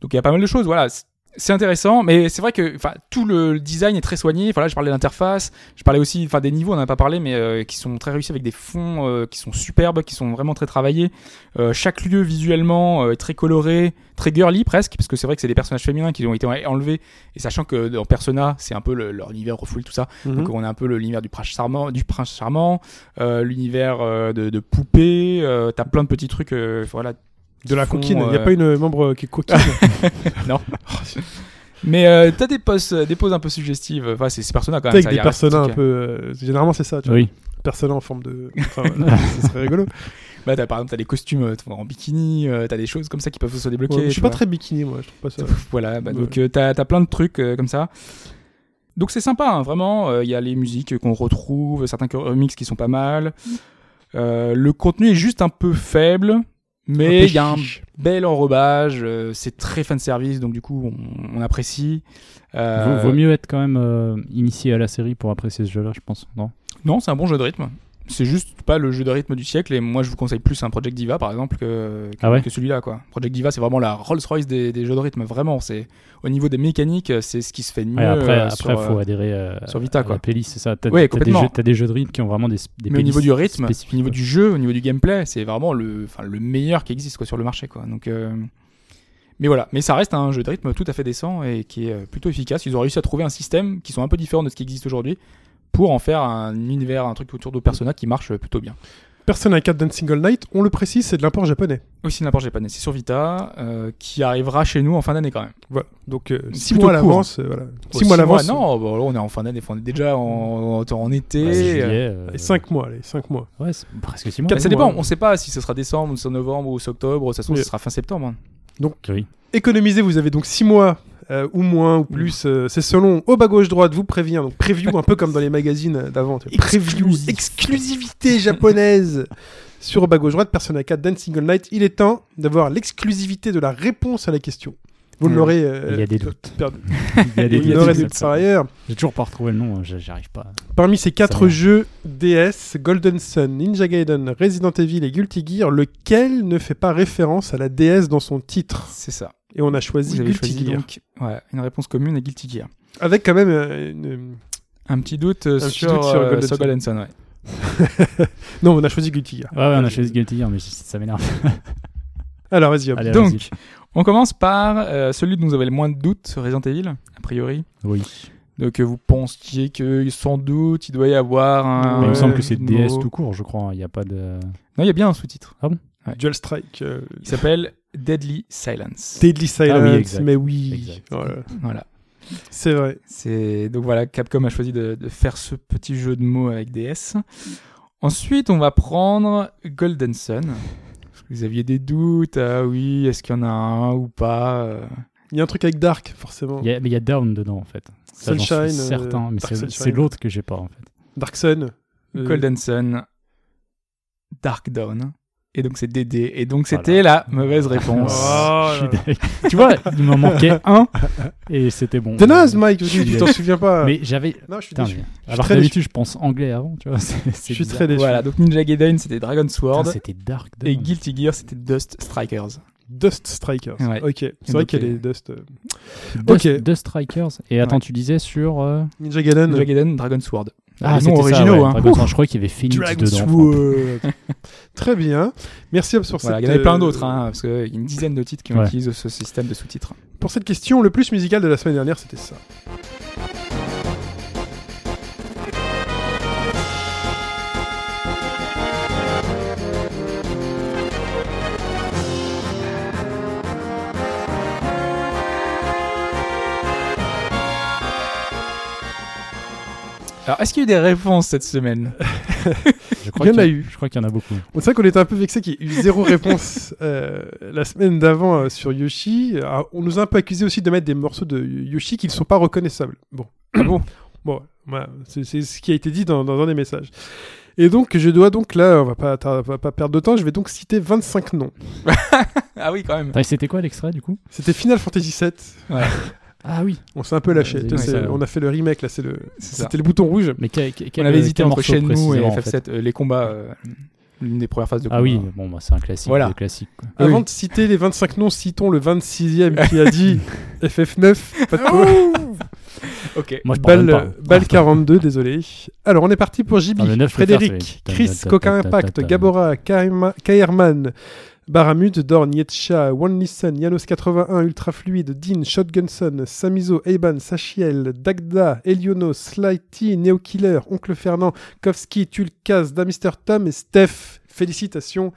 Donc il y a pas mal de choses. Voilà, C'est- c'est intéressant, mais c'est vrai que enfin tout le design est très soigné. Voilà, je parlais de l'interface, je parlais aussi enfin des niveaux, on n'en a pas parlé, mais euh, qui sont très réussis avec des fonds euh, qui sont superbes, qui sont vraiment très travaillés. Euh, chaque lieu visuellement euh, est très coloré, très girly presque, parce que c'est vrai que c'est des personnages féminins qui ont été enlevés. Et sachant que dans Persona, c'est un peu le- leur univers refoulé tout ça. Donc Hmm. on a un peu le- l'univers du prince charmant, du prince charmant, euh, l'univers euh, de, de poupées. euh, T'as plein de petits trucs, euh, voilà. De la qui font, coquine. Il n'y a euh, pas une membre qui est coquine. Mais euh, t'as des poses, euh, des poses un peu suggestives. Enfin, c'est c'est Persona quand même. avec Bah, ça, des il reste personnages un truc, peu. euh, généralement, c'est ça. Tu vois. Oui. Persona en forme de. Enfin, voilà, ce serait rigolo. euh. Bah, t'as, par exemple, t'as des costumes euh, en bikini, euh, t'as des choses comme ça qui peuvent se débloquer. Ouais, je tu suis pas vois. très bikini, moi. Je trouve pas ça. Voilà, bah, Ouais. donc euh, t'as as plein de trucs euh, comme ça. Donc c'est sympa, hein, vraiment. Euh, Il y a les musiques qu'on retrouve, certains remix qui sont pas mal. Euh, le contenu est juste un peu faible, Hmm. Un peu mais il y a un chiche. bel enrobage. euh, c'est très fan service, donc du coup on, on apprécie. Euh, Vaut, vaut mieux être quand même euh, initié à la série pour apprécier ce jeu-là, je pense. Non Non, c'est un bon jeu de rythme. C'est juste pas le jeu de rythme du siècle et moi je vous conseille plus un Project Diva par exemple que, que, Ah ouais que celui-là quoi. Project Diva c'est vraiment la Rolls-Royce des, des jeux de rythme vraiment. C'est au niveau des mécaniques c'est ce qui se fait de mieux. Ouais, après, euh, après sur, euh, faut adhérer euh, sur Vita, à quoi. la playlist, c'est ça. T'as Ouais, t'as des, complètement. jeux- t'as des jeux de rythme qui ont vraiment des, des mais au niveau playlists du rythme, spécifiques, au niveau quoi. du jeu, au niveau du gameplay, c'est vraiment le, enfin, le meilleur qui existe quoi, sur le marché. Quoi. Donc, euh, Mais voilà, mais ça reste un jeu de rythme tout à fait décent et qui est euh, plutôt efficace. Ils ont réussi à trouver un système qui sont un peu différent de ce qui existe aujourd'hui pour en faire un univers, un truc autour de Persona qui marche plutôt bien. Persona 4 Dancing All Night, on le précise, c'est de l'import japonais. Aussi n'importe japonais, c'est sur Vita, euh, qui arrivera chez nous en fin d'année quand même. Voilà. Donc, 6 plutôt mois à court. l'avance. euh, voilà. Oh, 6 mois à l'avance. Non, bon, là, on est en fin d'année, on est déjà en, en, en été. Ouais, c'est juillet, euh, euh, 5 mois, allez, 5 mois. ouais, c'est presque 6 mois. ça Ouais, dépend, ouais. on sait pas si ce sera décembre, ou ce sera novembre, ou ce octobre, ça se trouve, Oui. ce sera fin septembre. hein. Oui. Économisez, vous avez donc 6 mois. euh, ou moins, ou plus, euh, c'est selon au bas gauche droite, vous prévient. Donc preview, un peu comme dans les magazines euh, d'avant. tu vois. Preview, Exclusif. exclusivité japonaise sur au bas gauche droite, Persona 4 Dancing All Night. Il est temps d'avoir l'exclusivité de la réponse à la question. Vous Mm. l'aurez. euh, Il y a des per- doutes. perdu. <laughs> Il y a des Vous l'aurez des- doutes par ailleurs. J'ai toujours pas retrouvé le nom, hein, j'y arrive pas. Parmi ces quatre va. jeux DS, Golden Sun, Ninja Gaiden, Resident Evil et Guilty Gear, lequel ne fait pas référence à la DS dans son titre C'est ça. Et on a choisi Vous avez Guilty choisi Gear. donc ouais, une réponse commune à Guilty Gear. Avec quand même euh, une- Un petit doute euh, petit sur, doute sur euh, Golden sur Sun. Golden Sun, ouais. Non, on a choisi Guilty Gear. Ah, Ouais, ouais, on a choisi Guilty Gear, mais ça m'énerve. Alors vas-y, hop. Allez, Donc, vas-y. On commence par euh, celui dont vous avez le moins de doutes, Resident Evil, a priori. Oui. Donc euh, vous pensiez que sans doute il doit y avoir un. Mais il me semble ouais, que c'est mot. DS tout court, je crois. hein, Il n'y a pas de. Non, il y a bien un sous-titre. Ouais. Dual Strike, euh, Il s'appelle Deadly Silence. Deadly Silence, Ah oui, exact. mais oui, Exact. Voilà. Voilà. c'est vrai. C'est donc voilà, Capcom a choisi de, de faire ce petit jeu de mots avec DS. Ensuite, on va prendre Golden Sun. Parce que Vous aviez des doutes, ah oui, est-ce qu'il y en a un ou pas euh. Il y a un truc avec Dark, forcément. Il y a- mais il y a Down dedans, en fait. Ça, j'en suis Sunshine, euh, certain, mais Dark c'est- Sunshine. c'est l'autre que j'ai pas, en fait. Dark Sun. euh, Golden Sun, Dark Dawn. Et donc c'est DD. Et donc Voilà. c'était la mauvaise <laughs> réponse. Oh Je suis là d'accord. tu vois, il <laughs> m'en manquait un et c'était bon. T'es naze, Mike, Je suis tu t'en dé- souviens pas. Mais j'avais. Non, je suis Putain, déçu. mais- suis Alors que très d'habitude, je pense anglais avant, tu vois. <laughs> c'est- c'est Je suis bizarre. très déçu. Voilà, donc Ninja Gaiden c'était Dragon Sword. Putain, C'était Dark Dawn. et Guilty Gear c'était Dust Strikers. Dust Strikers. Ouais. Ok, c'est donc, vrai qu'il y a euh, des Dust. euh, Deux, Ok. deux Strikers. Et attends, Ouais. tu disais sur. euh, Ninja Gaiden. Ninja Gaiden, Dragon Sword. Les c'était noms ça, originaux. ouais, hein. Dragon Sword, je crois qu'il y avait Phoenix Dragon dedans. enfin. Sword. Très bien. Merci Hop, sur Voilà, il cette, y en avait plein euh, d'autres, hein, parce qu'il y a une dizaine de titres qui ont Ouais. utilisé ce système de sous-titres. Pour cette question, le plus musical de la semaine dernière, c'était ça. Alors, est-ce qu'il y a eu des réponses cette semaine Je Il crois y en qu'il a eu. Je crois qu'il y en a beaucoup. On sait qu'on était un peu vexé qu'il y ait eu zéro <laughs> réponse euh, la semaine d'avant euh, sur Yoshi. Alors, on nous a un peu accusé aussi de mettre des morceaux de Yoshi qui ne sont pas reconnaissables. Bon, Ah bon bon, voilà. c'est c'est ce qui a été dit dans, dans un des messages. Et donc, je dois donc là, on va pas, atta- on va pas perdre de temps. Je vais donc citer 25 noms. Ah oui, quand même. Attends, et C'était quoi l'extrait du coup C'était Final Fantasy VII. Ah oui. On s'est un peu lâché. Ouais, Tu c'est sais, ça. on a fait le remake là. c'est le- Ah, C'est ça. C'était le bouton rouge. Mais quel, quel- On quel- avait hésité quel entre morceau Shenmue et précisément, en FF7, fait euh, les combats. euh, l'une des premières phases de combat. Ah oui, bon, bah, c'est un classique. Voilà. de classique. quoi. Oui. Avant de citer les 25 noms, citons le 26e qui a <laughs> dit FF9, Ah, pas de quoi. Ok. Moi, je Balle, parle même pas. balle 42, euh, désolé. Alors, on est parti pour JB, Ah, le neuf, je préfère Frédéric, celui-là. Chris, Ta- ta- Coquin ta- ta- ta- Impact, ta- Gabora, Kaima- Kaerman, Baramut, Dorn, Yetcha, One Listen, Yanos 81, Ultra Fluide, Dean, Shotgunson, Samizo, Eiban, Sachiel, Dagda, Eliono, Slighty, Neo Killer, Oncle Fernand, Kowski, Tulkas, Damister Tom et Steph. Félicitations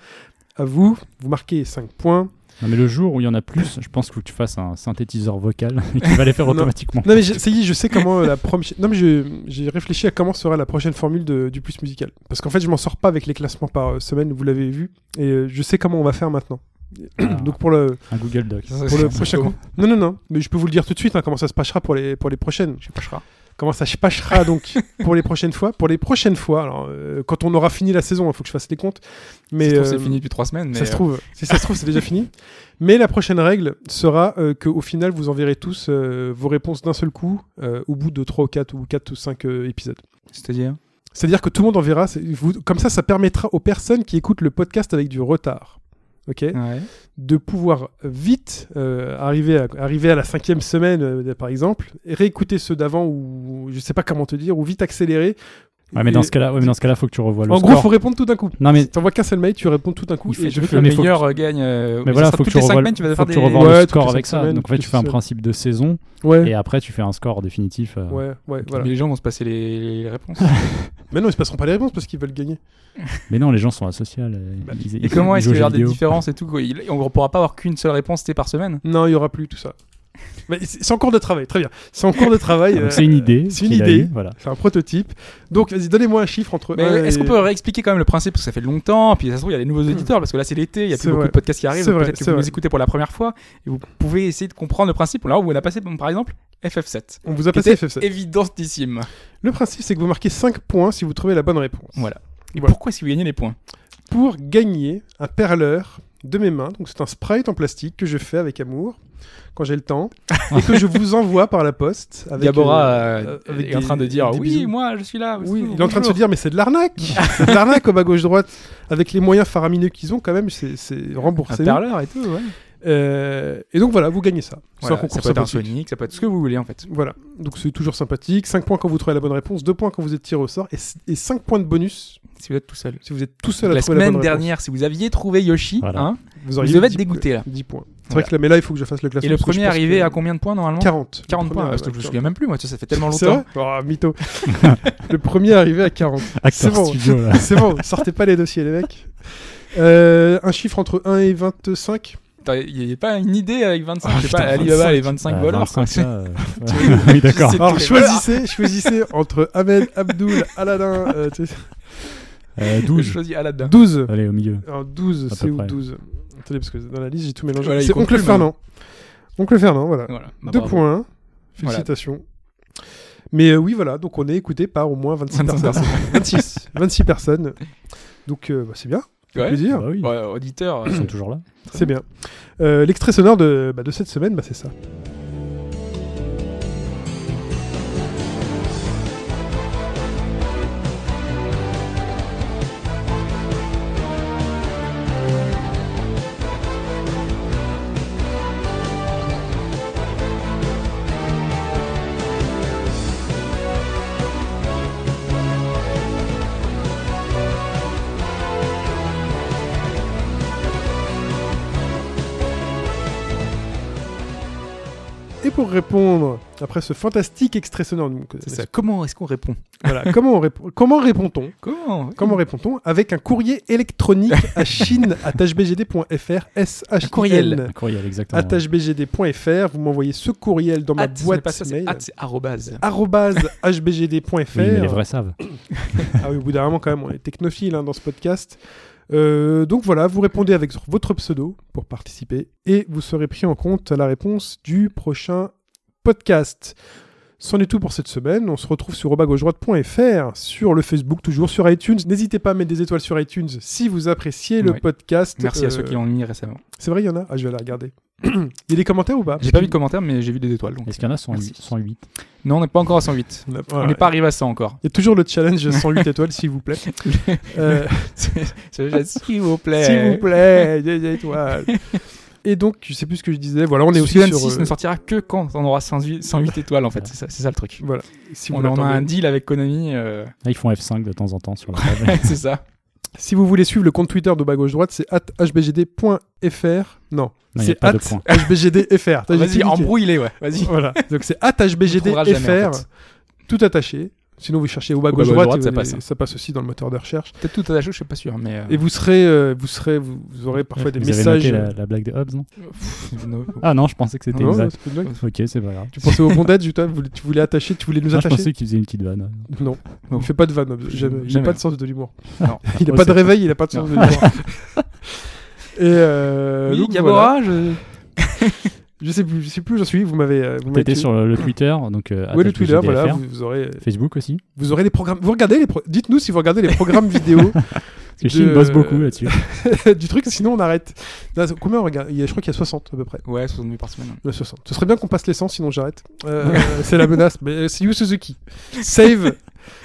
à vous. Vous marquez 5 points. Non, mais le jour où il y en a plus, je pense qu'il faut que tu fasses un synthétiseur vocal <laughs> et qu'il va les faire Non. automatiquement. Non mais j'ai- ça y est, je sais comment euh, la prochaine. Non mais je- j'ai réfléchi à comment sera la prochaine formule de- du plus musical. Parce qu'en fait, je m'en sors pas avec les classements par euh, semaine. Vous l'avez vu. Et euh, je sais comment on va faire maintenant. <clears throat> Alors, Donc pour le un Google Doc. Ah. Ça, pour c'est le un prochain. symptôme. coup- Non non non. Mais je peux vous le dire tout de suite hein, comment ça se passera pour les pour les prochaines. Je sais pas, je crois. Comment ça se <laughs> passera donc pour les prochaines fois. Pour les prochaines fois. Alors euh, quand on aura fini la saison, il faut que je fasse les comptes. Mais Ça se trouve, euh, c'est fini depuis trois semaines. Mais ça se <laughs> trouve, si ça se trouve, c'est déjà fini. Mais la prochaine règle sera euh, que au final, vous enverrez tous euh, vos réponses d'un seul coup euh, au bout de 3 ou 4 ou 4 ou 5 euh, épisodes. euh, C'est-à-dire C'est-à-dire que tout le monde enverra. c'est- vous- comme ça, ça permettra aux personnes qui écoutent le podcast avec du retard. Ok Ouais. de pouvoir vite euh, arriver, à, arriver à la cinquième semaine, euh, par exemple, et réécouter ceux d'avant, ou je sais pas comment te dire, ou vite accélérer. Ouais, mais dans Et- ce cas-là, ouais, mais dans ce cas-là, faut que tu revoies le en score. gros, faut répondre tout d'un coup. Non, mais- T'envoies qu'un seul mail, tu réponds tout d'un coup. Il fait- et je le fais un effort. meilleur euh, gagne. euh, mais ça voilà, sera faut que toutes tu les cinq revoies, semaines, tu vas faut faire que des. tu revoies Ouais, le toutes score les avec cinq ça. semaines, Donc en fait, toutes tu fais un les semaines. principe de saison Ouais, et après tu fais un score définitif. euh. ouais, ouais, voilà. Mais les gens vont se passer les, les réponses. Mais non, ils se passeront pas les réponses parce qu'ils veulent gagner. Mais non, les gens sont asociaux. euh, Bah, <laughs> ils- Et ils- comment ils est-ce jouent aux qu'il y jeux aura des vidéo. différences et tout quoi Il- On ne pourra pas avoir qu'une seule réponse c'était par semaine. Non, il y aura plus tout ça. Mais c'est c'est en cours de travail, très bien. C'est en cours de Ah, travail. donc euh, C'est une idée. C'est une qu'il a idée. eue, Voilà. C'est un prototype. Donc, vas-y, donnez-moi un chiffre entre. Mais un est-ce et- Hmm. qu'on peut réexpliquer quand même le principe Parce que ça fait longtemps, puis ça se trouve, il y a des nouveaux auditeurs, parce que là c'est l'été, il y a C'est plus beaucoup vrai. de podcasts qui arrivent, C'est donc vrai, peut-être que c'est vous vrai. nous écoutez pour la première fois, et vous pouvez essayer de comprendre le principe. Là où on a passé par exemple FF7. On vous a qui passé était FF7. Évidentissime. Le principe, c'est que vous marquez 5 points si vous trouvez la bonne réponse. Voilà. Et Voilà. pourquoi est-ce que vous gagnez les points Pour gagner un perleur de mes mains, donc c'est un sprite en plastique que je fais avec amour quand j'ai le temps et que je vous envoie par la poste. Avec, Gabora euh, euh, euh, avec est en des- train de dire des Oui, bisous. moi je suis là. Oui, bonjour, il est en train de se bonjour. dire, mais c'est de l'arnaque! C'est de l'arnaque au bas gauche-droite! Avec les moyens faramineux qu'ils ont, quand même, c'est- c'est Un remboursé. perleur et tout, ouais. Euh, et donc voilà, vous gagnez ça. C'est Voilà, un concours ça peut être un sympathique. Sonic, ça peut être ce que vous voulez en fait. Voilà, donc c'est toujours sympathique. 5 points quand vous trouvez la bonne réponse, 2 points quand vous êtes tiré au sort, et, et 5 points de bonus Si vous êtes tout seul. si vous êtes tout seul à La trouver la semaine bonne réponse. dernière, si vous aviez trouvé Yoshi, Voilà. hein, Vous, vous auriez devez être 10 dégoûté là. points. 10 points. C'est Voilà. vrai que là, mais là, il faut que je fasse le classement. Et le parce que je premier pense arrivé que- à combien de points normalement 40. 40 Le points, premier, parce que je me ouais, souviens même plus, moi, tu sais, ça fait tellement C'est longtemps. vrai Oh, mytho. <laughs> le premier arrivé à 40. C'est Acteur bon. studio là. <laughs> C'est bon, sortez pas les dossiers, les mecs. Euh, un chiffre entre 1 et 25. Attends, Il n'y a pas une idée avec 25, Ah, je sais pas, putain, Alibaba 25, et 25 Ah, voleurs. 25, quoi. ça, <laughs> euh, <laughs> ouais. oui, d'accord. C'est Alors tous les choisissez, choisissez entre Ahmed, Abdul, Aladdin. euh, tu sais- Euh, Je 12. choisis Aladdin. 12. Allez, au milieu. Alors 12, À c'est peu où près. 12 Attendez, parce que dans la liste, j'ai tout mélangé. Voilà, il c'est compte Oncle plus, Fernand. Oncle Fernand, voilà. Voilà. Bah, Deux bravo. points. hein. Voilà. Félicitations. Mais euh, oui, voilà, donc on est écouté par au moins 26 25 personnes. <laughs> 26. 26 personnes. Donc euh, bah, c'est bien. Ça fait Ouais. plaisir. Bah oui, Ouais, auditeur, euh, ils sont toujours là. C'est bien. Euh, L'extrait sonore de, bah, de cette semaine, bah, c'est ça. Et pour répondre, après ce fantastique extrait sonore, donc, euh, c'est ça. Comment est-ce qu'on répond voilà, comment, on rép- comment <laughs> répond-on Comment Comment répond-on Avec un courrier électronique à chine à hbgd.fr, s h courriel. Un courriel, Ah, exactement. hbgd.fr, vous m'envoyez ce courriel dans ma At, ce n'est pas boîte ça, c'est mail. at, c'est arrobase. arobase hbgd.fr. Oui, mais les vrais savent. Ah oui, au bout d'un moment, quand même, on est technophile hein, dans ce podcast. Euh, donc voilà, vous répondez avec votre pseudo pour participer et vous serez pris en compte à la réponse du prochain podcast. C'en est tout pour cette semaine. On se retrouve sur robagaugedroite.fr, sur le Facebook, toujours sur iTunes. N'hésitez pas à mettre des étoiles sur iTunes si vous appréciez le Ouais. podcast. Merci Euh, à ceux qui l'ont mis récemment. C'est vrai, il y en a Ah, je vais aller regarder. <clears throat> Il y a des commentaires ou pas J'ai pas vu de commentaires, mais j'ai vu des étoiles. donc, Est-ce qu'il y en a 108, merci. 108 Non, on n'est pas encore à 108. On a- On voilà. n'est pas arrivé à ça encore. Il y a toujours le <laughs> challenge 108 étoiles, s'il vous plaît. Euh, C'est juste, S'il vous plaît. S'il vous <laughs> plaît, des étoiles. Et donc, je sais plus ce que je disais. Voilà, on est aussi Season sur. 6 euh, ne sortira que quand on aura 108, 108 étoiles en fait. C'est ça, c'est ça le truc. Voilà. Si vous, on en a un l'attendez. deal avec Konami. euh, Là, ils font F5 de temps en temps sur la <laughs> table. c'est ça. si vous voulez suivre le compte Twitter de bas gauche droite, c'est at hbgd.fr. Non, Non, il y a c'est pas at de point. hbgd.fr. T'as, <laughs> Oh, j'ai tout Ah, Vas-y, niqué. embrouille-les, ouais. Vas-y. Voilà. Donc c'est On trouvera jamais, en hbgd.fr. fait. Tout attaché. Sinon, vous cherchez au bas Au bas gauche gauche droite, droite, et ça vous- passe. ça passe aussi dans le moteur de recherche. Peut-être tout à la chose, je suis pas sûr, <laughs> mais. euh, Et vous serez, euh, vous serez, vous, vous aurez parfois des vous messages. avez noté la, la blague de Hobbes, non no- Ah non, je pensais que c'était Non, exact. c'est une blague. Ok, c'est pas grave. Tu pensais au bondage, tu, toi, vous voulez- tu voulais attacher, tu voulais nous Moi, je attacher pensais qu'ils faisaient une petite vanne. Non, Non. il fait pas de vanne, euh, jamais. Il n'a Jamais. pas de sens de l'humour. Non. Il n'a Oh, pas de c'est- réveil, il n'a pas de sens de <laughs> l'humour. Et euh, Oui, donc, voilà. Gabora, je- je sais plus, je sais plus où j'en suis. Vous m'avez, euh, vous m'avez T'étais tué. sur le, le Twitter, donc euh, Ouais, le attache Twitter, voilà. JDFR. Vous, vous aurez, Facebook aussi. vous aurez les programmes. Vous regardez les, pro- dites-nous si vous regardez les <laughs> programmes vidéo <laughs> Parce que De- Chine bosse beaucoup là-dessus. du truc, sinon on arrête. Là, combien on regarde Il y a- Je crois qu'il y a 60 à peu près. Ouais, 60 000 par semaine. Il y a 60. Ce serait bien qu'on passe les 100, sinon j'arrête. Euh, <laughs> c'est la menace. Mais euh, c'est Yu Suzuki. Save,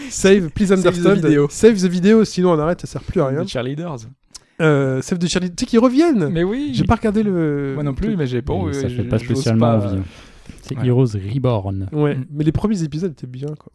save, please the understand. video. Save the video, sinon on arrête, ça sert plus à rien. Les cheerleaders. Euh, Save the Charlie, tu sais qu'ils reviennent. Mais oui. Euh, J'ai pas regardé le. Moi non plus, mais j'ai pas. Et euh, ça fait je- pas j'ose spécialement pas- envie. hein. C'est Ouais. Heroes Reborn. Ouais, Mm. mais les premiers épisodes étaient bien quoi.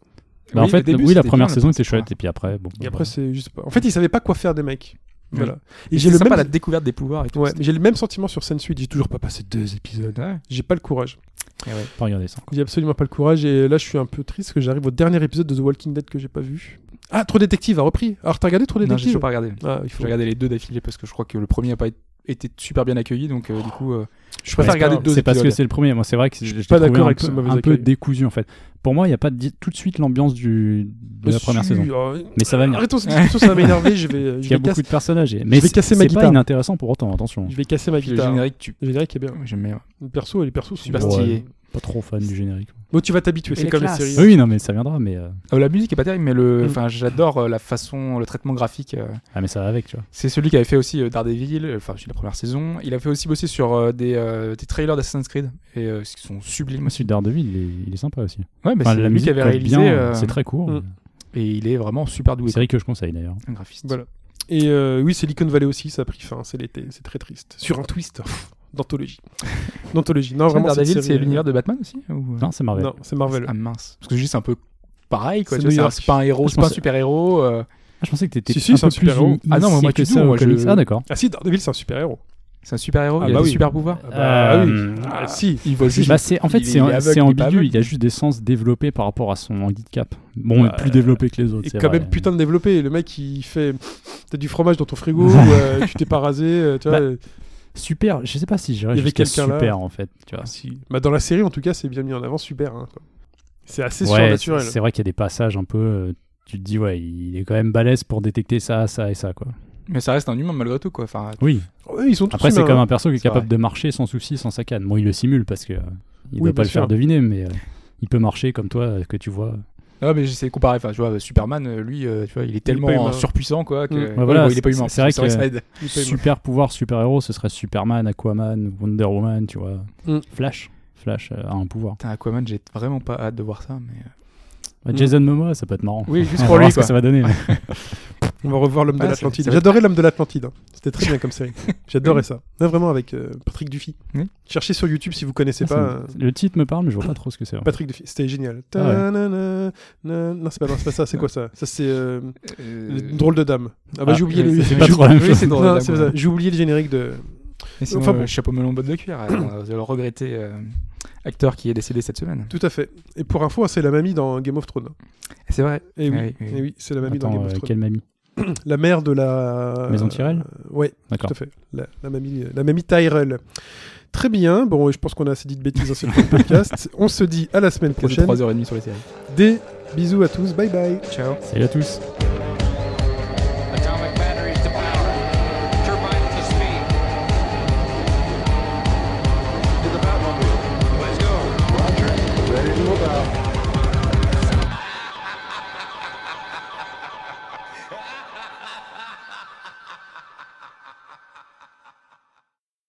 Bah, en Oui, fait, au début, oui, la c'était première bien, saison le était principe. chouette, et puis après, bon. Et bah, après voilà. c'est juste pas. En fait, ils savaient pas quoi faire des mecs. Oui. Voilà. Et J'ai j'ai le sympa la même. découverte des pouvoirs et tout. Ouais, mais j'ai le même sentiment sur Sensuit. J'ai toujours pas passé deux épisodes. Ouais. J'ai pas le courage. Et ouais. Pas regarder ça. J'ai absolument pas le courage. Et là, je suis un peu triste que j'arrive au dernier épisode de The Walking Dead que j'ai pas vu. Ah, Trop Détective a repris. Alors t'as regardé Trop Non, j'ai Détective toujours pas regardé. Ah, il faut. J'ai regardé les deux d'affilée parce que je crois que le premier a pas été super bien accueilli, donc euh, du coup, euh, Je préfère pense pas. regarder deux C'est parce que épisodes. c'est le premier. Moi, c'est vrai que je l'ai pas trouvé d'accord un, avec peu, ce mauvais un peu accueil. décousu en fait. Pour moi, il n'y a pas di- tout de suite l'ambiance du de la première Suis- saison. Oh, Mais ça va venir. Arrêtons cette discussion, ça va m'énerver. Je vais, <laughs> Il je y a vais, beaucoup casser, de personnages. et- Mais vais c'est- casser ma C'est pas guitare. inintéressant pour autant, attention. je vais casser ma puis le guitare. générique, tu. Le générique est bien. Ouais, J'aime bien. Le perso et les persos sont Super bien. stylé. stylé. Pas trop fan du générique. Bon, tu vas t'habituer. Et C'est les comme les classes. séries. Oui, non, mais ça viendra, mais. euh, Euh, la musique est pas terrible, mais le, Mm. enfin, j'adore euh, la façon, le traitement graphique. euh, Ah, mais ça va avec, tu vois. C'est celui qui avait fait aussi euh, Daredevil, euh, enfin c'est la première saison. Il a fait aussi bosser sur euh, des, euh, des trailers d'Assassin's Creed, et euh, qui sont sublimes aussi. Ensuite, Daredevil, il est, il est sympa aussi. Bah, Ouais, mais Enfin, c'est la lui musique qui avait colle réalisé, bien, euh, c'est très court. Mm. et il est vraiment super doué. Série que je conseille d'ailleurs. comme graphiste. Voilà. Et euh, oui, Silicon Valley aussi, ça a pris fin. C'est l'été, c'est très triste. Sur un twist <laughs> pff, <laughs> d'anthologie. d'anthologie. Non, Tiens, vraiment. cette Daredevil, série, c'est euh, l'univers de Batman aussi ou, euh, Non, c'est Marvel. Non, c'est Marvel. Ah mince, parce que juste c'est un peu pareil quoi. C'est tu vois, New C'est un- York. c'est pas un héros, Je c'est pas un euh, pense- super héros. Ah, je pensais que t'étais Si, si, un c'est un peu plus super-héros. in- Ah non, mais moi, initié que tu dis, ça moi, au je- comics. Ah d'accord. Ah si, Daredevil, c'est un super héros. c'est un super héros. Ah il bah a oui. des super pouvoirs. Ah bah Euh, oui. ah, Ah, si. Il vole juste. Bah, c'est- en fait, Il- c'est il est c'est aveugle, il est pas ambigu. aveugle. Il a juste des sens développés par rapport à son handicap. Bon, mais plus développé que les autres. Bah, Et c'est quand vrai. même putain de développé. Le mec, il fait. T'as du fromage dans ton frigo, <laughs> ou, euh, tu t'es pas rasé. euh, tu vois, Bah, Super. Je sais pas si j'irais Il y avait jusqu'à quelqu'un là. super en fait. Tu vois. Ah, si. Bah, dans la série, en tout cas, c'est bien mis en avant. Super. hein, quoi. c'est assez Ouais, surnaturel. c'est vrai qu'il y a des passages un peu. euh, Tu te dis ouais, il est quand même balèze pour détecter ça, ça et ça quoi. Mais ça reste un humain malgré tout quoi. Enfin, Oui. Ouais, ils sont tous Après c'est humains, comme hein. un perso qui est C'est capable vrai. de marcher sans souci, sans sa canne. Bon, il le simule parce que euh, il Oui, doit bien pas le sûr. faire deviner, mais euh, il peut marcher comme toi euh, que tu vois. non mais j'essaie de comparer. Enfin, tu vois, Superman, euh, lui, euh, tu vois, il est pas tellement humain. euh, surpuissant quoi que Mm. Ouais, Ouais, voilà, bon, il est pas c'est- humain. c'est vrai que- ça aide. Il est pas humain. Super pouvoir, super héros, ce serait Superman, Aquaman, Wonder Woman, tu vois. Mm. Flash, Flash euh, a un pouvoir. Putain, Aquaman, j'ai vraiment pas hâte de voir ça. Mais... euh, Ah, Bah, Mm. Jason Momoa, ça peut être marrant. Oui, juste On va pour voir lui ce que quoi. ça va donner. mais- On va revoir l'homme Ah, de c'est- l'Atlantide. c'est vrai. J'adorais l'homme de l'Atlantide. hein. C'était très bien comme série. J'adorais ça. Non, vraiment avec euh, Patrick Duffy. Oui. Cherchez sur YouTube si vous connaissez Ah, <laughs> pas. euh, ça me- Le titre me parle, mais je vois pas trop ce que c'est. Patrick Duffy, c'était génial. Ah ouais. Ta-na-na, na- Non, c'est pas, non, c'est pas ça, c'est quoi ça Ça, c'est euh, Euh, une drôle de dame. Ah bah Ah, j'ai oublié oui, le. c'est pas j'ai- trop la même oui, chose. c'est drôle de Non, dame, c'est ouais. ça. J'ai oublié le générique de. Et sinon, Enfin, bon. euh, chapeau melon botte de cuir, euh, on va le regretter, euh, acteur qui est décédé cette semaine. Tout à fait. Et pour info, hein, c'est la mamie dans Game of Thrones. C'est vrai. Et oui, Ah oui, oui. eh oui, c'est la mamie Attends, dans Game euh, of Thrones. quelle mamie La mère de la. Maison Tyrell Euh, Ouais, D'accord. tout à fait. La, la mamie, la mamie Tyrell. Très bien. Bon, je pense qu'on a assez dit de bêtises dans ce <laughs> podcast. On se dit à la semaine Prochaine. prochaine. 3h30 sur les séries. Des bisous à tous. Bye bye. Ciao. Salut à tous.